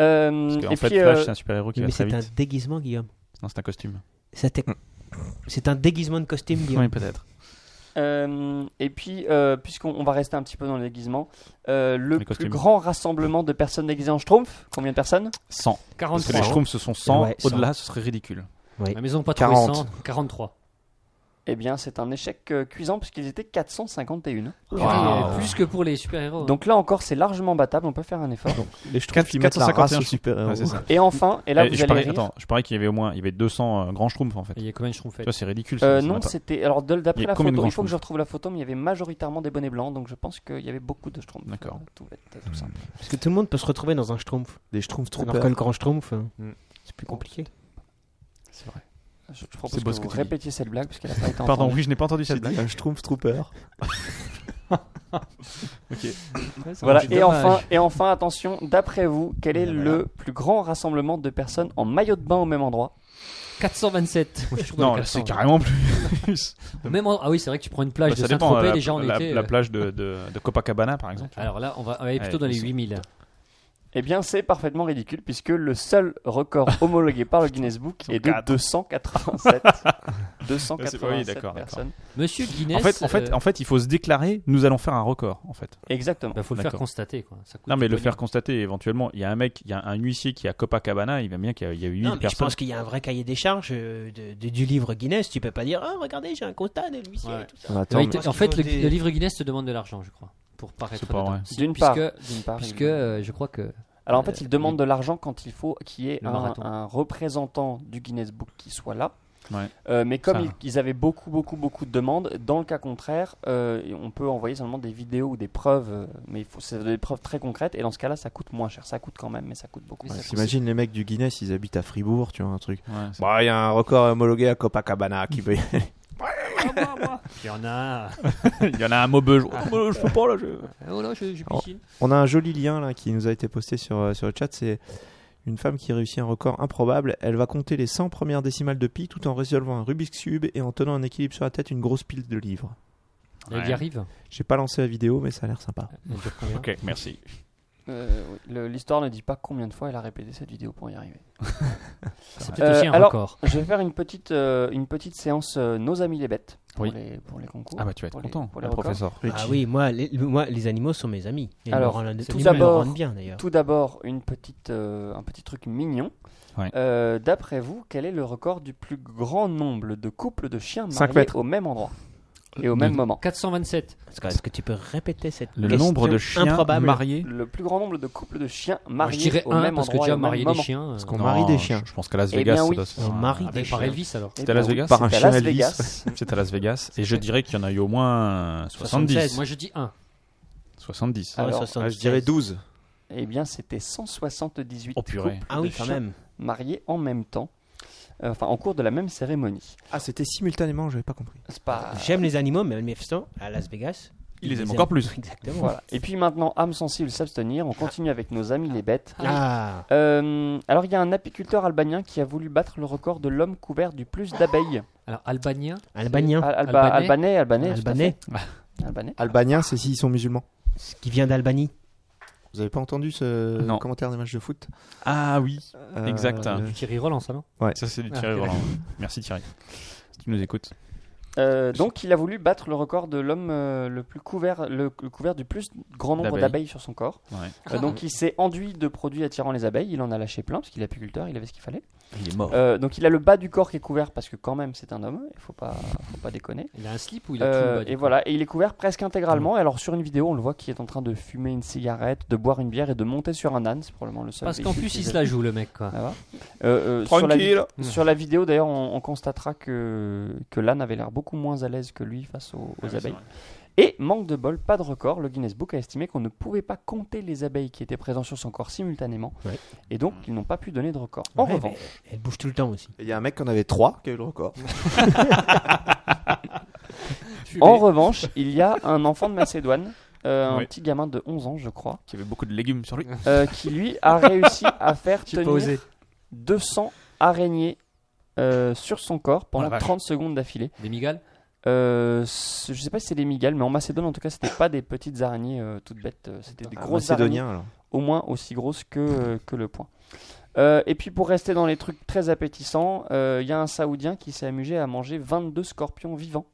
Euh, Parce qu'en Mm, et fait, puis, Flash, euh, c'est un super-héros qui va Mais très c'est un vite. déguisement, Guillaume. Non, c'est un costume. Ça t'est- C'est un déguisement de costume, Guillaume. Oui, peut-être. euh, et puis, euh, puisqu'on on va rester un petit peu dans le déguisement, euh, le Les plus costumes. grand rassemblement de personnes déguisées en Schtroumpf, combien de personnes 100. Parce que 43. les schtroumpfs, ce sont 100. Ouais, Au-delà, ce serait ridicule. La maison pas 40. 300. 43. Eh bien, c'est un échec euh, cuisant puisqu'ils étaient 451. Putain, euh, Plus que pour les super-héros. Donc là encore, c'est largement battable, on peut faire un effort. Les Schtroumpfs, Quatre- ils mettent la 451, race aux je- super-héros. Ouais, c'est ça. Et enfin, et là Eh, vous je, allez parie, rire. attends, je parie qu'il y avait au moins il y avait 200 euh, grands schtroumpfs en fait. il Tu y a combien de schtroumpfs vois, c'est ridicule. ça, Euh, ça non, n'a pas- c'était alors de- Il y d'après a la combien de photo, il grands faut que je schtroumpfs retrouve la photo, mais il y avait majoritairement des bonnets blancs, donc je pense qu'il y avait beaucoup de schtroumpfs. D'accord. Hmm. Tout bête, tout simple. Parce que tout le monde peut se retrouver dans un schtroumpf. Des Schtroumpfs Alors que troopers. le grand schtroumpf, euh, Mm. c'est plus compliqué. C'est vrai. Je, je propose C'est que beau ce vous que tu dis. répétiez cette blague puisqu'elle a pas été Pardon, entendue. oui, je n'ai pas entendu J'ai cette blague. dit un Schtroumpf trooper. Voilà. C'est Et dommage. enfin, et enfin, attention. D'après vous, quel est Et voilà. le plus grand rassemblement de personnes en maillot de bain au même endroit 427. Oui, je trouve Non, que là, c'est 400. carrément plus. Même en- Ah oui, c'est vrai que tu prends une plage Bah, de ça dépend. Saint-Tropez la, déjà en la- été. la euh, plage de, de- de Copacabana, par exemple. Alors là, on va on va aller plutôt Ouais, dans les on sait. 8000. Eh bien, c'est parfaitement ridicule puisque le seul record homologué par le Guinness Book Ils ont est de quatre. 287. Oui, 287 d'accord, d'accord. personnes. Monsieur Guinness. en fait, en fait, euh, en fait, il faut se déclarer. Nous allons faire un record, en fait. Exactement. bah, faut le faire D'accord. constater. Quoi. Ça coûte Non, mais du le pognon. faire constater. Éventuellement, il y a un mec, il y a un huissier qui est à Copacabana. Il va bien qu'il y a- il y a eu une Non, mais je personne. pense qu'il y a un vrai cahier des charges euh, de- de- du livre Guinness. Tu peux pas dire, ah, regardez, j'ai un constat de l'huissier Ouais. et tout ça. Attends, Ouais, mais- il te- en fait, le, le livre Guinness te demande de l'argent, je crois, pour paraître. C'est pas dedans. vrai. Si, D'une puisque- part, d'une part, Puisque évidemment. euh, je crois que. Alors en fait, euh, ils demandent de l'argent quand il faut qu'il y ait Le un, marathon. un représentant du Guinness Book qui soit là. Ouais. Euh, mais comme Ça. ils, ils avaient beaucoup, beaucoup, beaucoup de demandes, dans le cas contraire, euh, on peut envoyer seulement des vidéos ou des preuves, euh, mais il faut- c'est des preuves très concrètes. Et dans ce cas-là, ça coûte moins cher. Ça coûte quand même, mais ça coûte beaucoup. Mais ça- T'imagines les mecs du Guinness, ils habitent à Fribourg, tu vois, un truc. Ouais, c'est- Bah, il y a un record homologué à Copacabana qui peut Ah, bah, Il y en a. un. il y en a un mauvais jour. Oh, mais je peux pas là. je- Oh là, je, je Oh. piscine. On a un joli lien là qui nous a été posté sur, euh, sur le chat. C'est une femme qui réussit un record improbable. Elle va compter les 100 premières décimales de pi tout en résolvant un Rubik's Cube et en tenant un équilibre sur la tête une grosse pile de livres. Elle y Ouais. arrive. J'ai pas lancé la vidéo, mais ça a l'air sympa. Elle dure combien Ok, merci. Euh, oui. Le- L'histoire ne dit pas combien de fois elle a répété cette vidéo pour y arriver. C'est peut-être aussi Euh, un alors- record. Je vais faire une petite, euh, une petite séance euh, Nos amis les bêtes pour, Oui. les, pour les concours. Ah bah tu vas être Pour les- content, pour les records. professeur. Ah oui, moi les, moi, les animaux sont mes amis. Et ils Alors, me rendent- tout ils me le d'abord- rendent bien d'ailleurs. Tout d'abord, une petite, euh, un petit truc mignon. Ouais. Euh, D'après vous, quel est le record du plus grand nombre de couples de chiens Cinq mariés mètres. au même endroit Euh, et au même moment 427. Est-ce que tu peux répéter cette Le question nombre de chiens improbable mariés. Le plus grand nombre de couples de chiens Moi, je mariés dirais au un même parce que endroit et déjà au même marier des moment. chiens. Parce qu'on Non, marie des je- chiens. Je, pense qu'à Las Eh Vegas, bien, ça oui. doit se- On marie Ah, des par chiens. Elvis alors. Eh C'était à bien Las oui, Vegas Par un c'était à chien Las Elvis. Vegas. C'est à Las Vegas. Et je dirais qu'il y en a eu au moins 70. 76. Moi je dis 1. 70. Ah, alors, 76. Ah, je dirais 12. Eh bien, c'était 178 Oh, purée. couples Ah oui, de quand chiens même. mariés en même temps, Euh, enfin en cours de la même cérémonie. Ah, c'était simultanément, j'avais pas compris. C'est pas... J'aime les animaux, mais manifestant, à Las Vegas. Il les aime encore plus. Exactement. Voilà. Et puis maintenant, âme sensible, s'abstenir. On continue avec nos amis les bêtes. Ah, Euh, alors, il y a un apiculteur albanien qui a voulu battre le record de l'homme couvert du plus d'abeilles. Alors albanien. albanien. Ah, Al- Alba- Albanais. albanais, albanais. tout à Albanais, fait. Albanais. Albanien, c'est s'ils sont musulmans. ce qui vient d'Albanie. Vous avez pas entendu ce Non. commentaire des matchs de foot Ah oui. Euh, Exact. euh, Thierry Roland, ça non Ça, c'est du Ah, Thierry ok, Roland. Merci Thierry. Si tu nous écoutes. Euh, donc, il a voulu battre le record de l'homme euh, le plus couvert, le, le couvert du plus grand nombre D'abeilles. d'abeilles sur son corps. Ouais. Euh, donc, il s'est enduit de produits attirant les abeilles. Il en a lâché plein parce qu'il est apiculteur, il avait ce qu'il fallait. Il est mort. Euh, donc, il a le bas du corps qui est couvert parce que quand même, c'est un homme. Il faut pas, faut pas déconner. Il a un slip ou il a Euh, tout le bas, du Mmh. et coup voilà, et il est couvert presque intégralement. Et alors sur une vidéo, on le voit qui est en train de fumer une cigarette, de boire une bière et de monter sur un âne. C'est probablement le seul. Parce qu'en véhicule plus il qu'ils se la avaient. joue le mec quoi. Ah, voilà. Euh, euh, sur la vi- Tranquille. Sur la vidéo, d'ailleurs, on, on constatera que, que l'âne avait l'air beaucoup moins à l'aise que lui face Ah aux, aux abeilles. Et manque de bol, pas de record. Le Guinness Book a estimé qu'on ne pouvait pas compter les abeilles qui étaient présentes sur son corps simultanément. Ouais. Et donc, ils n'ont pas pu donner de record. En Ouais, revanche, mais Elle bouge tout le temps aussi. Il y a un mec qui en avait 3 qui a eu le record. en revanche, il y a un enfant de Macédoine, euh, un Ouais. petit gamin de 11 ans, je crois. Qui avait beaucoup de légumes sur lui. euh, qui lui a réussi à faire tenir osé. 200 araignées euh, sur son corps pendant Oh la vache. 30 secondes d'affilée. Des migales Euh, c- je sais pas si c'est des migales, mais en Macédoine en tout cas, c'était pas des petites araignées euh, toutes bêtes, euh, c'était des Un grosses araignées, Macédonien alors. au moins aussi grosses que, euh, que le poing. Euh, et puis pour rester dans les trucs très appétissants, euh, il y a un Saoudien qui s'est amusé à manger 22 scorpions vivants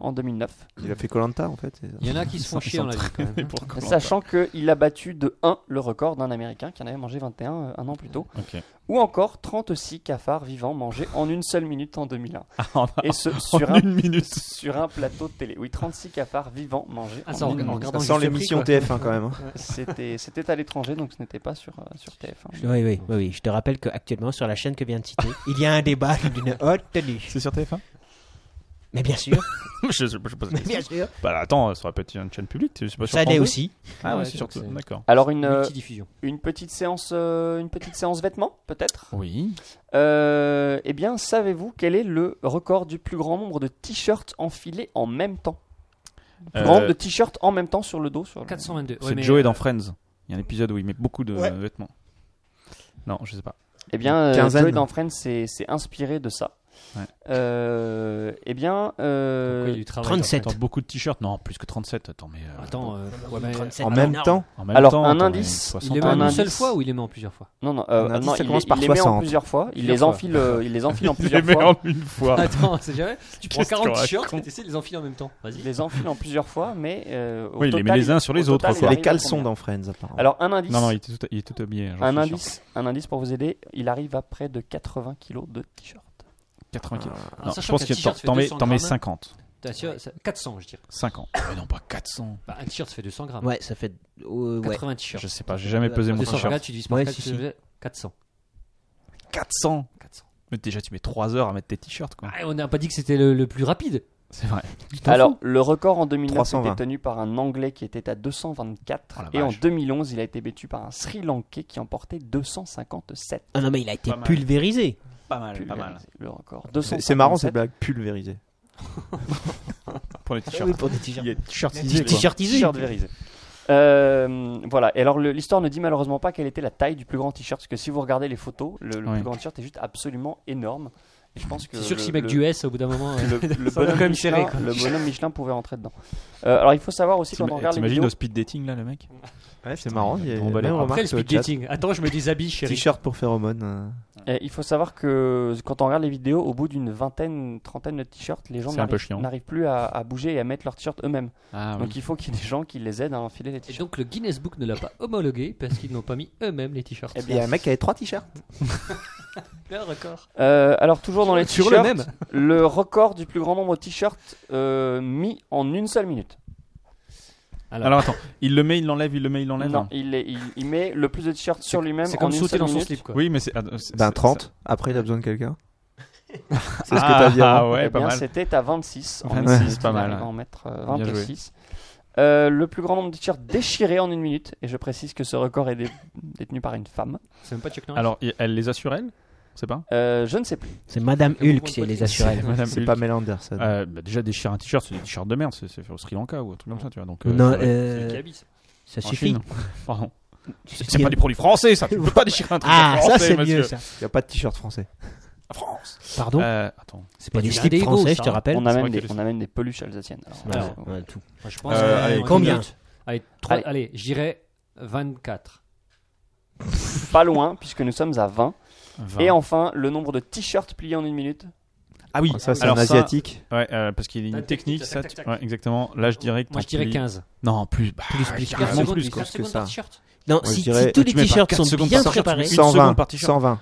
en en 2009, Il a fait Colanta en fait. Il y en a qui se font chier dans la vie quand même. sachant qu'il a battu de 1 le record d'un Américain qui en avait mangé 21 euh, un an plus tôt, Ok. ou encore 36 cafards vivants mangés en une seule minute en 2001, Ah, en et ce, sur, un, une minute. sur un plateau de télé. Oui, 36 cafards vivants mangés Ah, en ça, en- une en minute. regardant Sans juste le prix, l'émission TF1 quoi. quand même. hein. C'était c'était à l'étranger, donc ce n'était pas sur, euh, sur TF1. Oui, oui, oui, oui. Je te rappelle qu'actuellement, sur la chaîne que vient de citer, il y a un débat d'une haute tenue. C'est sur TF1 Mais bien sûr, Je sais je sais pas. mais bien sûr. Bah attends, ça aurait pas été une chaîne publique, je sais pas sur Ça l'est France aussi. deux. Ah ouais, Ouais, c'est c'est sur vrai que c'est- D'accord. Alors une, euh, Multidiffusion. une petite séance euh, une petite séance vêtements peut-être. Oui. Euh, eh bien, savez-vous quel est le record du plus grand nombre de t-shirts enfilés en même temps Plus Euh, grand nombre de t-shirts en même temps sur le dos sur le- 422. Ouais, C'est mais, Joey euh, dans Friends. Il y a un épisode où il met beaucoup de Ouais. euh, vêtements. Non, je sais pas. Eh bien, euh, Quinzaine. Joey dans Friends s'est s'est inspiré de ça. Ouais. Euh, eh bien, pourquoi euh, il y a du travail, 37. Attends, beaucoup de t-shirts Non, plus que 37. Attends, mais. euh, Attends, euh, ouais, mais- 37, En même énorme. temps, En même Alors, temps, un attends, indice, mais Il les est met en Un une seule indice. fois ou il les met en plusieurs fois non, non, euh, Un indice, non, ça il, commence les- par il les met en 60. plusieurs fois. Il Plusieurs les fois. enfile, euh, il les enfile en Il les plusieurs met fois. en une fois. Attends, c'est jamais. Tu prends Qu'est-ce qu'on 40 raconte t-shirts et t'essaies de les enfiler en même temps. Il Vas-y. les enfile en plusieurs fois, mais euh, au Oui, il les total, met les uns sur au les autres, total, quoi. il Les arrive les à caleçons combien dans Friends apparemment. Alors un indice. Non, non, il était tout, il était tout habillé. j'en un suis sûr. indice, un indice pour vous aider. Il arrive à près de 80 kilos de t-shirt. 80 kilos. Alors, Non, Ah. je sachant pense qu'un qu'il t-shirt fait t'en mets, 200 t'en mets grammes. 50. T'as- tiens, ça- 400, je dirais. 50. Ah, Mais non, pas 400. Bah, un t-shirt, ça fait 200 grammes. Ouais, ça fait. euh, ouais. 80 t-shirts. Je sais pas, j'ai jamais pesé mon 200 t-shirt. grammes, tu divises par Ouais, 4, si, tu si. fais 400. 400 400. Mais déjà, tu mets 3 heures à mettre tes t-shirts, quoi. Ah, on n'a pas dit que c'était le, le plus rapide. C'est vrai. Alors, le record en 2009 était 320. tenu par un Anglais qui était à 224. Oh la et en vache. 2011, il a été battu par un Sri Lankais qui emportait 257. Ah non, mais il a été Pas mal. pulvérisé. Pas mal, pas Pulvérisé, mal. Ah, Le record. C'est c'est marrant cette 257. blague pulvérisée. Pour les t-shirts. Oui, pour des t-shirts. Il y a des t-shirts Des isés, quoi. t-shirtisés. T-shirt vérisé. Euh, voilà, et alors le- l'histoire ne dit malheureusement pas quelle était la taille du plus grand t-shirt, parce que si vous regardez les photos, le, le Ouais. plus grand t-shirt est juste absolument énorme. Et je pense que C'est sûr que le- si mec le- du S, au bout d'un moment. euh, le, le Ça va quand bonhomme même serrer, Michelin, quoi. le bonhomme Michelin pouvait rentrer dedans. Euh, alors il faut savoir aussi quand on T'ima- regarde les T'imagines vidéos, au speed dating, là, le mec Ouais, c'est marrant. Il y a Bon, bah, même alors, Après remarque le sur le speed chat. dating. Attends, je me déshabille, chérie. T-shirt pour phéromones. euh. euh, il faut savoir que quand on regarde les vidéos, au bout d'une vingtaine, trentaine de t-shirts, les gens C'est un peu n'arrivent- chiant. n'arrivent plus à, à bouger et à mettre leurs t-shirts eux-mêmes. Ah Donc il faut qu'il y ait des gens qui les aident à enfiler les Et t-shirts. donc le Guinness Book ne l'a pas homologué parce qu'ils n'ont pas mis eux-mêmes les t-shirts. Eh Il y a un mec qui avait trois t-shirts. Le record. Euh, alors toujours dans les Sur t-shirts, le même. le record du plus grand nombre de t-shirts euh, mis en une seule minute. Alors attends, il le met, il l'enlève, il le met, il l'enlève. Non, il, est- il, il met le plus de t-shirts sur lui-même C'est en comme une sauter seule dans son minute. slip quoi. Oui, mais c'est. attends, c'est- Ben c'est- 30. Après, il a besoin de quelqu'un. c'est- C'est ce que t'as dit Ah avant. Eh ouais, pas bien, mal. C'était à 26. En 26, 26, pas il mal, arrive à ouais. en mettre euh, Bien joué. 26. Euh, le plus grand nombre de t-shirts déchirés en une minute, et je précise que ce record est dé- détenu par une femme. C'est même pas Chuck Norris. Alors, il- elle les a sur elle C'est pas Euh, je ne sais plus. C'est Madame Hulk qui les assure. C'est Madame C'est Hulk. pas Mel Anderson. Euh, bah, déjà déchirer un t-shirt, c'est des t-shirts de merde, c'est c'est fait au Sri Lanka ou un truc comme ça, tu vois. Donc, euh, Non, ça va- euh, Qui habite. ça en suffit. Chine. Pardon. Tu- C'est pas des produits français, ça. Tu peux pas déchirer un t-shirt Ah, français, ça c'est monsieur. mieux ça. Il n'y a pas de t-shirt français. La France. Pardon Euh, attends. C'est pas du des slips Indigo, français, ça, je te hein. rappelle. on, a c'est même vrai des, qu'elle est- on a même des peluches alsaciennes. Alors, Ouais, voilà. ouais, tout. Moi, je pense. Euh, que- allez, en combien une minute. Allez, trois- Allez. allez, je dirais 24. euh, Pas loin, puisque nous sommes à 20. Vingt. Et enfin, le nombre de t-shirts pliés en une minute. Ah oui, Ça, c'est un alors asiatique. Ouais, euh, parce qu'il y a une Tac, tac, technique, tac, ça. tac, tu- tac. Ouais, exactement. Là, je dirais. tant Moi, je dirais pis. 15. Non, plus. bah, Plus, plus, Ah, carrément carrément plus, quoi. Parce que ça- t-shirt. Non, Ouais, si, je dirais- si tous tu les mets pas t-shirts quatre sont secondes bien par t-shirt, préparés, tu mets une seconde 120. par t-shirt. 120.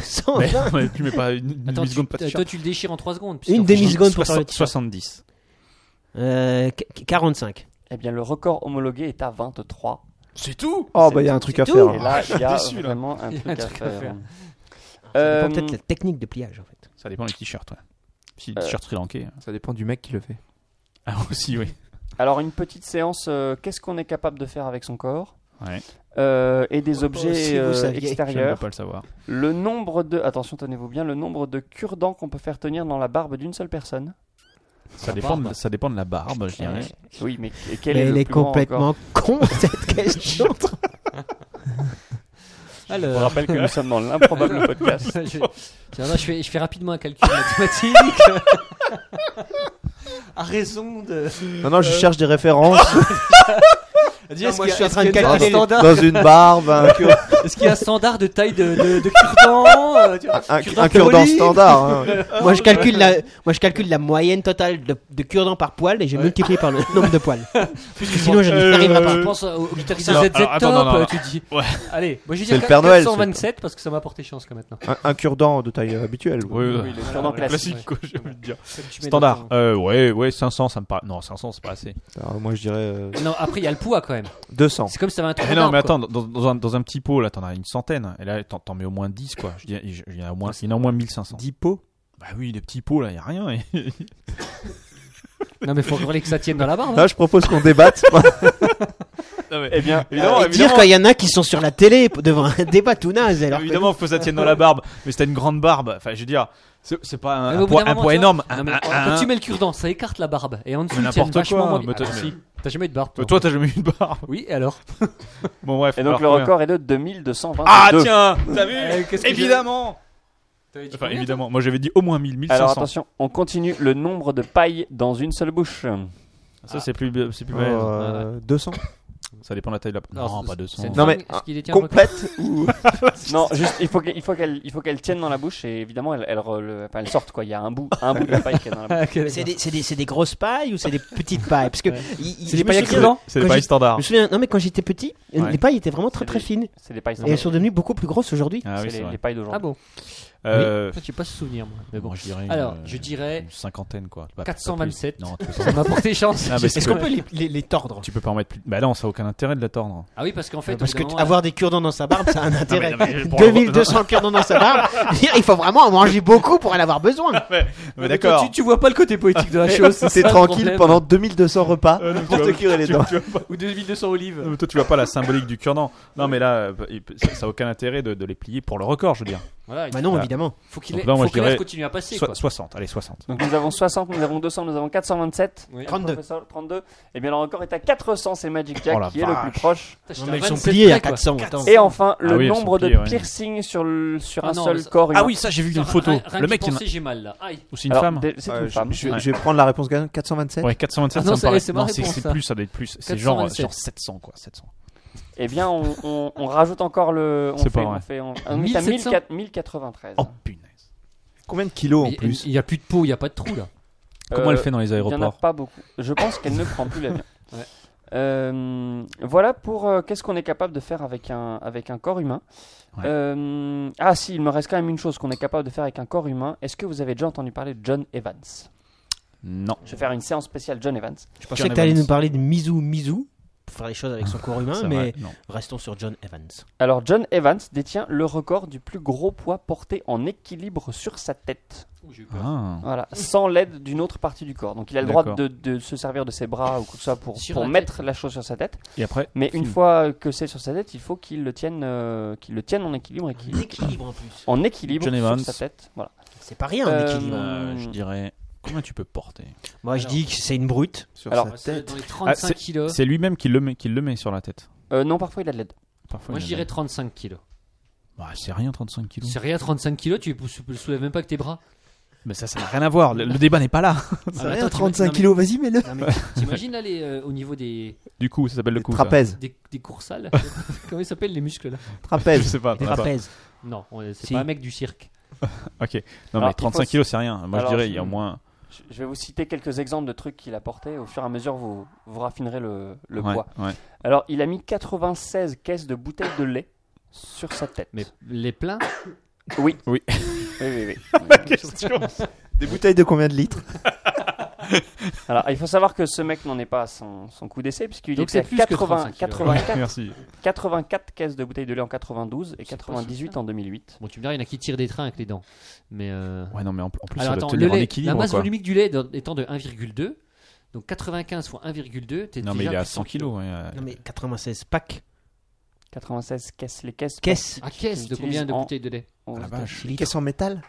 sans Mais un- non, mais tu mets pas une, une Attends, tu- demi-seconde par euh, t-shirt. toi tu le déchires en 3 secondes. une puisque- demi-seconde pour faire le Soixante- t-shirt. 70. Euh, qu- qu- 45. Eh bien, le record homologué est à 23. C'est tout Oh, bah, il y a un truc à tout. faire. Et là. là, il y a déçu, là. vraiment un Il y a truc à faire. Ça Euh, dépend peut-être de la technique de pliage en fait. Ça dépend des t-shirts, ouais. Si hein. Euh. t-shirt sri lankais. Ça dépend du mec qui le fait. Ah, aussi, oui. Alors une petite séance, euh, qu'est-ce qu'on est capable de faire avec son corps Ouais. Euh, et des objets Oh, si vous euh, saviez. J'aime extérieurs. pas le savoir. Le nombre de, attention tenez-vous bien, le nombre de cure-dents qu'on peut faire tenir dans la barbe d'une seule personne. Ça La dépend, de, barbe. ça dépend de la barbe, je dirais. Euh, oui, mais et quel Mais est elle le est plus grand record complètement con cette question. On Alors. rappelle que nous sommes dans l'improbable podcast. je, tiens, non, je fais, je fais rapidement un calcul mathématique. À raison de. Non, non, je cherche des références. Non, est-ce moi, qu'il je suis y a- en est-ce train qu'il de y a un calculer le- standard Dans une barbe, un cure- Est-ce qu'il y a un standard de taille de, de, de cure-dent euh, tu vois, un- cure-dent un cure-dent Péroli standard. hein. Moi je calcule la, moi je calcule la moyenne totale de, de cure-dent par poil et je multiplie par le nombre de poils. sinon je n'y arriverai Euh, Je pas. pense au au guitariste Alors, de ZZ alors, attends, Top, non, non, euh, non. tu dis. Ouais. Allez, moi je vais C'est dire le Père Noël, 427 parce que ça m'a porté chance quoi maintenant. Un, un cure-dent de taille euh, habituelle. Oui, il est Cure-dent clair. classique. classique, quoi, j'ai envie de dire. Tu mets Standard. dedans. Euh, ouais, ouais, 500, ça me paraît. Non, 500, c'est pas assez. Alors, moi, je dirais euh, Non, après il y a le poids quand même. 200. C'est comme si t'avais un trou Eh non, d'arbre, mais quoi. attends, dans, dans un, dans un petit pot, là, t'en as une centaine. Et là, t'en, t'en mets au moins 10, quoi. Je dis, il y en a au moins, il y en a au moins 1500. 10 pots Bah oui, des petits pots, là, y a rien. Et- Non, mais faut que ça tienne dans la barre. Là, je propose qu'on débatte. Eh bien, Et dire qu'il y en a qui sont sur la télé p- devant un débat tout naze. Alors que- Évidemment, faut que ça tienne dans la barbe. Mais c'était une grande barbe. Enfin, je veux dire, c'est, c'est pas Mais un, au un bout poids, d'un un moment, poids tu vois, énorme. Non, Un- mais un- quand un- tu mets le cure-dent, ça écarte la barbe. Et en dessous, Mais il tient n'importe vachement quoi, moins bien. mais t'as- Ah, si. T'as jamais eu de barbe, toi. Toi, t'as jamais eu de barbe. Oui, et alors Bon, bref. Et donc alors, le combien record est de 2222. Ah, tiens T'as Euh, vu qu'est-ce que j'ai- Évidemment Enfin, évidemment. Moi, j'avais dit au moins 1000, 1500. Alors attention, on continue le nombre de pailles dans une seule bouche. Ça, c'est plus. C'est plus balèze. Euh, 200. Ça dépend de la taille de la. Non, Alors, c'est- pas c'est 200. une Non, femme, mais, est-ce qu'il y tient un record Complète ou... Non, juste il faut qu'elle il faut qu'elle il faut qu'elle tienne dans la bouche et évidemment elle elle, re- le- enfin, elle sorte quoi, il y a un bout un bout de la paille qui est dans la bouche. Ah, ok, d'accord. C'est des, c'est des- c'est des grosses pailles ou c'est des petites pailles Parce que il- il- C'est je des me pailles souviens- cure-dents C'est des quand pailles j'ai- standards. Je me souviens, non mais quand j'étais petit, euh, Ouais. les pailles étaient vraiment très C'est très des- fines C'est des pailles et elles sont standards. devenues beaucoup plus grosses aujourd'hui. Ah oui, C'est c'est les, les vrai. pailles Ah d'aujourd'hui. bon Euh, Je sais pas se souvenir, moi. Mais bon. Moi, je dirais une, Alors, euh, je dirais une cinquantaine quoi. Bah, 427. pas plus. Non, tu peux, Ça m'a porté chance. Ah, mais c'est Est-ce qu'on peut les, les- les tordre Euh, tu peux pas en mettre plus. Bah non, ça a aucun intérêt de la tordre. Ah oui, parce qu'en fait, Parce au que bout d'un t- moment, avoir des cure-dents dans sa barbe, ça a un intérêt. non, mais pour le- 2200 cure-dents dans sa barbe, il faut vraiment en manger beaucoup pour en avoir besoin. Ah, Mais Mais toi, d'accord. Tu, tu vois pas le côté poétique de la chose. c'est T'es ça, le tranquille problème. pendant 2200 repas pour te vois- curer les dents. Ou 2200 olives. Non, mais Toi, tu vois pas la symbolique du cure-dent. Non, mais là, euh, il- ça, ça a aucun intérêt de, de les plier pour le record, je veux dire. Voilà, Bah il non, Voilà. évidemment. faut qu'il Donc ait- là, moi, faut je que l'air dirais continue à passer. Soi- quoi. 60, allez, 60. Donc nous avons 60, nous avons 200, nous avons 427. Oui. 32. Professeur, 32. Et bien le record est à 400, c'est Magic Jack Oh la qui est le plus vache. proche. Putain, Non, j'étais mais à ils sont 27 pliés près, à quoi. 400. attends. Et enfin, Ah le oui, elles sont nombre de pliées, ouais. piercings sur, le- sur Ah un non, mais seul ça- corps humain. Ah oui, ça, j'ai vu une Rien- photo. rien- rien Le que mec, d'y il y en a- penser, j'ai mal là. Aïe. ou c'est une Alors, femme. dé- C'est Euh, une je- femme. Je, Ouais. je vais prendre la réponse gagnante 427. Ouais, 427, Ah non, ça me c'est- paraît. c'est ma non, c'est réponse, c'est ça. plus, ça doit être plus. C'est genre, euh, 427. genre 700, quoi. 700. Eh bien, on, on- on rajoute encore le. On C'est fait, pas vrai. on fait, on, on est à 1700. 1004 1093. Oh punaise. Combien de kilos en Il- plus Il n'y a plus de peau, il n'y a pas de trou là. Comment Euh, elle fait dans les Il n'y en a aéroports pas beaucoup. Je pense qu'elle ne prend plus l'avion. Ouais. Euh, voilà pour euh, qu'est-ce qu'on est capable de faire avec un, avec un corps humain. Ouais. Euh, ah si, il me reste quand même une chose qu'on est capable de faire avec un corps humain. Est-ce que vous avez déjà entendu parler de John Evans Non. Je vais faire une séance spéciale John Evans. Je pensais que t'allais nous parler de Mizou Mizou pour faire les choses avec son corps humain, C'est mais vrai, non. restons sur John Evans. Alors John Evans détient le record du plus gros poids porté en équilibre sur sa tête. Ah. Voilà, sans l'aide d'une autre partie du corps. Donc il a le droit D'accord. de, de se servir de ses bras ou quoi que ce soit pour, Sur pour la mettre la chose sur sa tête. Et après Mais une Hmm. fois que c'est sur sa tête, il faut qu'il le tienne, euh, qu'il le tienne en équilibre et qu'il L'équilibre en plus. en équilibre John sur Evans. sa tête. Voilà. C'est pas rien, Euh, l'équilibre. euh, Hmm. Je dirais. Combien tu peux porter Moi, je dis que c'est une brute. Sur alors, sa tête. Dans les 35 kilos. C'est lui-même qui le met, qui le met sur la tête. Euh, non, parfois il a de l'aide. Parfois, Moi il je a- dirais 35 kilos. Bah, c'est rien 35 kilos. C'est rien 35 kilos, tu le soulèves même pas avec tes bras. Mais ça, ça n'a rien à voir. Le, le débat n'est pas là. Ah, Ça mais a attends, l'air, t'im- 35 non, mais- kilos, vas-y, mets-le. Non, mais T'imagines là les, euh, au niveau des, Du coup, ça s'appelle le coup. ça. Trapèze. des, des coursales Comment ils s'appellent les muscles là Je Trapèze. sais pas. Des attends. trapèzes. Non, on- c'est Si. pas un mec du cirque. Ok. Non, Alors, mais il faut 35 se- kilos, c'est rien. Moi, Alors, je dirais, il y a au je- moins. Je, je vais vous citer quelques exemples de trucs qu'il a porté. Au fur et à mesure, vous, vous raffinerez le, le ouais, poids. ouais. Alors, il a mis 96 caisses de bouteilles de lait sur sa tête. Mais les pleins Oui. Oui. oui, oui, oui. Des bouteilles de combien de litres Alors, il faut savoir que ce mec n'en est pas à son, son coup d'essai, puisqu'il Donc était c'est à plus que 80, 35 kilos. 84 Merci. 84 caisses de bouteilles de lait en 92 et C'est pas 98 ça. en 2008. Bon, tu me diras, il y en a qui tirent des trains avec les dents. Mais. euh, Ouais, non, mais en, en plus, Alors ça doit attends, le tenir en lait, la équilibre. masse quoi. volumique du lait dans- étant de 1,2, donc 95 fois 1,2, t'es Non, déjà mais il est à plus 100 kilos. ouais, euh, Non, mais 96 packs. 96 caisses, les caisses. Caisse. Ah, caisse de Utilise combien de en- bouteilles de lait on- la vache. Caisse en métal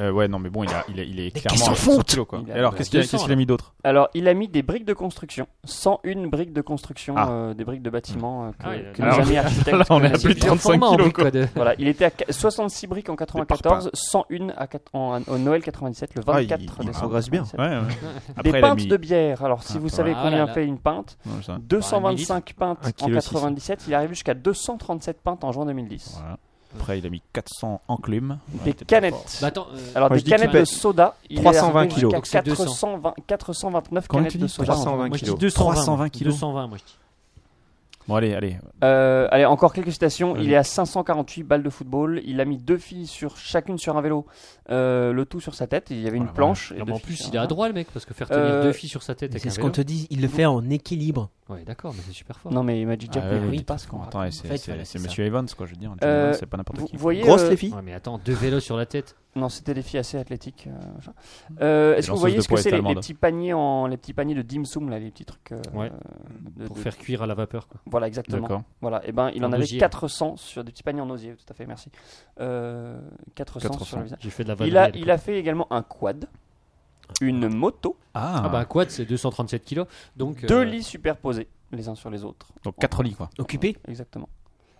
Euh, ouais, non, mais bon, il, a- il, est- il est Des clairement caisses en à 100 fonte. kilos, quoi. Il a- Et alors, qu'est-ce qu'il a, 200, qu'est-ce qu'il a mis d'autre Alors, il a mis des briques de construction, 101 briques de construction, Ah. euh, des briques de bâtiment euh, que, Ah, il a- que Alors, nos amis architectes là, on Euh, est à connaissent plus de bien. 35 Format en kilos, briques, quoi. quoi, de- Voilà, il était à qu- 66 briques en 94, 101 à quat- en- en- au Noël 97, le 24 Ah, il- il décembre. progresse bien. 97. Ouais, ouais. Des Après, il a pintes mis. de bière, alors si Ah, vous voilà. savez Ah combien là là. fait une pinte, Ouais, ça. 225 pintes Un en kilo six cents. 97, il arrive jusqu'à 237 pintes en juin 2010. Voilà. Après, il a mis 400 enclumes. Ouais, Des il était pas fort. canettes. Bah attends, euh, Alors Moi, je des dis qu'il canettes pèse de soda, il est 320 arrivé kilos. jusqu'à Donc, c'est 420 429 Combien canettes tu de dis soda. en 320 juin. Moi je dis kilos. 220. 320 kilos. 220, moi je dis. Bon, allez, allez. Euh, allez, encore quelques citations. Vas-y. Il est à 548 balles de football. Il a mis deux filles sur chacune sur un vélo, euh, le tout sur sa tête. Il y avait une Voilà, planche. et Non, deux mais en filles plus, sur il Ah. un a vélo. droit, le mec, parce que faire tenir Euh, deux filles sur sa tête avec C'est un ce qu'on vélo. te dit, il le fait en équilibre. Ouais, d'accord, mais c'est super fort. Non, mais Magic Jack Ah, ne ouais, rit oui, pas ce qu'on Bon, raconte. attends, c'est fait, c'est- voilà, c'est c'est Monsieur Evans, quoi, je veux dire. John Euh, Evans, c'est pas n'importe Vous qui. voyez. Grosse euh, les filles. Ouais, mais attends, deux vélos sur la tête. Non, c'était des filles assez athlétiques. euh, machin. Euh, Est-ce que vous lanceuse voyez de ce que poids est c'est les, les allemande. petits paniers en les petits paniers de dim sum là, les petits trucs. euh, Ouais. de- Pour de- faire cuire à la vapeur. Quoi. Voilà, exactement. D'accord. Voilà, et ben il en, En avait osier. 400 sur des petits paniers en osier. Tout à fait, merci. Euh, 400, sur 400. le visage. J'ai fait de la Il a, valériane, il quoi. a fait également un quad, une moto, Ah, Ah bah, un quad, c'est 237 kilos. Donc, deux euh, lits superposés les uns sur les autres. donc 4 lits, quoi. Occupé Exactement.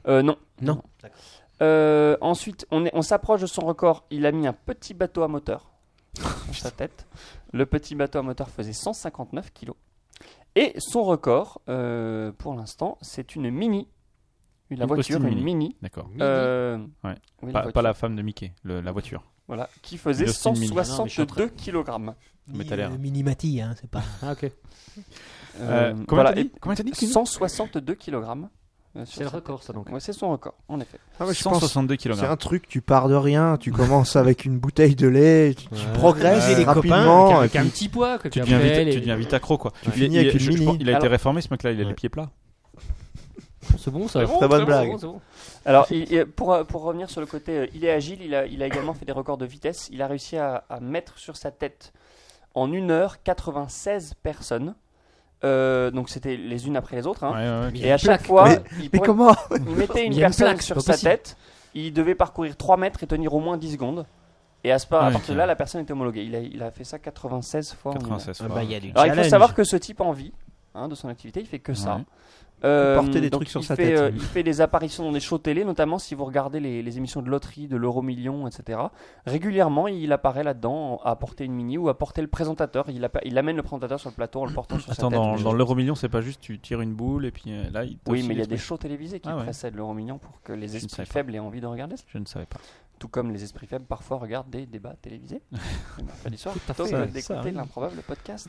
Euh, non. Non. Euh, ensuite, on est- on s'approche de son record. Il a mis un petit bateau à moteur sur sa tête. Le petit bateau à moteur faisait 159 kilos. Et son record, euh, pour l'instant, c'est une mini. La Une voiture, Austin une Mini. mini. D'accord. mini. Euh, Ouais. oui, Pas, la pas voiture. la femme de Mickey, le- la voiture. Voilà, qui faisait Une Austin Mini. Ah non, mais je suis en train 162 kg. Mais t'as l'air. Le Minimati, hein, c'est pas. Ah, ok. Euh, Comment voilà, t'as et dit Comment t'as dit Kevin 162 kg. euh, C'est le record, ça donc. c'est son record, en effet. Ah ouais, je pense- 162 C'est kg. un truc, tu pars de rien, tu commences avec une bouteille de lait, tu, tu Ouais. progresses J'ai des rapidement. copains, et Avec un puis- petit poids. Quoi, Oh, Tu puis deviens, après, vite, les- tu deviens vite accro, quoi. Tu Il- finis il- avec une je- je mini. pense- Il a été Alors- réformé, ce mec-là, il a les Ouais. pieds plats. C'est bon, ça. C'est bon, Très bonne c'est bon, blague. c'est bon, c'est bon. Alors, il- il- pour, euh, pour revenir sur le côté, euh, il est agile, il a, il a également fait des records de vitesse. Il a réussi à, à mettre sur sa tête en 1 heure 96 personnes. Euh, donc, c'était les unes après les autres. hein. Ouais, ouais, ouais. Mais- Et à chaque plaque. fois, Mais- il, Mais prenait- comment il mettait une Il y a une personne plaque, sur c'est sa pas possible. tête. Il devait parcourir 3 mètres et tenir au moins 10 secondes. Et à, ce pas, Ah à oui, partir ok. de là, la personne était homologuée. Il a, il a fait ça 96 fois. en une heure. 96 Ah fois. bah, il y a du Alors, il faut challenge. savoir que ce type en vie hein, de son activité, il fait que ça. Ouais. Euh, Il peut porter des donc, trucs sur il sa fait, tête. euh, il fait des apparitions dans des shows télé, notamment si vous regardez les, les émissions de loterie, de l'euro million, etc. Régulièrement, il apparaît là-dedans à porter une mini ou à porter le présentateur. Il, appa- il amène le présentateur sur le plateau en le portant sur sa Attends, tête. dans, Mais- dans l'euro million, c'est pas juste tu tires une boule et puis euh, là, il t'as Oui, aussi mais il y a des trucs. shows télévisés qui Ah ouais. précèdent l'euro million pour que les ne savais esprits pas. faibles aient envie de regarder ça. Je ne savais pas. Tout comme les esprits faibles parfois regardent des débats télévisés le mercredi soir plutôt fait. que Ça, ça d'écouter arrive. l'improbable podcast.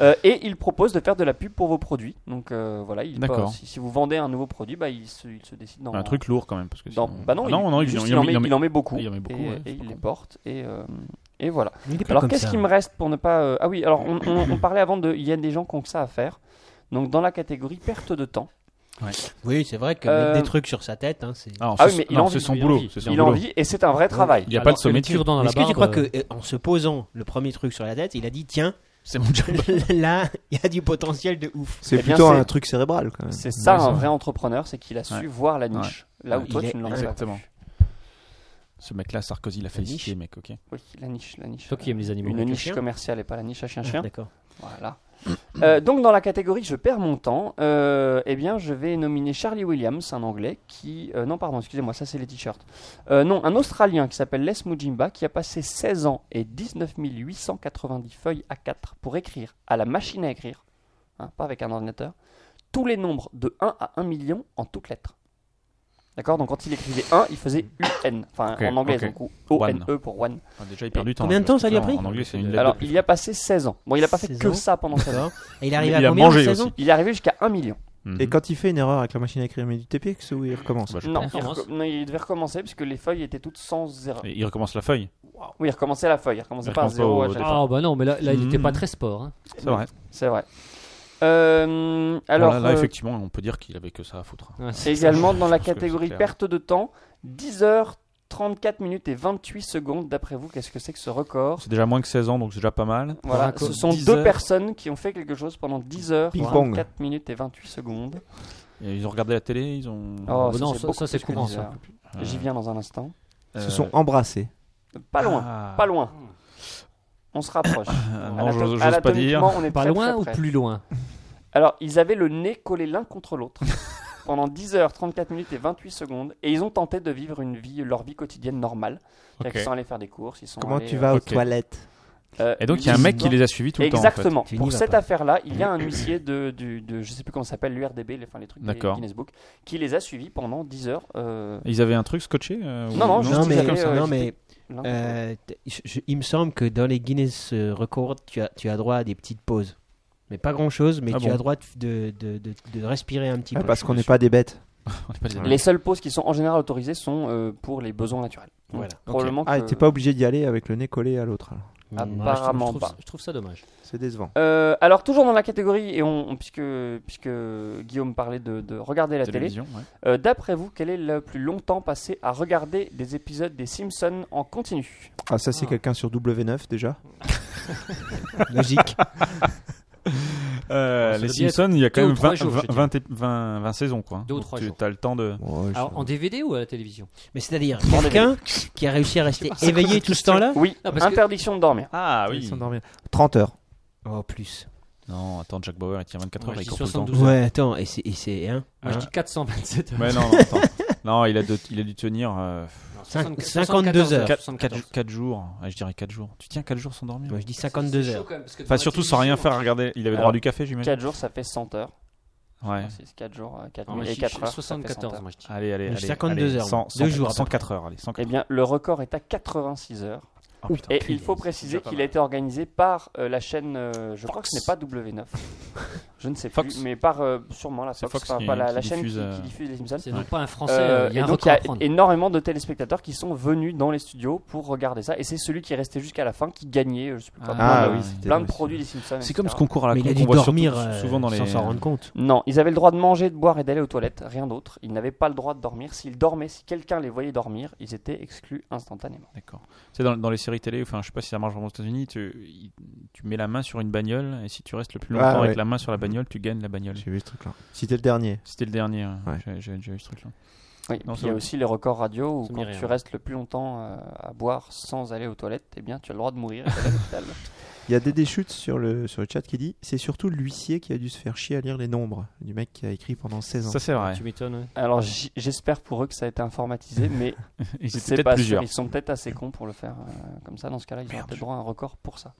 Euh, et il propose de faire de la pub pour vos produits. Donc euh, voilà, il D'accord. peut- si, si vous vendez un nouveau produit, bah, il, se, il se décide d'en Un truc lourd quand même. Parce que dans- sinon- bah non, Ah il, non, non, juste, en- il en met, il en met beaucoup. il en met beaucoup, et, ouais, et c'est pas il les con. porte. Et, euh, et voilà. Il est pas Alors comme qu'est-ce ça. hein. qui me reste pour ne pas. euh, Ah oui, alors on, on- on parlait avant de. Il y a des gens qui ont que ça à faire. Donc dans la catégorie perte de temps, Oui, c'est vrai que Euh, mettre des trucs sur sa tête, hein, c'est. Alors, Ah c'est- oui, mais il non, en c'est vit, son il en boulot. vit. c'est son il en boulot. vit et c'est un vrai travail. Il n'y a Alors pas de que sommet les de tir. cure-dents dans la Est-ce que tu barbe, crois euh, que euh, en se posant le premier truc sur la tête, il a dit tiens, C'est mon job. là, il y a du potentiel de ouf. C'est Eh bien, plutôt c'est- un truc cérébral quand même. C'est ça Ouais, un c'est vrai entrepreneur, c'est qu'il a su Ouais. voir la niche. Là où Ouais. toi Il tu ne est- l'aurais pas Exactement. vu. Ce mec-là, Sarkozy l'a félicité, mec, ok. Oui, la niche, la niche. Toi qui aimes les animaux. Une niche chien. commerciale et pas la niche à chien-chien. D'accord. Voilà. Euh, donc dans la catégorie je perds mon temps, euh, eh bien je vais nominer Charlie Williams, un Anglais qui... euh, non pardon, excusez-moi, ça c'est les t-shirts. Euh, non, un Australien qui s'appelle Les Mujimba qui a passé 16 ans et 19 890 feuilles à 4 pour écrire à la machine à écrire, hein, pas avec un ordinateur, tous les nombres de 1 à 1 million en toutes lettres. D'accord Donc quand il écrivait 1, il faisait UN, enfin Ok, en anglais ok. donc O-N-E E pour one. Enfin, déjà, il perd du temps. combien hein, de temps parce ça que lui a là, pris En anglais, c'est une lettre. Alors de plus. il y a passé 16 ans. Bon, il a pas fait 16 que ans. ça pendant 16 ans. D'accord. Et il est arrivé Il à a combien en mangé saison aussi. Il est arrivé jusqu'à 1 million. Mhm. Et quand il fait une erreur avec la machine à écrire, mais du TPX ou il recommence Bah, je- Non, pense. il, reco- non, il devait recommencer parce que les feuilles étaient toutes sans erreur. Et Il recommence la feuille. Oui, il recommençait la feuille, il recommençait Il pas à recommence pas zéro. au- à chaque- Ah bah non, mais là, là, il était Mm. pas très sport. hein. C'est vrai. C'est vrai. Euh, alors, Bon, là, là, euh, effectivement, on peut dire qu'il avait que ça à foutre. Ah, c'est- également dans la pense que c'est catégorie clair. perte de temps, 10 heures 34 minutes et 28 secondes. D'après vous, qu'est-ce que c'est que ce record C'est déjà moins que 16 ans, donc c'est déjà pas mal. voilà, un co- ce sont 10 deux heures. personnes qui ont fait quelque chose pendant 10 heures, Ping-pong. 34 minutes et 28 secondes. Et ils ont regardé la télé, ils ont. Oh, bah non, ça- beaucoup ça, Ah. c'est plus que courant, 10 ça. heures. J'y viens dans un instant. Ils se sont embrassés. Pas loin, Ah. pas loin. On se rapproche. Ah, non, Anato- j'ose- j'ose pas dire. anatomiquement, on est Pas très, loin très ou près. plus loin Alors, ils avaient le nez collé l'un contre l'autre pendant 10 heures, 34 minutes et 28 secondes, et ils ont tenté de vivre une vie, leur vie quotidienne normale. Ok. Ils sont allés faire des courses, ils sont Comment allés, tu euh, vas aux ok. toilettes euh, Et donc il y a un mec qui les a suivis tout le temps. en fait. Exactement. Tu n'y Pour vas cette pas. affaire-là, il y a un huissier de, du, de je sais plus comment ça s'appelle, l'URDB, les, enfin, les trucs des D'accord. Guinness Book, qui les a suivis pendant 10 heures. euh, Ils avaient un truc scotché euh, ou- Non, non, juste Non, qu'ils mais, avaient, euh, non, j'étais- mais Hein, l'un contre l'autre. euh, t- je- je- il me semble que dans les Guinness euh, Records, tu as, tu as droit à des petites pauses. Mais pas grand chose, mais Ah tu bon as droit de, de, de- de respirer un petit Ah, peu. Parce qu'on n'est pas des bêtes. On est pas des amis. Les seules pauses qui sont en général autorisées sont euh, pour les besoins naturels. Donc, euh, Voilà. Probablement Ah, que- t'es pas obligé d'y aller avec le nez collé à l'autre. alors. Ah, Moi, je trouve- Apparemment je trouve, pas. Je trouve ça dommage. C'est décevant. Euh, alors toujours dans la catégorie et on, on- puisque puisque Guillaume parlait de, de regarder la télé. Télévision, ouais. euh, D'après vous, quel est le plus longtemps passé à regarder des épisodes des Simpsons en continu Ah, ça, c'est Ah. quelqu'un sur W9 déjà. Logique. Euh, Ça les doit bien Simpsons, il y a quand deux ou même trois 20, jours, je 20, 20 20 saisons. Quoi. Deux ou Donc, trois Oh, tu- jours. T'as le temps de. Alors, en DVD ou à la télévision Mais c'est-à-dire, quelqu'un qui a réussi à rester éveillé tout ce temps-là Oui, Non, parce que- interdiction de dormir. Ah Ils sont dormir. 30 heures. Oh, plus. Non, attends, Jack Bauer, il tient 24 Moi, heures, je il court dis tout le temps. 72 heures. Ouais, attends, et c'est- et c'est. Hein, Moi, je hein, dis 427 heures. Ouais, non, non, attends. non il, a de- il a dû tenir euh, Non, Cinq- 74 52 heures. 4, 74. jours. Ouais, je dirais 4 jours. Tu tiens 4 jours sans dormir moi, je dis C'est 52 chaud heures. quand même, parce que dans Enfin, la surtout sans rien télévision, faire à regarder. Il avait droit Alors, à du café, j'imagine. 4 jours, ça fait 100 heures. Ouais. 4 jours, 4 Non, moi, et je dis 4 heures. ça fait 100 74, heures. moi je dis. Allez, allez, J'ai allez. 52 allez, heures, cent- moi. cent- Deux jours, à peu 104 heures, allez, 104 Eh bien, le record est à 86 heures. Oh, putain. Et il faut préciser déjà pas qu'il a mal. été organisé par euh, la chaîne, euh, je crois que ce n'est pas W9. je ne sais plus, Fox. mais par euh, sûrement la C'est Fox, Fox enfin, qui- pas la, qui la chaîne qui- diffuse, euh, qui, diffuse les Simpsons. C'est donc pas un français, Euh, euh, il y et a un donc il y record à a prendre. énormément de téléspectateurs qui sont venus dans les studios pour regarder ça. Et c'est celui qui est resté jusqu'à la fin qui gagnait, euh, je sais plus quoi, Ah, Ah, plein, de, oui, oui. c'était plein de aussi. produits des Simpsons. C'est etc. comme ce concours à la Mais il con a qu'on dû voit surtout- dormir euh, souvent dans les. sans s'en rendre compte. Non, ils avaient le droit de manger, de boire et d'aller aux toilettes, rien d'autre. Ils n'avaient pas le droit de dormir. S'ils dormaient, si quelqu'un les voyait dormir, ils étaient exclus instantanément. D'accord. C'est dans, dans les séries télé, enfin, je sais pas si ça marche vraiment aux États-Unis, tu, il- tu mets la main sur une bagnole et si tu restes le plus Ah, longtemps avec ouais. la main sur la bagnole, tu gagnes la bagnole. J'ai vu ce truc-là. Si t'es le dernier. C'était le dernier. ouais. Ouais. J'ai- J'ai déjà eu ce truc-là. Oui, et Non, c'est puis il y a vrai. aussi les records radio où Ça quand m'irait, tu hein. restes le plus longtemps euh, à boire sans aller aux toilettes, eh bien tu as le droit de mourir et d'aller à l'hôpital. Il y a Dédé Chutes sur le, sur le chat qui dit c'est surtout l'huissier qui a dû se faire chier à lire les nombres du mec qui a écrit pendant 16 ans. Ça, c'est vrai. Tu m'étonnes. ouais. Alors j- j'espère pour eux que ça a été informatisé, mais Ils étaient c'est peut-être pas plusieurs. sûr. Ils sont peut-être assez cons pour le faire euh, comme ça. Dans ce cas-là, ils ont peut-être droit à un record pour ça.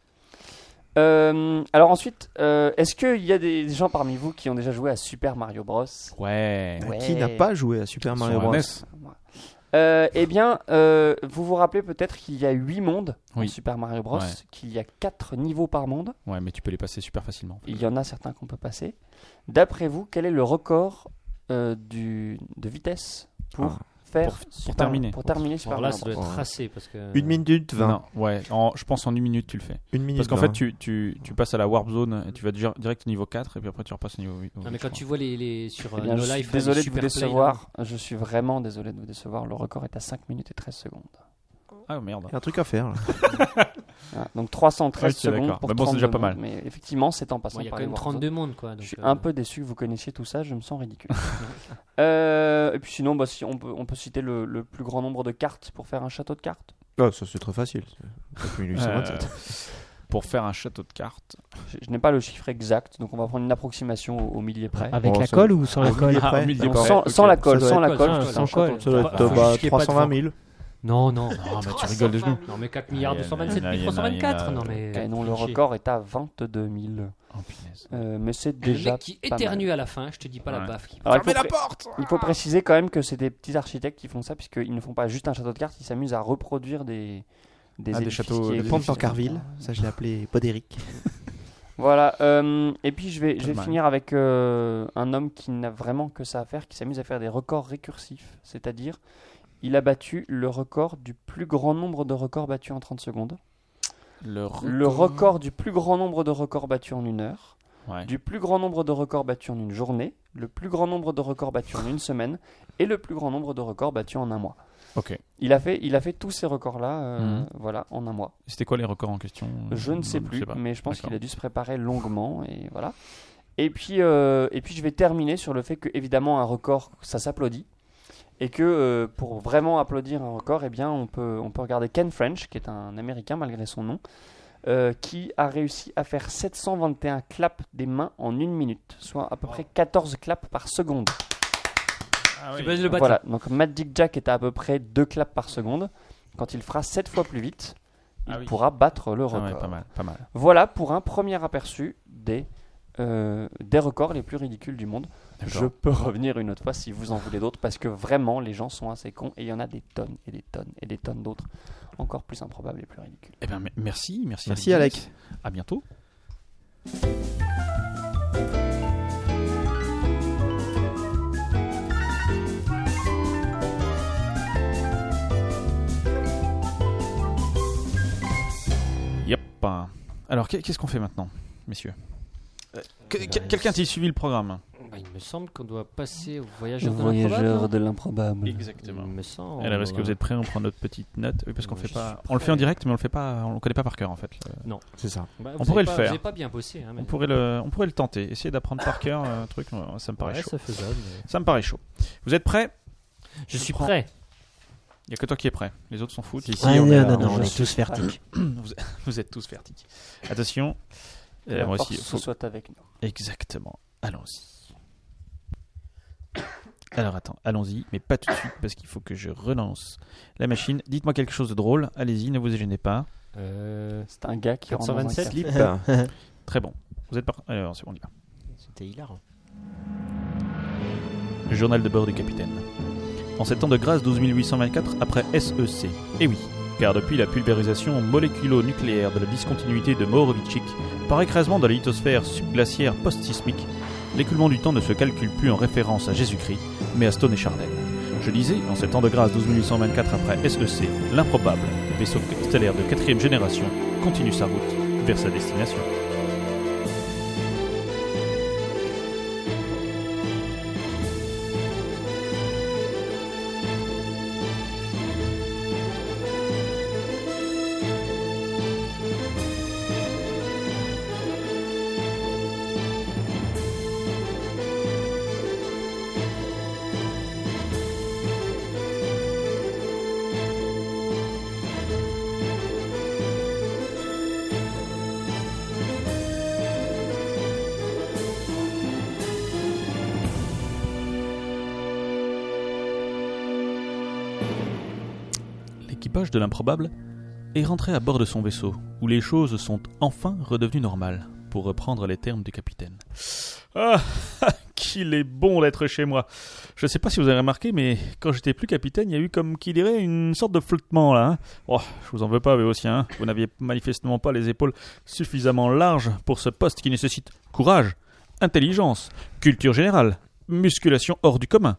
Euh, alors ensuite, euh, est-ce qu'il y a des gens parmi vous qui ont déjà joué à Super Mario Bros Ouais. Ouais. Euh, Qui n'a pas joué à Super Sur Mario la Bros. NES. Euh, Eh bien, euh, vous vous rappelez peut-être qu'il y a 8 mondes dans Oui. Super Mario Bros, Ouais. qu'il y a 4 niveaux par monde. Ouais, mais tu peux les passer super facilement. Il y en a certains qu'on peut passer. D'après vous, quel est le record euh, du, de vitesse pour Ah. faire Pour- Super- terminer. pour terminer Bon, Super là, Mario ça doit Bros. être tracé parce que. Une minute 20. euh, Non, ouais. en- je pense en une minute, tu le fais. Une minute Parce qu'en 20. fait, tu, tu, tu passes à la warp zone et tu vas dir- direct au niveau 4 et puis après tu repasses au niveau 8. Non, Ah, mais quand tu vois les, les sur Eh euh, bien, No je suis Life, désolé les de vous Super Play, là. décevoir. Je suis vraiment désolé de vous décevoir. Le record est à 5 minutes et 13 secondes. Ah merde. Il y a un truc à faire. là. Ah, donc 313 Ok, secondes d'accord. pour Bah bon, c'est 32 déjà pas mal. mondes, Mais effectivement, c'est en passant Bon, Il y a par quand les même Warzone. 32 mondes quoi. Je donc, suis euh, un peu déçu que vous connaissiez tout ça, je me sens ridicule. Euh, et puis sinon, bah, si on, peut, on peut citer le, le plus grand nombre de cartes pour faire un château de cartes. Ah, ça, c'est très facile. Euh, C'est 1827. Pour faire un château de cartes. Je, je n'ai pas le chiffre exact, donc on va prendre une approximation au, au millier près. Avec Bon, la ça- colle ou sans la Ah, colle oui. Après, au milieu Donc, près, sans, ok. sans la Ça colle, doit sans la être- colle, Ah, je fais un sans château colle. de Ça doit Faut être euh, bah, juste qu'il y ait pas de 320 000. Non, Non, non. mais tu rigoles de genoux. Non, mais 4 milliards Il y en a, 227 il y en a, il y en a, 324. euh, Non, mais. cartes. Et Eh, non, le Cliché. record est à 22 000. Oh, punaise. Euh, mais c'est Le déjà. mec qui pas mal. éternue à la fin, je te dis pas la Ouais. baffe. qui- Alors, il, faut pré- il faut préciser quand même que c'est des petits architectes qui font ça, puisqu'ils ne font pas juste un château de cartes, ils s'amusent à reproduire des. Des, Ah, des édifices châteaux- qui des Le pont de existent. Tancarville, ça je l'ai appelé Podéric. Voilà, euh, et puis je vais, je vais mal. finir avec euh, un homme qui n'a vraiment que ça à faire, qui s'amuse à faire des records récursifs, c'est-à-dire il a battu le record du plus grand nombre de records battus en 30 secondes, Le record. le record du plus grand nombre de records battus en une heure, Ouais. du plus grand nombre de records battus en une journée, le plus grand nombre de records battus en une semaine, et le plus grand nombre de records battus en un mois. Ok. Il a fait, il a fait tous ces records-là, euh, Mhm. voilà, en un mois. C'était quoi les records en question Je ne sais plus, pas. mais je pense D'accord. qu'il a dû se préparer longuement et voilà. Et puis, euh, et puis je vais terminer sur le fait que évidemment un record, ça s'applaudit. Et que euh, pour vraiment applaudir un record, eh bien, on, peut, on peut regarder Ken French, qui est un Américain malgré son nom, euh, qui a réussi à faire 721 claps des mains en une minute, soit à peu près 14 claps par seconde. Ah Tu peux le battre. Voilà, donc Magic Jack est à, à peu près 2 claps par seconde. Quand il fera 7 fois plus vite, il Ah oui. pourra battre le record. Ah ouais, pas mal, pas mal. Voilà pour un premier aperçu des, euh, des records les plus ridicules du monde. D'accord. Je peux revenir une autre fois si vous en voulez d'autres, parce que vraiment, les gens sont assez cons et il y en a des tonnes et des tonnes et des tonnes d'autres encore plus improbables et plus ridicules. Eh ben, me- merci, merci. Merci, Alex. À bientôt. Yep. Alors, qu'est- qu'est-ce qu'on fait maintenant, messieurs Que- que- Quelqu'un a-t-il suivi le programme Bah, il me semble qu'on doit passer au voyageur de l'improbable. Voyageur de l'improbable. Exactement. Il me semble. Et là, parce que vous êtes prêts, on prend notre petite note. Oui, parce qu'on Ouais, fait je pas. suis On le fait en prêt. direct, mais on le fait pas. On le connaît pas par cœur, en fait. Le- C'est ça. Bah, vous on avez pourrait le pas- faire. Vous n'avez pas bien bossé. Hein, mais... On pourrait le, Euh, on pourrait le tenter. Essayer d'apprendre par cœur euh, un truc. euh, Ça me paraît Ouais, chaud. c'est faisable. Ça me paraît chaud. Vous êtes prêts mais- Je suis prends. prêt. Il y a que toi qui es prêt. Les autres s'en foutent. Si, si, Ah, on non, est là, non, on- non, on je est suis tous vertiques. Vous êtes tous vertiques. Attention. Que Euh, la moi force aussi. faut- soit avec nous. Exactement. Allons-y. Alors attends, allons-y, mais pas tout de suite parce qu'il faut que je relance la machine. Dites-moi quelque chose de drôle. Allez-y, ne vous gênez pas. Euh, C'est un gars qui rentre dans un 427, café. Slip. Très bon. Vous êtes par. Alors c'est bon, on y va. C'était hilarant. Le journal de bord du capitaine. En sept ans de grâce 12824 après SEC. Et Eh oui, car depuis la pulvérisation moléculo-nucléaire de la discontinuité de Morovitchik par écrasement de la lithosphère subglaciaire post-sismique, l'écoulement du temps ne se calcule plus en référence à Jésus-Christ, mais à Stone et Chardel. Je lisais, en sept ans de grâce 12824 après SEC, l'improbable, le vaisseau stellaire de quatrième génération, continue sa route vers sa destination. L'équipage de l'improbable est rentré à bord de son vaisseau, où les choses sont enfin redevenues normales, pour reprendre les termes du capitaine. Ah, qu'il est bon d'être chez moi. Je sais pas si vous avez remarqué, mais quand j'étais plus capitaine, il y a eu comme qui dirait une sorte de flottement là. hein. Oh, je vous en veux pas, Béotien. hein. Vous n'aviez manifestement pas les épaules suffisamment larges pour ce poste qui nécessite courage, intelligence, culture générale, musculation hors du commun,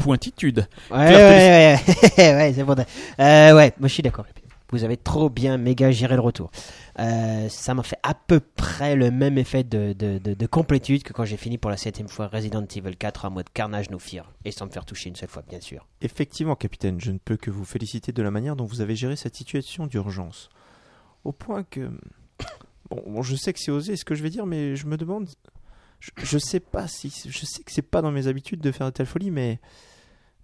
pointitude. Ouais, ouais, ouais, ouais, ouais, c'est bon. Euh, ouais, moi je suis d'accord. Vous avez trop bien méga géré le retour. Euh, ça m'a fait à peu près le même effet de, de, de- de complétude que quand j'ai fini pour la septième fois Resident Evil 4 en mode carnage nous firent. Et sans me faire toucher une seule fois, bien sûr. Effectivement, capitaine, je ne peux que vous féliciter de la manière dont vous avez géré cette situation d'urgence. Au point que... Bon, bon, je sais que c'est osé ce que je vais dire, mais je me demande... Je, je sais pas si... Je sais que c'est pas dans mes habitudes de faire de telles folies, mais...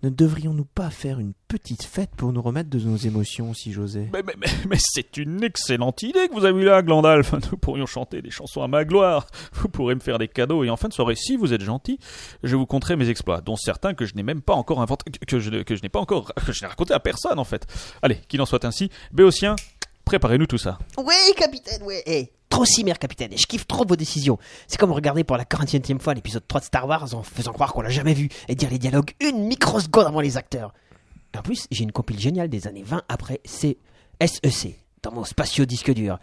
Ne devrions-nous pas faire une petite fête pour nous remettre de nos émotions, si j'osais Mais, mais- mais- mais c'est une excellente idée que vous avez eue là, Glandalf. Nous pourrions chanter des chansons à ma gloire. Vous pourrez me faire des cadeaux et en fin de soirée, si vous êtes gentil, je vous conterai mes exploits, dont certains que je n'ai même pas encore inventé, que je, que je n'ai pas encore, que je n'ai raconté à personne en fait. Allez, qu'il en soit ainsi. Béotien, préparez-nous tout ça. Ouais, capitaine, ouais. eh, trop mère capitaine. Et je kiffe trop vos décisions. C'est comme regarder pour la 40e fois l'épisode 3 de Star Wars en faisant croire qu'on l'a jamais vu et dire les dialogues une microseconde avant les acteurs. En plus, j'ai une compile géniale des années 20 après C SEC dans mon spatio disque dur.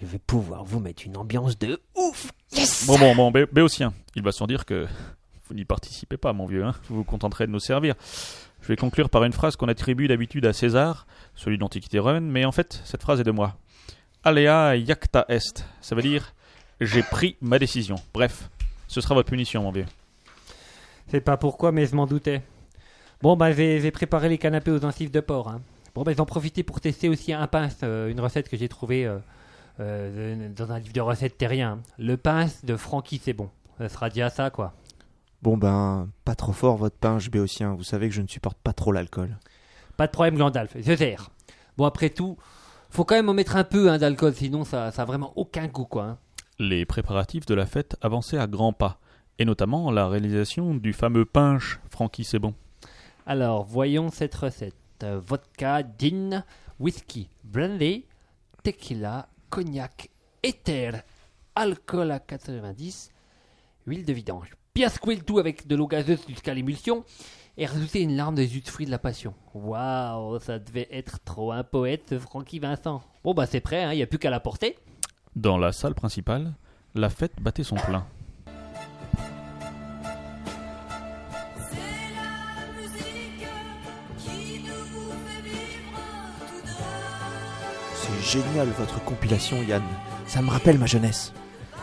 Je vais pouvoir vous mettre une ambiance de ouf. Yes Bon, bon, bon, Bé- Béotien, il va sans dire que vous n'y participez pas, mon vieux. Hein. Vous vous contenterez de nous servir. Je vais conclure par une phrase qu'on attribue d'habitude à César, celui de l'Antiquité romaine, mais en fait, cette phrase est de moi. Alea iacta est. Ça veut dire j'ai pris ma décision. Bref, ce sera votre punition, mon vieux. C'est pas pourquoi, mais je m'en doutais. Bon, bah, j'ai j'ai préparé les canapés aux gencives de porc. hein. Bon, bah, j'en profitais pour tester aussi un pince, euh, une recette que j'ai trouvée euh, euh, dans un livre de recettes terrien. Le pince de Francky, c'est bon. Ça sera déjà ça, quoi. Bon ben, pas trop fort votre pinche béotien, hein. vous savez que je ne supporte pas trop l'alcool. Pas de problème, Gandalf. Je verre. Bon, après tout, faut quand même en mettre un peu hein, d'alcool, sinon ça, ça a vraiment aucun goût, quoi. hein. Les préparatifs de la fête avançaient à grands pas, et notamment la réalisation du fameux pinche Francky C'est bon. Alors, voyons cette recette. Euh, Vodka, gin, whisky, brandy, tequila, cognac, éther, alcool à 90, huile de vidange. Bien secouer le tout avec de l'eau gazeuse jusqu'à l'émulsion et rajouter une larme de jus de fruit de la passion. Waouh, ça devait être trop un poète, ce Francky Vincent. Bon, bah c'est prêt, il n'y a plus qu'à la porter. Dans la salle principale, la fête battait son plein. C'est la musique qui nous fait vivre tout deux. C'est génial votre compilation, Yann. Ça me rappelle ma jeunesse.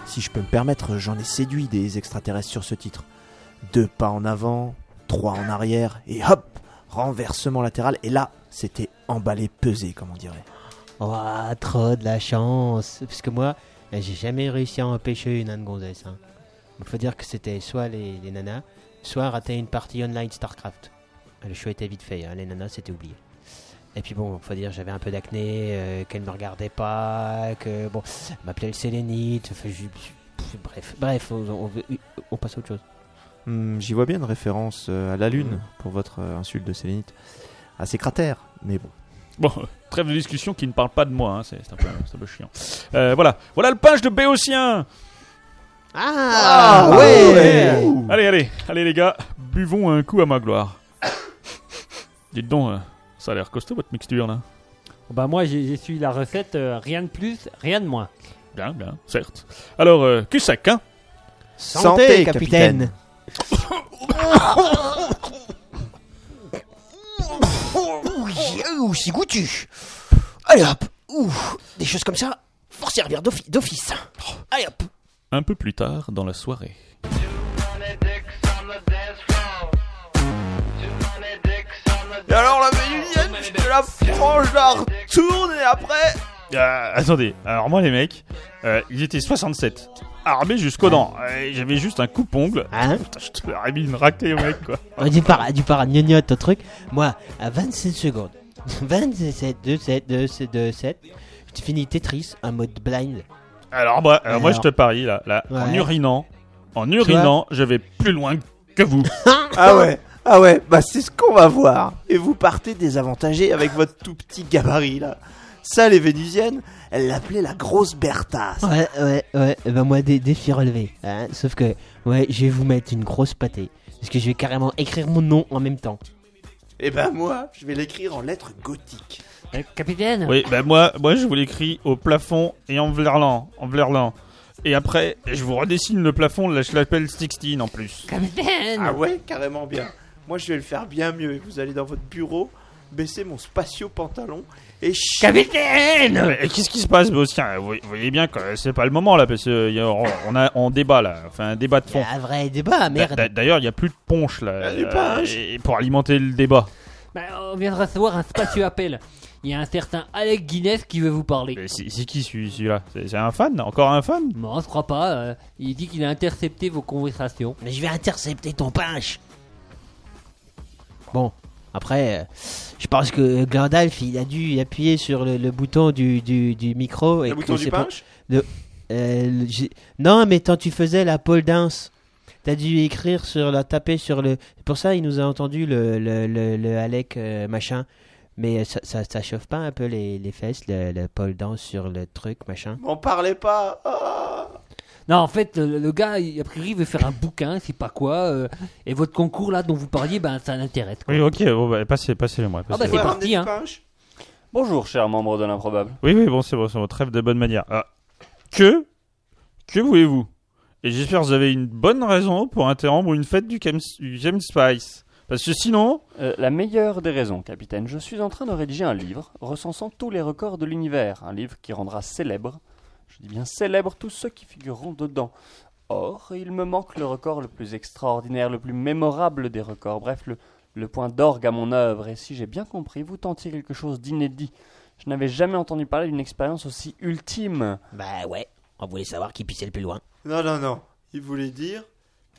Si je peux me permettre, j'en ai séduit des extraterrestres sur ce titre. Deux pas en avant, trois en arrière, et hop, renversement latéral. Et là, c'était emballé, pesé, comme on dirait. Ouah, Oh, trop de la chance. Parce que moi, euh, j'ai jamais réussi à empêcher une âne gonzesse. hein. Il faut dire que c'était soit les, les nanas, soit rater une partie online StarCraft. Euh, Le show était vite fait, hein, les nanas c'était oublié. Et puis bon, faut dire, j'avais un peu d'acné, euh, qu'elle me regardait pas, que bon, elle m'appelait le sélénite. enfin, je- je- bref, bref, on, on- on- on passe à autre chose. Hmm, J'y vois bien une référence euh, à la Lune pour votre euh, insulte de Sélénite. À ses cratères, mais bon. Bon, euh, trêve de discussion qui ne parle pas de moi, hein, c'est c'est un, peu- c'est un peu chiant. Euh, voilà, voilà le pinche de Béotien Ah, Allez, allez, allez les gars, buvons un coup à ma gloire. Dites donc, euh, ça a l'air costaud votre mixture là. Bah moi, j'ai j'ai suivi la recette, euh, rien de plus, rien de moins. Bien, bien, certes. Alors, euh, que sac, hein Santé, capitaine. Ouh, c'est goûtu. Allez hop, ouh, des choses comme ça, faut servir d'offi- d'office. Allez hop. Un peu plus tard dans la soirée. Et alors la vénusienne, je te la prends, je la retourne et après... Euh, attendez, alors moi les mecs, euh, ils étaient 67, armés jusqu'aux dents. Euh, J'avais juste un coupongle. Hein Oh, Putain, je te l'aurais mis une raclée, mec, quoi. Du para, du para, gnognotte au truc. Moi, à 27 secondes, 27, 2, 7, 2, 7, 2, 7, je finis Tetris en mode blind. Alors, moi, alors, moi, je Alors. te parie, là, là en Ouais. urinant, en urinant, je vais plus loin que vous. Ah ouais, ah ouais, bah c'est ce qu'on va voir. Et vous partez désavantagé avec votre tout petit gabarit là. Ça, les Vénusiennes, elles l'appelaient la grosse Bertha. ça. Ouais, ouais, ouais, eh ben moi, des défis relevés. hein. Sauf que, ouais, je vais vous mettre une grosse pâtée. Parce que je vais carrément écrire mon nom en même temps. Et ben moi, je vais l'écrire en lettres gothiques. Euh, capitaine Oui, ben moi, moi, je vous l'écris au plafond et en verlan, en verlan. Et après, je vous redessine le plafond, là, je l'appelle 16 en plus. Capitaine Ah ouais, carrément bien. Moi, je vais le faire bien mieux. Vous allez dans votre bureau, baissez mon spatio pantalon et ch- Capitaine Et qu'est-ce qui se passe, Bastien Vous vous voyez bien que c'est pas le moment, là, parce qu'on on a on débat, là. Enfin, un débat de Il y fond. a un vrai débat, D'a- merde. d'a- D'ailleurs, il n'y a plus de ponche, là. Il y a du punch. euh, et- pour alimenter le débat. Ben, On vient de recevoir un spacieux appel. Il y a un certain Alec Guinness qui veut vous parler. Mais C'est c'est qui celui- celui-là C'est c'est un fan Encore un fan Non, je crois pas. euh, il dit qu'il a intercepté vos conversations. Mais je vais intercepter ton punch. Bon, après, euh, je pense que Gandalf, il a dû appuyer sur le, le bouton du, du, du micro. Et le que bouton du c'est pas- punch. Euh, le- j'ai- Non, mais quand tu faisais la pole dance, t'as dû écrire sur la taper sur le. Pour ça, il nous a entendu le, le, le, le Alec euh, machin. Mais euh, ça, ça, ça chauffe pas un peu les, les fesses, le, le pole dance sur le truc machin. M'en parlez pas. Ah. Non, en fait, euh, le, le gars, il, a priori, il veut faire un bouquin, c'est pas quoi. euh, et votre concours là dont vous parliez, ben ça l'intéresse. quoi. Oui, ok, bon, bah, passez, passez-le moi. Ah bah, passez-le. c'est Ouais, parti, ramenez du hein. punch. Bonjour, cher membre de l'improbable. Oui, oui, bon, c'est bon, c'est bon. Trêve de bonne manière. Ah, que Que voulez-vous Et j'espère que vous avez une bonne raison pour interrompre une fête du Cam- du James Spice. Parce que sinon, Euh, la meilleure des raisons, capitaine. Je suis en train de rédiger un livre recensant tous les records de l'univers. Un livre qui rendra célèbre, je dis bien célèbre, tous ceux qui figureront dedans. Or, il me manque le record le plus extraordinaire, le plus mémorable des records. Bref, le, le point d'orgue à mon œuvre. Et si j'ai bien compris, vous tentiez quelque chose d'inédit. Je n'avais jamais entendu parler d'une expérience aussi ultime. Bah ouais, on voulait savoir qui pissait le plus loin. Non, non, non. Il voulait dire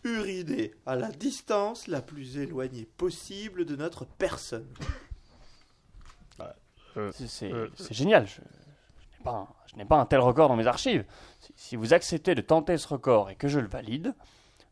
uriner à la distance la plus éloignée possible de notre personne. C'est- C'est c'est génial. Je, je n'ai pas, un- je n'ai pas un tel record dans mes archives. Si, si vous acceptez de tenter ce record et que je le valide,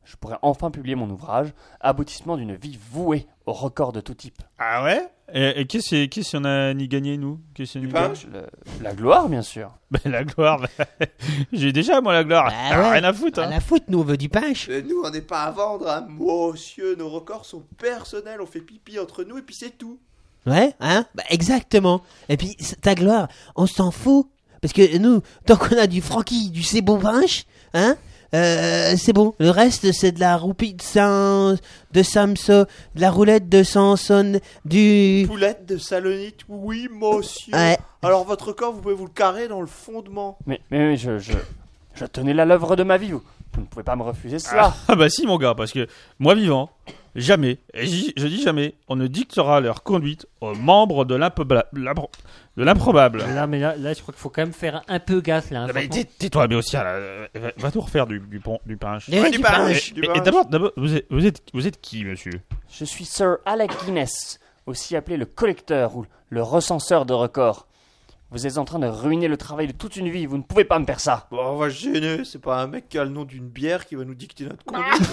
je pourrai enfin publier mon ouvrage, aboutissement d'une vie vouée au record de tout type. Ah ouais Et, et qu'est-ce qui- qu'est-ce qu'on a ni gagné, nous Qu'est-ce qu'on a ni pain gagné Le- la gloire, bien sûr. Ben, La gloire, ben, j'ai déjà, moi, la gloire. Bah T'as ouais. Rien à foutre. À hein. la faute, nous on veut du punch. Mais nous, on n'est pas à vendre, hein. monsieur. Nos records sont personnels. On fait pipi entre nous et puis c'est tout. Ouais, hein Bah, Exactement. Et puis, c- ta gloire, on s'en fout. Parce que nous, tant qu'on a du Francky, du c'est bon punch, hein euh, c'est bon, le reste c'est de la roupie de, Saint, de Samso, de la roulette de Samson, du... Poulette de Salonique, oui, monsieur. Ouais. Alors, votre corps, vous pouvez vous le carrer dans le fondement. Mais, mais je, je, je tenais là l'œuvre de ma vie. Vous, vous ne pouvez pas me refuser cela. Ah bah si, mon gars, parce que moi vivant, jamais, et j'y- je dis jamais, on ne dictera leur conduite aux membres de l'impobla- l'impro- de l'improbable. Là, mais là, là, je crois qu'il faut quand même faire un peu gaffe là. hein, Ah bah, franchement. tais- Tais-toi, mais aussi, là, euh, va, va tout refaire du, du, pon- du punch. Eh, du punch. Mais- mais- mais d'abord, d'abord, vous êtes, vous, êtes, vous êtes qui, monsieur Je suis Sir Alec Guinness, aussi appelé le collecteur ou le recenseur de records. Vous êtes en train de ruiner le travail de toute une vie. Vous ne pouvez pas me faire ça. Bon, on va se gêner. C'est pas un mec qui a le nom d'une bière qui va nous dicter notre conduite.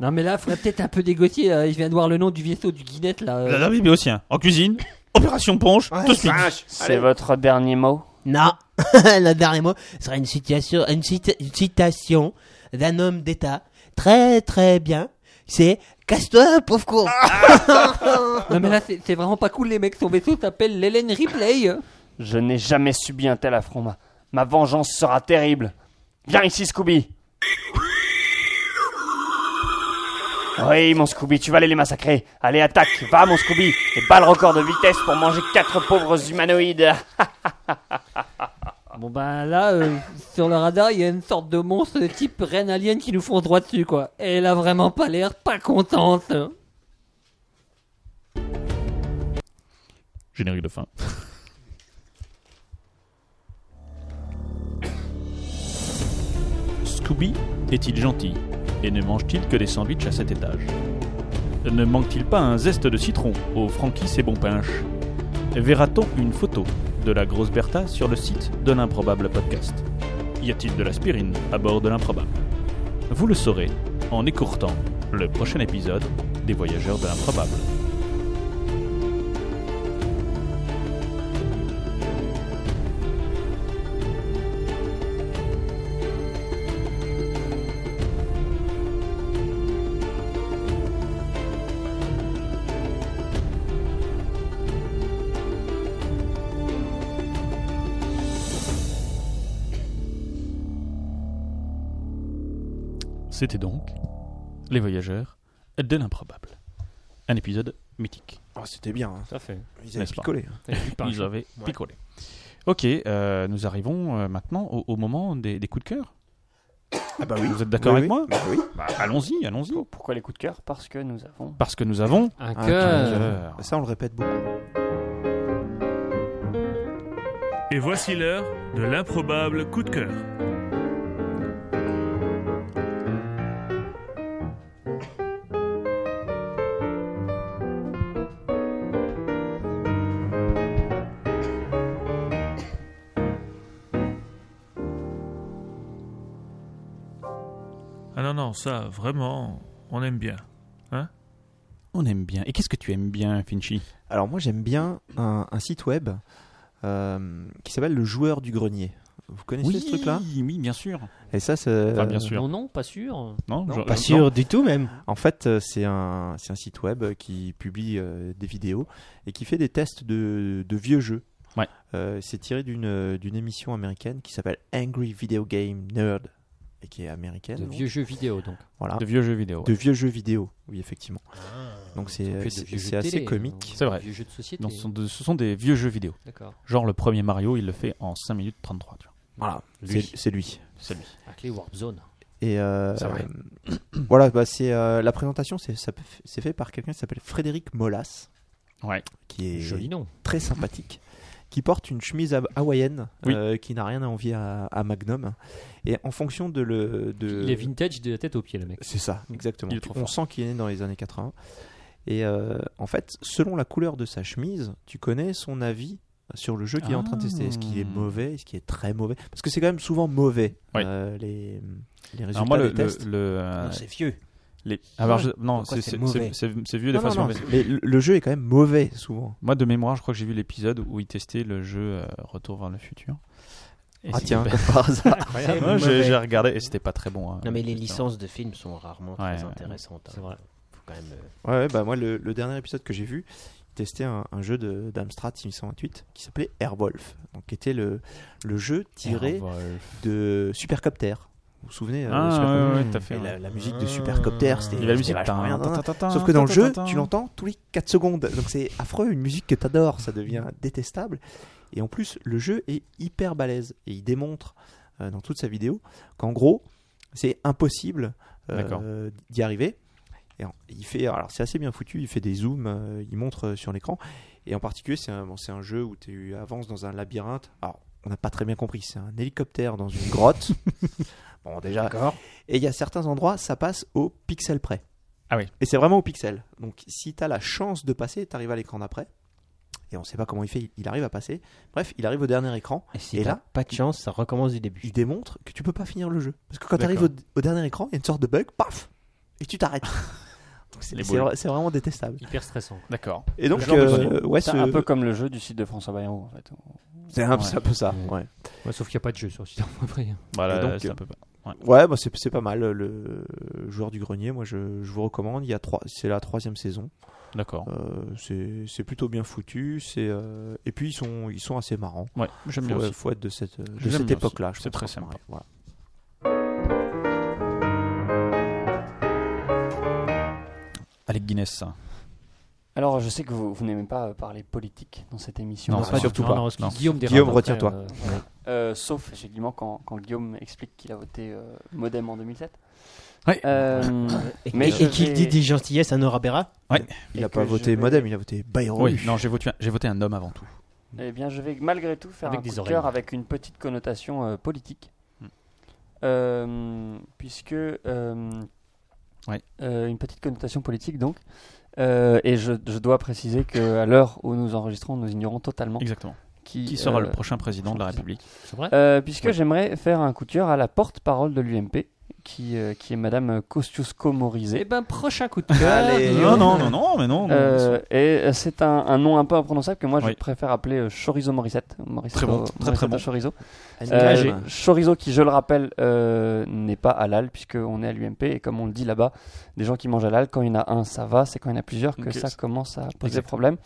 Non, mais là, faudrait peut-être un peu dégotier. là. Je viens de voir le nom du vaisseau du Guinette là. euh. Non, non, mais, mais aussi, hein, en cuisine, opération punch, tout de suite. C'est votre dernier mot Non, le dernier mot serait une citation, une cita- une citation d'un homme d'État très très bien. C'est casse-toi, pauvre con. Non, mais là, c'est c'est vraiment pas cool, les mecs. Son vaisseau s'appelle l'Hélène Ripley. Je n'ai jamais subi un tel affront. Ma, ma vengeance sera terrible. Viens ici, Scooby. Oui, mon Scooby, tu vas aller les massacrer. Allez, attaque. Va, mon Scooby. Et bats le record de vitesse pour manger quatre pauvres humanoïdes. Bon, ben là, euh, sur le radar, il y a une sorte de monstre type reine alien qui nous fonce droit dessus, quoi. Et elle a vraiment pas l'air pas contente. Générique de fin. Scooby est-il gentil et ne mange-t-il que des sandwichs à cet étage Ne manque-t-il pas un zeste de citron au Frankie C'est bon pinche Verra-t-on une photo de la grosse Bertha sur le site de l'improbable podcast Y a-t-il de l'aspirine à bord de l'improbable Vous le saurez en écourtant le prochain épisode des Voyageurs de l'improbable. C'était donc Les Voyageurs de l'improbable. Un épisode mythique. Oh, c'était bien. hein. Ça fait. Ils avaient N'est-ce pas picolé. hein. Ils avaient picolé. Ok, euh, nous arrivons euh, maintenant au, au moment des, des coups de cœur. Ah bah oui. Vous êtes d'accord Oui, avec oui. moi Bah oui. Bah, Allons-y, allons-y. Pourquoi les coups de cœur Parce que nous avons... Parce que nous avons Un Ah, cœur. un euh, cœur. Ça, on le répète beaucoup. Et voici l'heure de l'improbable coup de cœur. Ah non, non, ça, vraiment, on aime bien. hein On aime bien. Et qu'est-ce que tu aimes bien, Finchy Alors moi j'aime bien un, un site web euh, qui s'appelle le joueur du grenier. Vous connaissez ce truc-là oui, bien sûr. Et ça, c'est- euh, Enfin, Ah, bien sûr. euh, Non, non, pas sûr. Non, je- Pas je- sûr du tout même. En fait, euh, c'est un, c'est un site web qui publie euh, des vidéos et qui fait des tests de, de vieux jeux. Ouais. Euh, c'est tiré d'une euh, d'une émission américaine qui s'appelle Angry Video Game Nerd et qui est américaine. De donc. vieux jeux vidéo, donc. Voilà. De vieux jeux vidéo. ouais. Ah. De vieux jeux vidéo, oui effectivement. donc c'est Ils ont fait de Euh, c'est- vieux jeux c'est de assez télé, comique. euh, C'est vrai. Vieux jeux de société. Non, ce, sont de- ce sont des vieux jeux vidéo. D'accord. Genre le premier Mario, il le fait en 5 minutes 33. Tu vois. Voilà, Lui. c'est c'est lui. C'est lui. La Ah, clé Warp Zone. Et euh, C'est vrai. euh, voilà, bah, c'est euh, la présentation, c'est ça peut- c'est fait par quelqu'un qui s'appelle Frédéric Molas, Ouais. qui est Joli nom. très sympathique, qui porte une chemise ha- hawaïenne Oui. euh, qui n'a rien à envier à, à Magnum. Et en fonction de le. De... Il est vintage de la tête aux pieds, le mec. C'est ça, exactement. Il est trop On fort. sent qu'il est né dans les années 80. Et euh, en fait, selon la couleur de sa chemise, tu connais son avis sur le jeu qu'il est en train de tester. Est-ce qu'il est mauvais Est-ce qu'il est très mauvais Parce que c'est quand même souvent mauvais Ah. Oui. euh, les, les résultats Alors moi, le, des tests. le- le, euh, Non, c'est vieux. les- Ah, Alors, je- Ouais. non, Pourquoi c'est c'est c'est- mauvais c'est- c'est- c'est vieux de Non, non, façon non, mauvaise. mais le- le jeu est quand même mauvais souvent. Moi, de mémoire, je crois que j'ai vu l'épisode où ils testaient le jeu euh, Retour vers le futur. Et Ah c'était tiens, pas- comme par hasard. Incroyable. Moi, j'ai Mauvais. j'ai regardé et c'était pas très bon. hein, Non, mais les justement. licences de films sont rarement Ouais, très ouais. intéressantes. hein. C'est vrai. Faut quand même. euh, Ouais, ouais, bah moi le, le dernier épisode que j'ai vu, il testait un, un jeu de d'Amstrad 628 qui s'appelait Airwolf, donc qui était le, le jeu tiré de Supercopter. Vous vous souvenez euh, Supercopter Ah, ouais, ouais, tout à fait. Et ouais. la, la musique de Supercopter, c'était Il y a la musique. c'était vachement bien. Tin, tin, tin, Sauf que dans le tin, jeu, tin, tu tin. l'entends tous les 4 secondes. Donc c'est affreux, une musique que t'adores, ça devient détestable. Et en plus, le jeu est hyper balèze. Et il démontre euh, dans toute sa vidéo qu'en gros, c'est impossible euh, D'accord. d'y arriver. Et en- il fait, alors c'est assez bien foutu, il fait des zooms, euh, il montre euh, sur l'écran. Et en particulier, c'est un, bon, c'est un jeu où tu avances dans un labyrinthe. Alors, on n'a pas très bien compris, c'est un hélicoptère dans une grotte. bon, déjà. Et il y a certains endroits, ça passe au pixel près. Ah oui. Et c'est vraiment au pixel. Donc, si tu as la chance de passer, tu arrives à l'écran d'après. Et on ne sait pas comment il fait, il- il arrive à passer. Bref, il arrive au dernier écran. Et si Et t'as là- pas de chance, ça recommence du début. Il démontre que tu peux pas finir le jeu. Parce que quand tu D'accord. arrives au, au dernier écran, il y a une sorte de bug, paf Et tu t'arrêtes. Donc, C'est Les c'est boules. vra- c'est vraiment détestable. Hyper stressant. D'accord. Et donc, genre de euh, ouais, C'est ce- un peu comme le jeu du site de François Bayrou, en fait. c'est un, c'est un peu ça. Ouais. ouais. Ouais, sauf qu'il n'y a pas de jeu sur le site après. Voilà, Et donc, c'est euh, un peu pas. Ouais, bah c'est c'est pas mal. Le joueur du grenier, moi je, je vous recommande. Il y a trois, c'est la troisième saison. D'accord. Euh, c'est c'est plutôt bien foutu. C'est euh, et puis ils sont ils sont assez marrants. Ouais, j'aime bien Faut, aussi. faut être de cette de J'aime cette bien époque-là. aussi. je C'est pense, très pour se marrer. Voilà. Alec Guinness. ça. Alors, je sais que vous, vous n'aimez pas euh, parler politique dans cette émission. Non, Euh, pas surtout pas. Non. Guillaume, dérape Guillaume, après, retire-toi. euh, euh, sauf, effectivement, quand, quand Guillaume explique qu'il a voté euh, Modem en 2007. Ouais. Euh, Et, mais et- je et qu'il vais- dit des gentillesses à Nora Berra Il Et a pas que voté je vais- Modem, il a voté Bayrou. Oui, non, j'ai voté, j'ai voté un homme avant tout. Eh bien, je vais malgré tout faire Avec un des coup de oreilles. cœur avec une petite connotation euh, politique. Hmm. Euh, puisque. euh, Ouais. euh, une petite connotation politique, donc. Euh, et je, je dois préciser que à l'heure où nous enregistrons, nous ignorons totalement Exactement. qui, Qui sera euh, le prochain président de la prochain République C'est vrai euh, puisque Ouais. j'aimerais faire un coup de cœur à la porte-parole de l'UMP, qui, euh, qui est Madame Eh Kosciusko-Morizet. ben, prochain coup de cœur. Allez. Et Non, oui. non, non, non, mais non. non. Euh, et euh, c'est un, un nom un peu imprononçable que moi je Oui. préfère appeler euh, Chorizo Morissette. Morissette Très bon, au- très, très Morissette bon. au Chorizo. Euh, Anne Cagé. chorizo qui, je le rappelle, euh, n'est pas halal puisqu'on est à l'UMP et comme on le dit là-bas, des gens qui mangent halal, quand il y en a un, ça va, c'est quand il y en a plusieurs que Ok. ça commence à poser Exact. problème.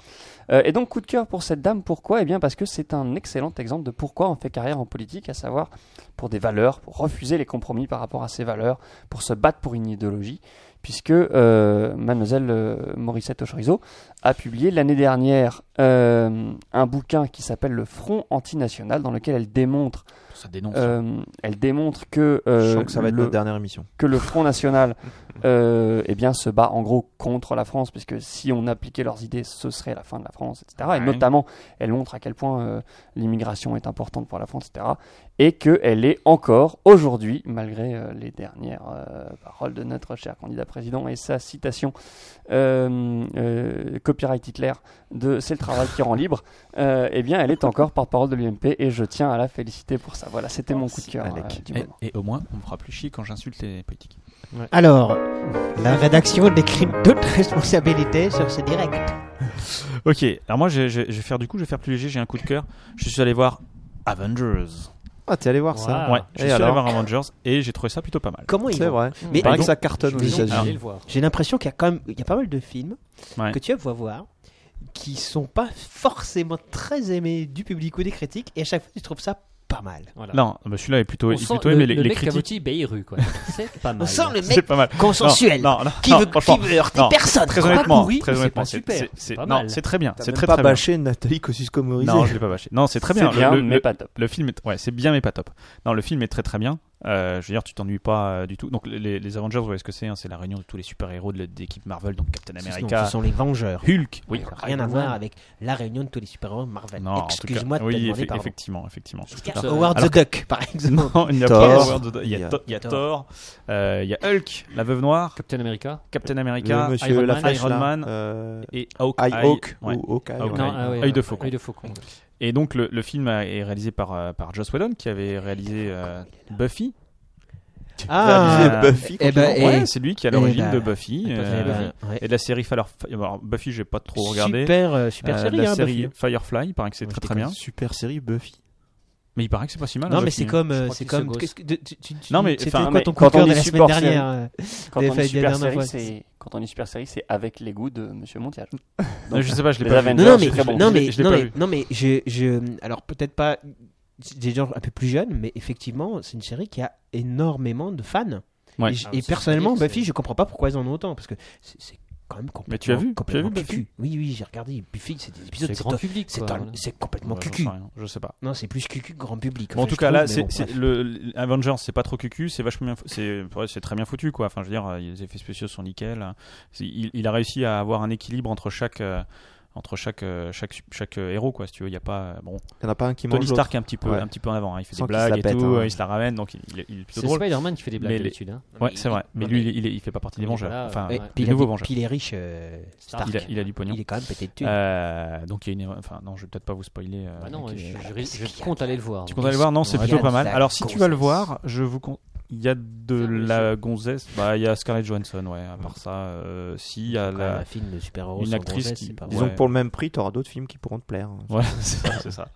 Euh, et donc coup de cœur pour cette dame, pourquoi Eh bien parce que c'est un excellent exemple de pourquoi on fait carrière en politique, à savoir pour des valeurs, pour refuser les compromis par rapport à ces valeurs, pour se battre pour une idéologie, puisque euh, mademoiselle euh, Morissette Chorizo a publié l'année dernière euh, un bouquin qui s'appelle Le Front Antinational, dans lequel elle démontre Ça dénonce. euh, elle démontre que, Je euh, sens que ça va être le, notre dernière émission. que le Front National euh, eh bien, se bat en gros contre la France, puisque si on appliquait leurs idées, ce serait la fin de la France, etc. Et Ouais. notamment, elle montre à quel point euh, l'immigration est importante pour la France, etc. Et qu'elle est encore aujourd'hui, malgré euh, les dernières euh, paroles de notre cher candidat président et sa citation euh, euh, copyright Hitler de C'est le travail qui rend libre, euh, eh bien, elle est encore porte-parole de l'UMP et je tiens à la féliciter pour ça. Voilà, c'était mon coup de cœur Alec. euh, du Et, moment. et au moins, on me fera plus chier quand j'insulte les politiques. Alors, la rédaction décrit d'autres responsabilités sur ce direct. Ok, alors moi, je, je- je vais faire du coup, je vais faire plus léger, j'ai un coup de cœur. Je suis allé voir Avengers. Ah, t'es allé voir ça Ah. ouais, je Et suis allé alors voir Avengers et j'ai trouvé ça plutôt pas mal. Comment ils C'est vont vrai. Mais Il paraît donc, que ça cartonne aux je vais donc- États-Unis. Allez le voir. J'ai l'impression qu'il y a quand même il y a pas mal de films Ouais. que tu vas voir qui sont pas forcément très aimés du public ou des critiques et à chaque fois tu trouves ça pas mal. Voilà. Non, bah celui-là est plutôt, On est sent plutôt le, aimé, les, le les mec qui a voté critiques. Bayrou, quoi. C'est pas mal. On sent le C'est mec pas mal. consensuel Non, non, qui, non, veut, franchement, qui veut heurter non. personne. Très quoi. honnêtement, pourri, très mais c'est honnêtement, pas super, c'est- c'est c'est- pas non, mal. c'est très bien, T'as c'est même très pas très bien. bâché Nathalie Kosciusko-Morizet. Non, je l'ai pas bâché. Non, c'est très C'est bien. bien, le, le- mais pas top. le film est ouais, c'est bien mais pas top. Non, le film est très très bien. Euh, je veux dire, tu t'ennuies pas euh, du tout. Donc, les, les Avengers, vous voyez ce que c'est hein, C'est la réunion de tous les super-héros de l'équipe Marvel, donc Captain Ce sont- America. ce sont les Vengeurs. Hulk, oui. Rien à voir avec la réunion de tous les super-héros Marvel. Non, en tout cas, Excuse-moi de te oui, demander effe- pardon. effectivement, effectivement. Jusqu'à Tout à fait. Howard the Alors que- Duck, par exemple. Non, il n'y a Thor. pas Howard the Duck. Il y a, Thor- il y a Thor. Thor, euh, il y a Hulk, la veuve noire, Captain America, Captain America, Le monsieur Iron la Man, flèche, Iron là, Man euh, et Eye Hawkeye. Hawk Ouais. ou Hawkeye, Hawkeye. ouais. Non, ah ouais, Œil de ouais, faucon. Œil de faucon. Et donc le, le film a- est réalisé par, euh, par Joss Whedon qui avait réalisé euh, Buffy. Ah, réalisé Buffy, eh ben, Ouais, eh, c'est lui qui est à eh l'origine ben, de Buffy eh ben, euh, eh ben, ouais. et de la série Firefly. Alors, Buffy, j'ai pas trop regardé. Super, euh, super Euh, série, de la hein, série Buffy. Firefly, il paraît que c'est Moi, très je très bien. Super série Buffy. Mais il paraît que c'est pas si mal. hein, Non, mais Buffy, c'est hein. comme, Je euh, crois c'est qu'il se comme. gosse. qu'est-ce que- tu- tu- tu- Non, mais, c'était enfin, quoi mais ton coup quand de cœur on de est la semaine supporter- dernière euh, Quand Des on, failles est de la super dernière série, fois. c'est... quand on est super série, c'est avec les goûts de Monsieur Mondial. Non, je sais pas, je l'ai Les pas vu. Avengers, Non, non, mais, c'est très bon. non, Je l'ai- mais, je l'ai non, pas mais, vu. non, mais je, je, alors peut-être pas des gens un peu plus jeunes, mais effectivement, c'est une série qui a énormément de fans. Ouais. Et, j- Ah, et mais c'est personnellement, solide, Buffy, c'est- je comprends pas pourquoi ils en ont autant, parce que c'est c'est quand même complètement. Mais tu as vu, tu as complètement vu Buffy cucu. Oui, oui, j'ai regardé. Buffy, c'est des épisodes. C'est c'est grand to- public. C'est quoi, to- voilà. c'est complètement Ouais, j'en cucu. sais rien, Je sais pas. Non, c'est plus cucu que grand public. Bon, en Enfin, tout je cas, trouve, là, mais c'est bon, c'est- bref. le le- Avengers, c'est pas trop cucu, c'est vachement bien, fou- c'est ouais, c'est très bien foutu, quoi. Enfin, je veux dire, euh, les effets spéciaux sont nickel. C'est- Il, il a réussi à avoir un équilibre entre chaque, euh, entre chaque, euh, chaque, chaque, euh, héros, quoi. Si tu veux, il y a pas, euh, bon, Il n'y en a pas un qui mange Tony l'autre. Stark est un petit peu, Ouais. un petit peu en avant. hein. Il fait Sans des qu'il se blagues la et pète, tout, hein. il se la ramène, donc il, il est- il est plutôt C'est drôle. Spider-Man qui fait des blagues Mais les- d'habitude. hein. Ouais, c'est vrai. Mais non, lui, mais- il, est- il fait pas partie des il est Vengeurs. là, Enfin, ouais. Ouais, des puis il a nouveaux des- Vengeurs. puis il est riche, euh, Stark. Il a, il a du pognon. Il est quand même pété de thunes. Euh, donc il y a une, enfin non, je vais peut-être pas vous spoiler. euh, Bah non, mais- je, euh, je- qu'est-ce je qu'il y a compte aller le voir. Tu comptes aller le voir Non, c'est Ouais, plutôt y a pas de mal. la Alors si tu vas le gonzesse. voir, je vous con- il y a de Ah, mais la gonzesse. Bah, il y a Scarlett Johansson, ouais. À part ça, euh, si il y a Quand même, la, un film de super-héros. une sans actrice gonzesse, qui- c'est pas disons Disons vrai. Ouais. que pour le même prix, tu auras d'autres films qui pourront te plaire. Voilà, c'est ça. c'est ça.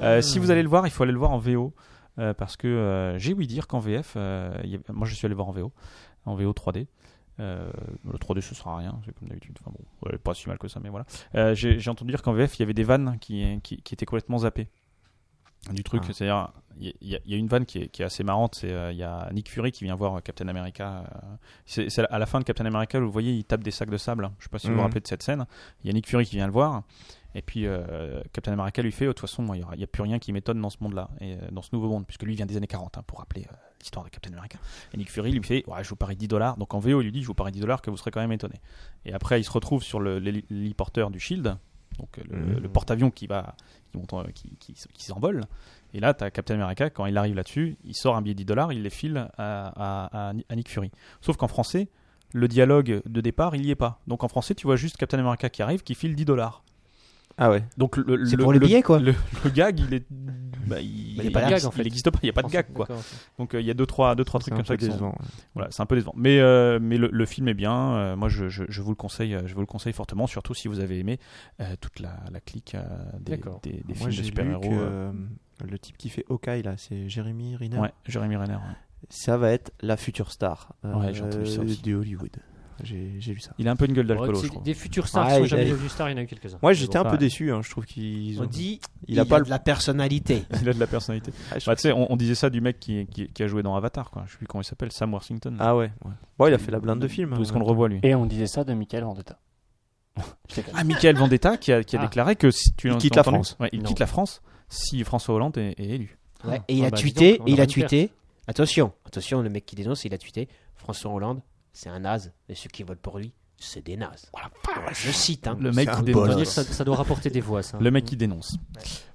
Euh, si vous allez le voir, il faut aller le voir en VO. euh, parce que euh, j'ai ouï dire qu'en VF, euh, il y avait- moi je suis allé le voir en VO, en VO 3D. Euh, le 3D ce sera rien, c'est comme d'habitude. Enfin bon, ouais, pas si mal que ça, mais voilà. Euh, j'ai j'ai entendu dire qu'en VF il y avait des vannes qui, qui, qui étaient complètement zappées du truc. Ah. C'est-à-dire, il y, a- il y a une vanne qui est, qui est assez marrante. C'est euh, il y a Nick Fury qui vient voir euh, Captain America. euh, c'est c'est à la fin de Captain America, vous voyez, il tape des sacs de sable. Je sais pas si vous vous Mhm. rappelez de cette scène. Il y a Nick Fury qui vient le voir. Et puis euh, Captain America lui fait, Oh, de toute façon, moi, il n'y a plus rien qui m'étonne dans ce monde-là, et euh, dans ce nouveau monde, puisque lui vient des années 40, hein, pour rappeler euh, l'histoire de Captain America. Et Nick Fury lui fait, ouais, je vous parie 10 dollars. Donc en VO, il lui dit, je vous parie 10 dollars que vous serez quand même étonné. Et après, il se retrouve sur le- l'héli- l'héliporteur du Shield, donc euh, le, Mhm. le porte-avions qui va, qui monte, en- qui, qui, s- qui s'envole. Et là, tu as Captain America, quand il arrive là-dessus, il sort un billet de 10 dollars, il les file à, à- à- à Nick Fury. Sauf qu'en français, le dialogue de départ, il n'y est pas. Donc en français, tu vois juste Captain America qui arrive, qui file 10 dollars. Ah ouais. Donc le, C'est pour le billet, quoi. Le, le gag, il est, bah, il, Il y a pas de il- gag, en fait. il existe pas, il n'y a pas de gag quoi. Donc euh, il y a deux trois deux trois C'est trucs un comme ça peu qui sont- décevant. voilà, c'est un peu décevant. Mais euh, mais le, le film est bien. euh, moi je, je, je vous le conseille, euh, je vous le conseille fortement, surtout si vous avez aimé euh, toute la, la clique euh, des, D'accord. des, des Moi, films de j'ai lu super héros. que, euh, le type qui fait Hawkeye, là, c'est Jeremy Renner. Ouais, Jérémy Renner. ouais. Ça va être la future star euh, Ouais, j'ai entendu ça aussi. de Hollywood. J'ai j'ai lu ça. Il a un peu une gueule Ouais, d'alcoolo, c'est je trouve. Des futurs stars Ah, qui sont il jamais a- devenus stars, il y en a eu quelques-uns. Moi, j'étais un Ouais. peu déçu. hein, Je trouve qu'ils ont... On dit, il a pas le. de la personnalité. Il a de la personnalité. Ah, je- Bah, tu sais, on, on disait ça du mec qui, qui, qui a joué dans Avatar, quoi. Je sais plus comment il s'appelle, Sam Worthington. Ah ouais. ouais. Bon, il a fait la blinde de films. Où est-ce hein. qu'on le revoit lui Et on disait ça de Michael Vendetta. Je déconne. Ah, Michael Vendetta qui a, qui a Ah. déclaré que si tu Il tu quitte as la entendu France. Ouais, il Non. quitte la France si François Hollande est, est élu. Ouais, et il Ah a bah, dis tweeté, donc, on et il aura a une perte. tweeté. Attention, attention, le mec qui dénonce, il a tweeté. François Hollande, c'est un naze. Et ceux qui votent pour lui, c'est des nazes. Je cite, hein. Le mec C'est qui un On va dénonce. dire que ça, ça doit rapporter des voix, ça. Le mec qui dénonce.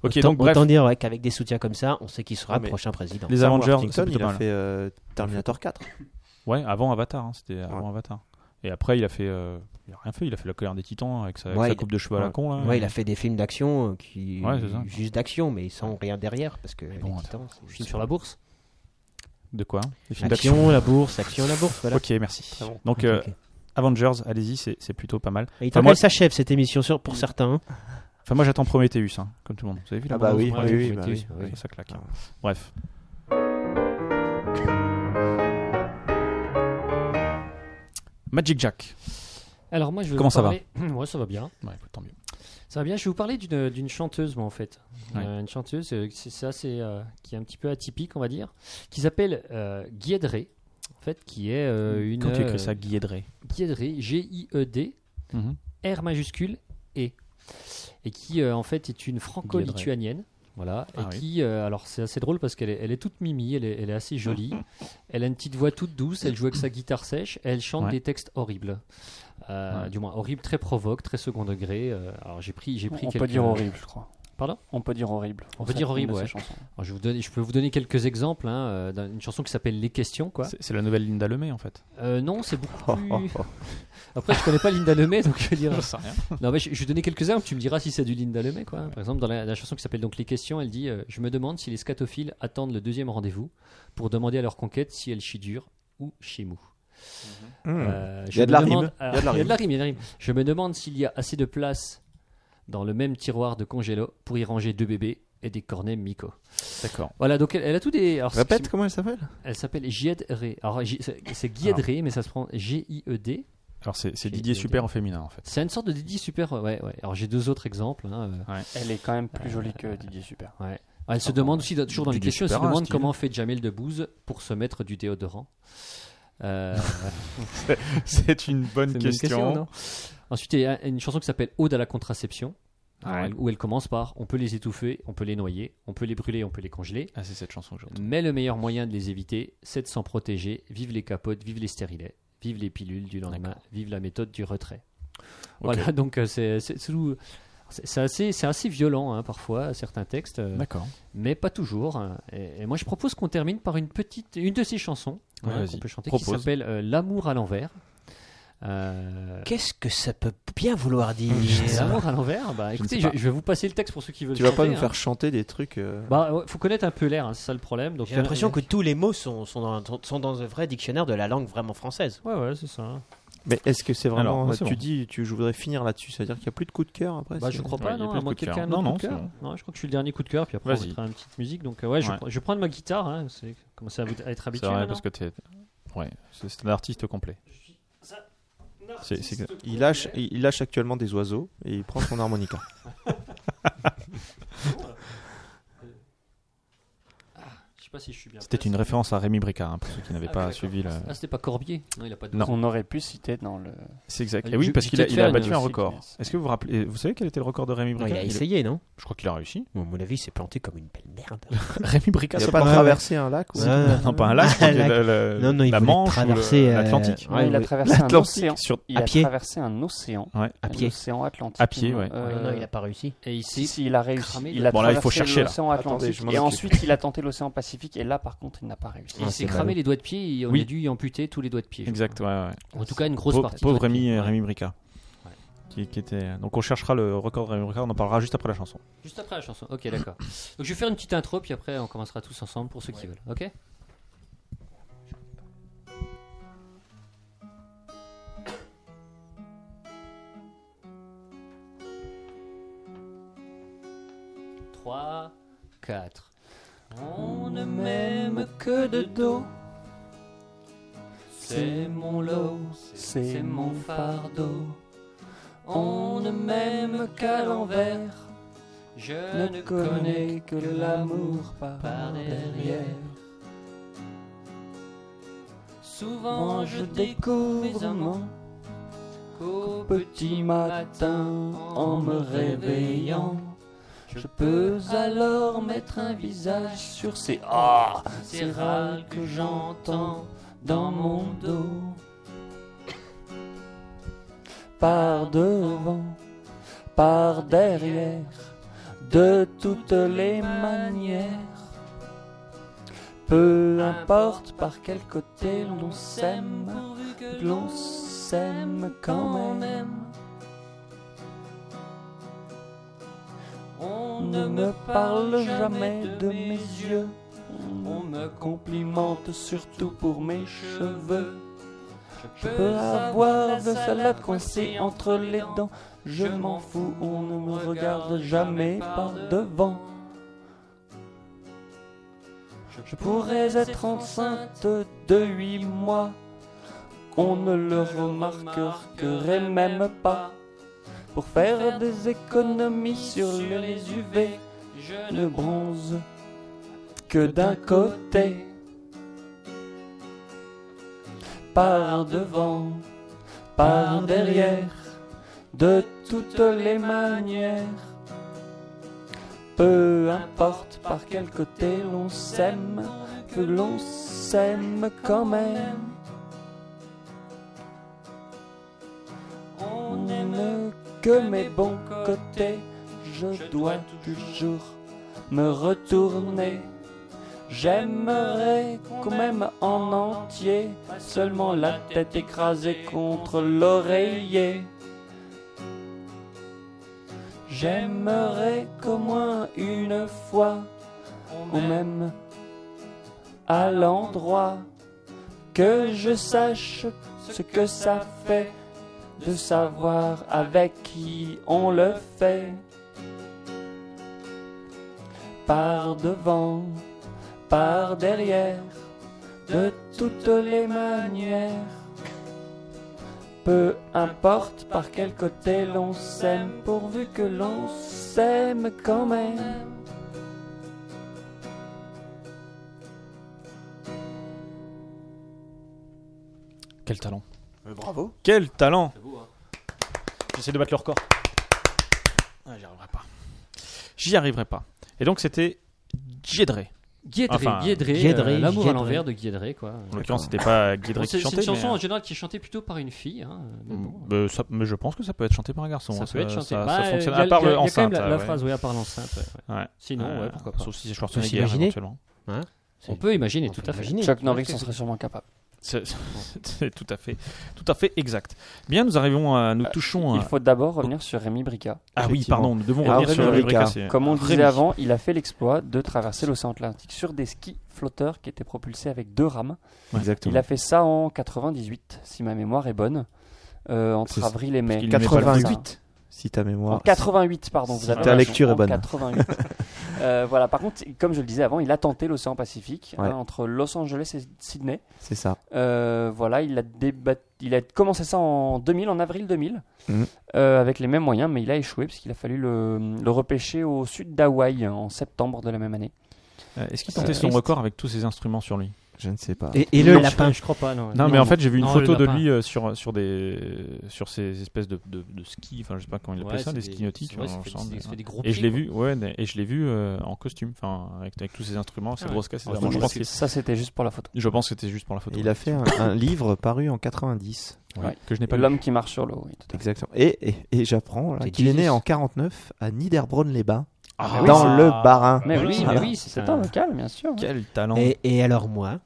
Ok, autant, donc bref, autant dire ouais, qu'avec des soutiens comme ça, on sait qui sera Ouais, le mais- prochain président. les Sam Avengers, Worthington, c'est plutôt il a mal. hein. fait euh, Terminator 4. Ouais, avant Avatar, hein, c'était avant Ouais. Avatar. Et après, il a fait, euh, il a rien fait, il a fait la colère des Titans avec sa, avec Ouais, sa il- coupe de cheveux à la ouais. con. là. Ouais, il a fait des films d'action euh, qui Ouais, c'est ça. juste d'action, mais sans rien derrière parce que bon, les Titans, c'est- Je suis sur la bourse. De quoi hein Des films d'action. Action, la bourse, action, la bourse. Voilà. Ok, merci. Très bon. Donc Ok, euh, ok. Avengers, allez-y, c'est c'est plutôt pas mal. Et il enfin, t'en moi- Mm. s'achève cette émission sur, pour certains. hein. Enfin, moi j'attends Prometheus, hein, comme tout le monde. Vous avez vu la Ah bah bande-annonce oui, Ouais, oui, oui, j'ai bah été- oui. Ouais, Ça, ça claque. hein. Ah. Bref. Magic Jack. Alors moi, je vais Comment vous ça va parler- Ouais, ça va bien. Ouais, écoute, tant mieux. Ça va bien. Je vais vous parler d'une d'une chanteuse, moi, en fait. Ouais. Euh, une chanteuse, euh, c'est ça, c'est euh, qui est un petit peu atypique, on va dire, qui s'appelle euh, Guiedré, en fait, qui est euh, une. Quand tu écris euh, ça, Guilledré. Guiedré, G-I-E-D, R majuscule E, et qui euh, en fait est une franco-lituanienne. Voilà, Ah et oui. qui, euh, alors c'est assez drôle parce qu'elle est, elle est toute mimi, elle est, elle est assez jolie, elle a une petite voix toute douce, elle joue avec sa guitare sèche, elle chante Ouais. des textes horribles, Euh, Ouais. du moins horribles, très provoques, très second degré. euh, alors j'ai pris, j'ai pris. On peut quelques- dire horrible, je crois. Pardon On peut dire horrible. On peut dire horrible, ouais. Alors, je, vais vous donner- je peux vous donner quelques exemples hein, euh, d'une chanson qui s'appelle Les questions, quoi. C'est c'est la nouvelle Linda Lemay en fait. Euh, non, c'est Oh, beaucoup plus. Après, je connais pas Linda Lemay, donc je vais dire. J'en sais rien. Non, mais je, je vais donner quelques exemples, tu me diras si c'est du Linda Lemay, quoi. Par exemple, dans la, la chanson qui s'appelle donc Les questions, elle dit euh, Je me demande si les scatophiles attendent le deuxième rendez-vous pour demander à leur conquête si elle chie dur ou chie mou. Hmm. Euh, Hmm. Il y je a de me la demande- rime. alors, Il y a de la rime, il y a de la rime. Je me demande s'il y a assez de place dans le même tiroir de congélo pour y ranger deux bébés et des cornets Miko. D'accord. Voilà, donc elle, elle a tout des. alors, ce qui- Répète comment elle s'appelle Elle s'appelle Gied Ré. Alors, J- c'est c'est Gied Alors. Ré, mais ça se prend E G-I-E-D. Alors c'est c'est J'ai Didier été- Super en féminin en fait. C'est une sorte de Didi Super. euh, Ouais, ouais. Alors, j'ai deux autres exemples. hein, euh. Elle est quand même plus jolie Euh, que Didier Super. Ah, Elle se demande aussi, toujours dans les Didier questions, elle se bah Super, un demande style. comment fait Jamel Debbouze pour se mettre du déodorant. Euh, C'est une bonne c'est une bonne non Ensuite, il y a une chanson qui s'appelle Ode à la contraception, alors, Ouais. elle- où elle commence par On peut les étouffer, on peut les noyer, on peut les brûler, on peut les congeler. Ah c'est cette chanson que j'entends. Mais le meilleur moyen de les éviter, c'est de s'en protéger. Vive les capotes, vive les stérilets, vive les pilules du lendemain, vive la méthode du retrait. Voilà, donc euh, c'est c'est tout- c'est- c'est assez, c'est assez violent hein, parfois, certains textes, euh, D'accord. mais pas toujours. hein. Et, et moi, je propose qu'on termine par une petite, une de ces chansons Ouais, hein, vas-y, qu'on peut chanter qui propose. s'appelle euh, L'amour à l'envers. Euh, Qu'est-ce que ça peut bien vouloir dire Mm. L'amour à l'envers bah, Je ne sais Écoutez, je, pas. je vais vous passer le texte pour ceux qui veulent Tu vas pas chanter, nous hein. faire chanter des trucs. euh, Bah, ouais, faut connaître un peu l'air, hein, c'est ça le problème. Donc, euh, J'ai l'impression que tous les mots sont, sont, dans, sont dans un vrai dictionnaire de la langue vraiment française. Ouais, ouais, c'est ça. hein. Mais est-ce que c'est vraiment. Alors, moi, c'est tu bon. dis, tu, je voudrais finir là-dessus, c'est-à-dire qu'il n'y a plus de coup de cœur après Bah, c'est- je crois Ouais, pas, il y a non, plein à de moins coups de quelqu'un a un cœur. autre Non, coup de non, cœur. Non, je crois que je suis le dernier coup de cœur, puis après on Vas-y. mettra une petite musique. Donc, euh, ouais, je, Ouais. je vais prendre ma guitare, hein, c'est commencé à vous- à être habitué. C'est vrai maintenant. parce que t'es. Ouais, c'est c'est un artiste complet. C'est- c'est que- Il lâche, il il lâche actuellement des oiseaux et il prend son harmonica. Je sais pas si je suis bien. C'était une placé. référence à Rémi Bricard hein, pour ceux qui n'avaient Ah, pas oui, suivi le. Ah, c'était pas Corbier Non, il a pas de. Non. On aurait pu citer dans le. C'est exact. Je- Et oui, je- parce je qu'il a, vais te il a faire battu une un aussi, record. Guinness. Est-ce que vous vous rappelez, vous savez quel était le record de Rémi Non, il Bricard a Il- essayé, non Je crois qu'il a réussi. À mon avis, c'est planté comme une belle merde. Rémi Bricard, Il c'est a pas pas traversé un lac ou- Ouais. Ah, Non, pas un lac, je crois Un que lac. le- le- Non, non, il Euh, la voulait Manche ou le- traverser, euh, l'Atlantique. ouais, il a oui. traversé un océan. L'Atlantique sur Il À a pied. traversé un océan. ouais. À pied. L'océan Atlantique. À pied, ouais. Euh, Ouais, non, il a pas réussi. Et Si, ici, si, il a réussi. cramé Il le- a Bon, là, il faut traversé chercher, là. l'océan Attendez, Atlantique je m'en et occupe. ensuite il a tenté l'océan Pacifique et là par contre il n'a pas réussi. il s'est cramé les doigts de pied et on Oui. a dû y amputer tous les doigts de pied. je Exact, ouais, ouais. crois. En tout cas, une grosse Pauvre, partie. pauvre de doigts de Rémi, pied. euh, Ouais. Rémi Bricard. Ouais. Qui, qui était... Donc on cherchera le record de Rémi Bricard, on en parlera juste après la chanson. Juste après la chanson. Ok, d'accord. Donc je vais faire une petite intro, puis après on commencera tous ensemble pour ceux qui veulent. Ok Trois, quatre. On ne m'aime que de dos. C'est mon lot, c'est mon fardeau. On ne m'aime qu'à l'envers. Je ne connais que l'amour par derrière. Souvent je découvre mes amants qu'au petit matin en me réveillant. Je peux alors mettre un visage sur ces ah, ces râles que j'entends dans mon dos. par devant, par derrière, de toutes les manières. Peu importe par quel côté l'on s'aime, l'on s'aime quand même. On ne me parle jamais de mes yeux, on me complimente surtout pour mes cheveux. Je peux avoir de salade coincée entre les dents. Je m'en fous, on ne me regarde jamais par devant. Je pourrais être enceinte de huit mois. On ne le remarquerait même pas. Pour faire des économies sur les UV, je ne bronze que d'un côté. par devant, par derrière, de toutes les manières. Peu importe par quel côté l'on s'aime, que l'on s'aime quand même. On n'aime que mes bons côtés, je dois toujours me retourner. J'aimerais quand même en entier, seulement la tête écrasée contre l'oreiller. J'aimerais qu'au moins une fois, on m'aime à l'endroit, que je sache ce que ça fait de savoir avec qui on le fait. Par devant, par derrière, de toutes les manières. Peu importe par quel côté l'on s'aime, pourvu que l'on s'aime quand même. Quel talent. Euh, bravo. Quel talent hein. J'essaie de battre le record. Ah, j'y arriverai pas. J'y arriverai pas. Et donc c'était Giedré. Guédré, Enfin, Guédré, Guédré, euh, l'amour à Guédré. l'envers de Guédré, quoi. En l'occurrence, c'était pas Guédré Bon, qui c'est- chantait. C'est une chanson mais- hein. en général qui est chantée plutôt par une fille. hein, mais bon. Bah, ça- mais je pense que ça peut être chanté par un garçon. Ça hein, peut être chanté. Ça, Bah, ça fonctionne. y a- à part y a- y a le quand enceinte. même la- la ouais. phrase, oui, à part l'enceinte, ouais, ouais. Sinon, Euh, ouais, pourquoi pas. Sauf si c'est On peut Schwarzenegger s'imaginer. éventuellement. Hein On peut imaginer, tout à fait. imaginer. Chuck Norris en serait sûrement capable. C'est c'est tout à fait, tout à fait exact. Bien, nous arrivons à, nous touchons. Euh, Il à- faut d'abord revenir sur Rémi Brica. Ah oui, effectivement. pardon, nous devons Ah, revenir Rémi sur la rubrique Ricard. assez- Comme on Rémi. disait avant, il a fait l'exploit de traverser l'océan Atlantique sur des skis flotteurs qui étaient propulsés avec deux rames. Exactement. Il a fait ça en 98, si ma mémoire est bonne, euh, entre C'est- avril et mai. qu'il n'aimait pas le 88, si ta En mémoire. 88, pardon. Si vous avez ta raison, lecture est en bonne. 88. Euh, voilà. Par contre, comme je le disais avant, il a tenté l'océan Pacifique Ouais. hein, entre Los Angeles et Sydney. C'est ça. Euh, voilà, il a, débat- il a commencé ça en 2000, en avril 2000, Mhm. euh, avec les mêmes moyens, mais il a échoué parce qu'il a fallu le, le repêcher au sud d'Hawaï hein, en septembre de la même année. Euh, Est-ce qu'il C'est tentait son triste. record avec tous ses instruments sur lui Je ne sais pas. Et, et le Non, je lapin. crois- Je crois pas, non. Non, mais en fait, j'ai vu une Non, photo le de lapin. lui euh, sur sur des sur ces espèces de, de, de skis, enfin je sais pas comment il appelle Ouais, ça, c'est des skis nautiques. c'est vrai, on ça fait- ensemble, euh. hein. ça fait des gros Et je pieds, l'ai quoi. vu, ouais, et je l'ai vu euh, en costume, enfin avec, avec tous ses instruments, ses Ah ouais. grosses casques. Ah, etc. Bon, je pense que ça, c'était juste pour la photo. je pense que c'était juste pour la photo. Il a fait un, un livre paru en 90. Ouais. Ouais. que je n'ai pas lu. L'homme qui marche sur l'eau. oui, tout à fait. Exactement. Et, et- et j'apprends là, C'est qu'il est né Jesus. en 49 à Niederbronn-les-Bas, Ah, bah oui, dans c'est- le Bas-Rhin. Mais Voilà. oui, mais oui, c'est un Ah. local, bien sûr. Quel talent Et, et alors moi,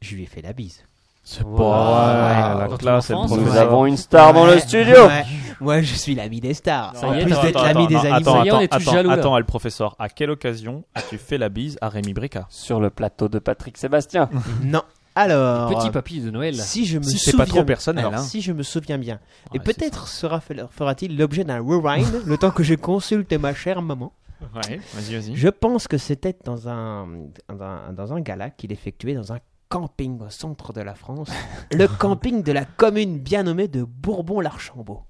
je lui ai fait la bise. C'est Wow. pas ouais, la Dans classe, ton elle enfance, prend nous Nous des- Ouais. avons une star dans le Ouais. studio. Ouais. Moi, je suis l'ami des stars. Ça en y est, plus attends, d'être attends, l'ami des attends, animaux. attends, Ça y est, on est tous attends, jaloux, là. attends, elle, professeur, à quelle occasion as-tu fait la bise à Rémi Brica Sur le plateau de Patrick Sébastien. Non. Alors, Petit papy de Noël. si je me Si c'est souviens, pas trop personnel, alors, hein. si je me souviens bien, et Ouais, peut-être sera fera-t-il l'objet d'un rewind le temps que je consulte ma chère maman. c'est ça. Ouais, vas-y, vas-y. Je pense que c'était dans un, dans un dans un gala qu'il effectuait dans un camping au centre de la France, le camping de la commune bien nommée de Bourbon-l'Archambault.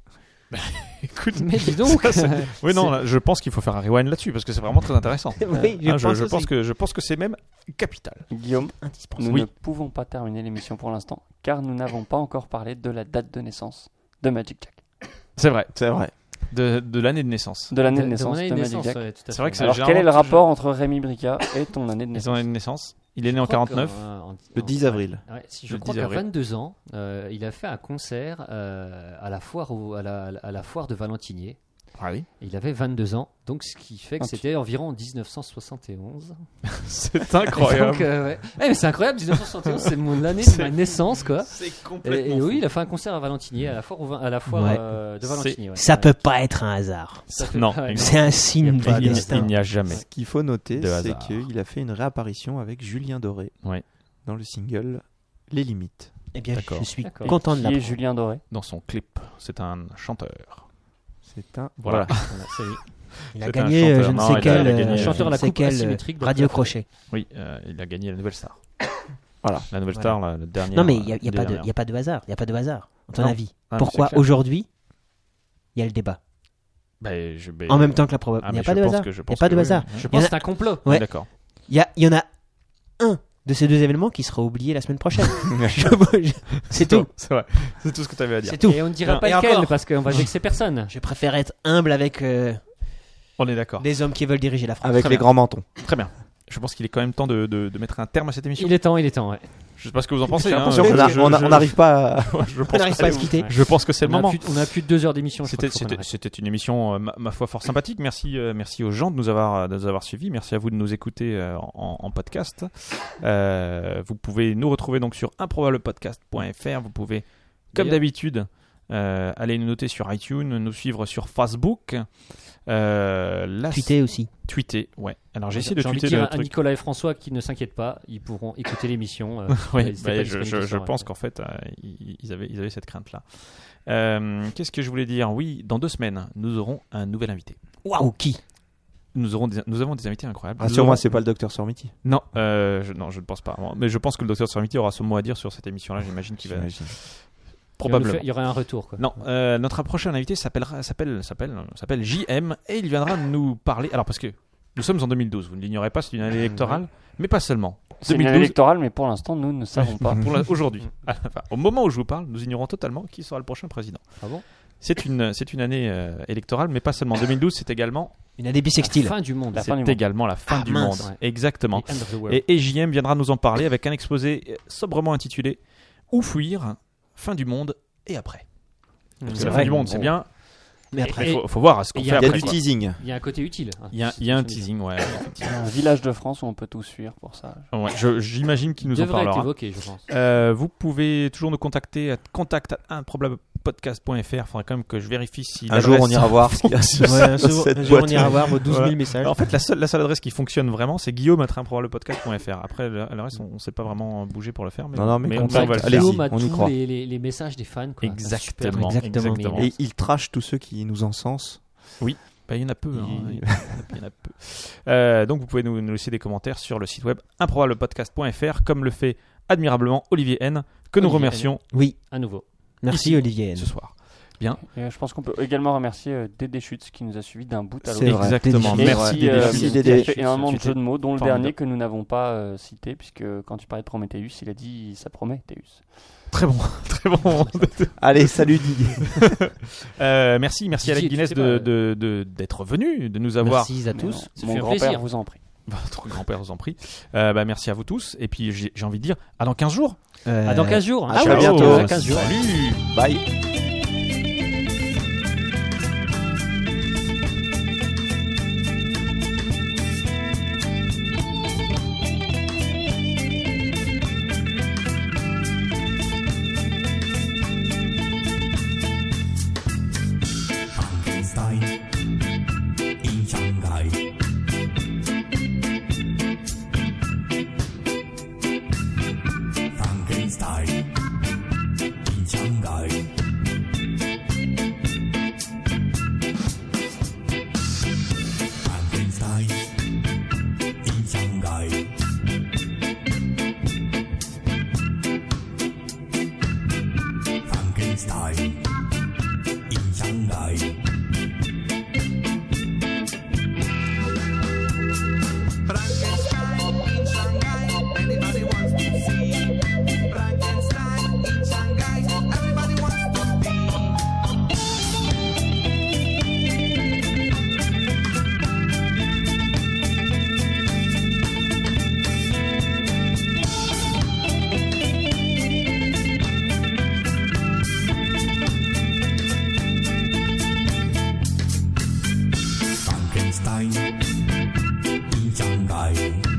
Écoute, Mais dis donc. ça, c'est- oui, non, là, je pense qu'il faut faire un rewind là-dessus parce que c'est vraiment très intéressant. oui, je Hein, pense je aussi. pense que je pense que c'est même capital. Guillaume, indispensable. nous Oui. ne pouvons pas terminer l'émission pour l'instant, car nous n'avons pas encore parlé de la date de naissance de Magic Jack. C'est vrai, C'est vrai. de, de l'année de naissance. De l'année de, De- de naissance mon année de, de Magic naissance, Jack. ouais, tout à C'est fait. vrai que c'est Alors, généralement quel est le toujours- rapport entre Rémi Brica et ton année de Et son naissance année de naissance, il est né en Je crois 49. qu'en- euh, en- Le en- 10 avril. Ouais, si je Le crois 10 qu'à avril. 22 ans, euh, il a fait un concert euh, à, la foire au- à, la, à la foire de Valentinier. Ah Il avait 22 ans, donc ce qui fait que Ah, tu- c'était environ en 1971. C'est Et incroyable. donc, euh, ouais. Eh, mais c'est incroyable, 1971, c'est mon l'année de ma naissance, quoi. C'est Et, complètement. et oui, il a fait un concert à Valentinier, à la foire, au vin- à la foire Ouais. euh, de C'est- Valentinier. ouais. Ça Ouais. peut pas être un hasard. Ça fait- Non, Ah ouais, exact. C'est un signe Il- du il- destin. il n'y a jamais. Ce qu'il faut noter, De c'est hasard. qu'il a fait une réapparition avec Julien Doré Ouais. dans le single Les Limites. Eh bien, D'accord. je suis D'accord. content de Qui est l'apprendre. Julien Doré Dans son clip, c'est un chanteur. C'est un. Voilà. voilà, c'est lui. Il a C'est un gagné, euh, chanteur. je ne Non, il sais a- quel, il a gagné, euh, euh, je chanteur à la ne sais coupe quel, euh, asymétrique de- radio crochet. Oui, euh, il a gagné la nouvelle star. Voilà. La nouvelle Voilà. star, la, la dernière. Non mais il n'y a, il y a des pas de- dernières. il y a pas de hasard, il n'y a pas de hasard. À ton Non. avis, Ah, mais pourquoi c'est clair. aujourd'hui il y a le débat Ben, je- ben, en même temps que la probabilité ah, Il n'y mais a pas je de pense hasard. que- je Il n'y a pense pas que de oui, hasard. oui, oui. Je pense que c'est un complot. Ouais. D'accord. Il y, a- il y en a un de ces deux événements qui sera oublié la semaine prochaine. Je- je- C'est tout. Non, C'est vrai. C'est tout Mmh. ce que tu avais à dire. C'est tout. Et on ne dira Non. pas Et lequel encore. parce qu'on va vexer personne. Je préfère être humble avec euh, On est d'accord. Des hommes qui veulent diriger la France. Avec Très les bien. grands mentons. Très bien. Je pense qu'il est quand même temps de, de- de mettre un terme à cette émission. Il est temps, il est temps, ouais. Je sais pas ce que vous en pensez. J'ai hein. l'impression Je- qu'on a- je- on a- je- on n'arrive pas à- Je pense On n'arrive que pas à c'est- se quitter. Je pense que c'est le on, a moment. plus, on a plus de deux heures d'émission. je C'était crois qu'on c'était- arrête. c'était une émission, euh, ma, ma foi, fort sympathique. Merci, euh, merci aux gens de nous avoir, de nous avoir suivis. Merci à vous de nous écouter euh, en, en podcast. Euh, vous pouvez nous retrouver donc sur improbablepodcast.fr. Vous pouvez, comme D'ailleurs- d'habitude, euh, aller nous noter sur iTunes, nous suivre sur Facebook. Euh, la- Tweeter aussi. tweeter, ouais. Alors j'ai J'ai essayé de envie de tweeter dire le à truc. Nicolas et François qui ne s'inquiètent pas, ils pourront écouter l'émission. euh, Oui, ils étaient bah, pas je, disponibles je- ce je soir, pense ouais. qu'en fait, euh, ils, ils avaient, ils avaient cette crainte-là. Euh, Qu'est-ce que je voulais dire Oui, dans deux semaines, nous aurons un nouvel invité. Waouh, qui Nous, aurons des- nous avons des invités incroyables. Nous aurons- Rassure-moi, Ah, c'est pas le docteur Sormiti. Non, euh, je, non, je ne pense pas. Bon, Mais je pense que le docteur Sormiti aura son mot à dire sur cette émission-là. J'imagine qu'il va J'imagine. Il va nous probablement. faire- Il y aura un retour. Quoi. Non, euh, notre prochain invité s'appellera, s'appelle, s'appelle, s'appelle JM et il viendra nous parler. Alors parce que nous sommes en 2012, vous ne l'ignorez pas, c'est une année électorale, mais pas seulement. C'est une 2012, année électorale, mais pour l'instant, nous ne savons pas. pour la- aujourd'hui, À la fin, au moment où je vous parle, nous ignorons totalement qui sera le prochain président. Ah bon C'est une, c'est une année euh, électorale, mais pas seulement. 2012, c'est également, Une année bisextile. Fin du monde. La fin du c'est monde. également la fin Ah, du mince. monde. Ouais. Exactement. The end of the world. Et EJM viendra nous en parler avec un exposé euh, sobrement intitulé Où fuir Fin du monde et après. Parce Mmh. que la fin vrai. du monde, c'est bien, Mais mais après, il faut, faut voir ce qu'on et fait y a- Il y a après. du quoi. teasing. Il y a un côté utile. hein. Il y a, il y a un C'est- c'est- teasing, ouais. Il y a un village de France où on peut tout suivre pour ça. Ouais, je- J'imagine qu'il nous en devrait être parlera. évoqué, je pense. Euh, vous pouvez toujours nous contacter à contact improbablepodcast.fr. Il faudra quand même que je vérifie si. Un jour, on l'adresse- ira voir ce qu'il y a sur ouais, un jour, cette un jour, on boîte. ira voir vos 12 000 Voilà. messages. Alors, en fait, la seule, la seule adresse qui fonctionne vraiment, c'est guillaume.improbablepodcast.fr. Après, le, le reste, on ne sait pas vraiment bouger pour le faire. Mais, Non, non, mais on, contact, on va le faire. allez-y. Guillaume a on y tous croit. Les, les- les messages des fans. Quoi. Exactement, Super, exactement. mais Et merci. Et il trash tous ceux qui nous encensent. Bah, il y en a peu. hein. Il- Il y en a peu. Euh, donc vous pouvez nous, nous laisser des commentaires sur le site web improbablepodcast.fr, comme le fait admirablement Olivier N, que nous Olivier remercions Oui, À nouveau. merci Ici. Olivier. ce soir. Et, euh, je pense qu'on peut également remercier euh, Dédé Schütz qui nous a suivis d'un bout à C'est l'autre. vrai. Exactement. Et Merci. qui, Dédé euh, Schütz. qui Dédé a fait Schütz. énormément de jeux de mots, dont le Formidable. dernier que nous n'avons pas euh, cité, puisque quand il parlait de Prometheus, il a dit ça promet Prometheus. Très bon, très bon. Allez, salut Didier. Euh, merci, merci Didier, Alec tu Guinness sais de- pas. de- de- d'être venu, de nous avoir. Merci à tous. Ce Mon fut un grand-père plaisir. vous en prie. Votre grand-père, je vous en prie. Euh, bah, merci à vous tous. Et puis j'ai j'ai envie de dire, à dans 15 jours. À dans 15 jours. hein. à Ah très oui, bientôt. Dans 15 jours. Salut. Bye. in Shanghai. Frankenstein in Shanghai. Frankenstein in Shanghai. Frankenstein in Shanghai. Frankenstein in Shanghai, anybody wants to see. Frankenstein in Shanghai, everybody wants to be. Frankenstein in Shanghai.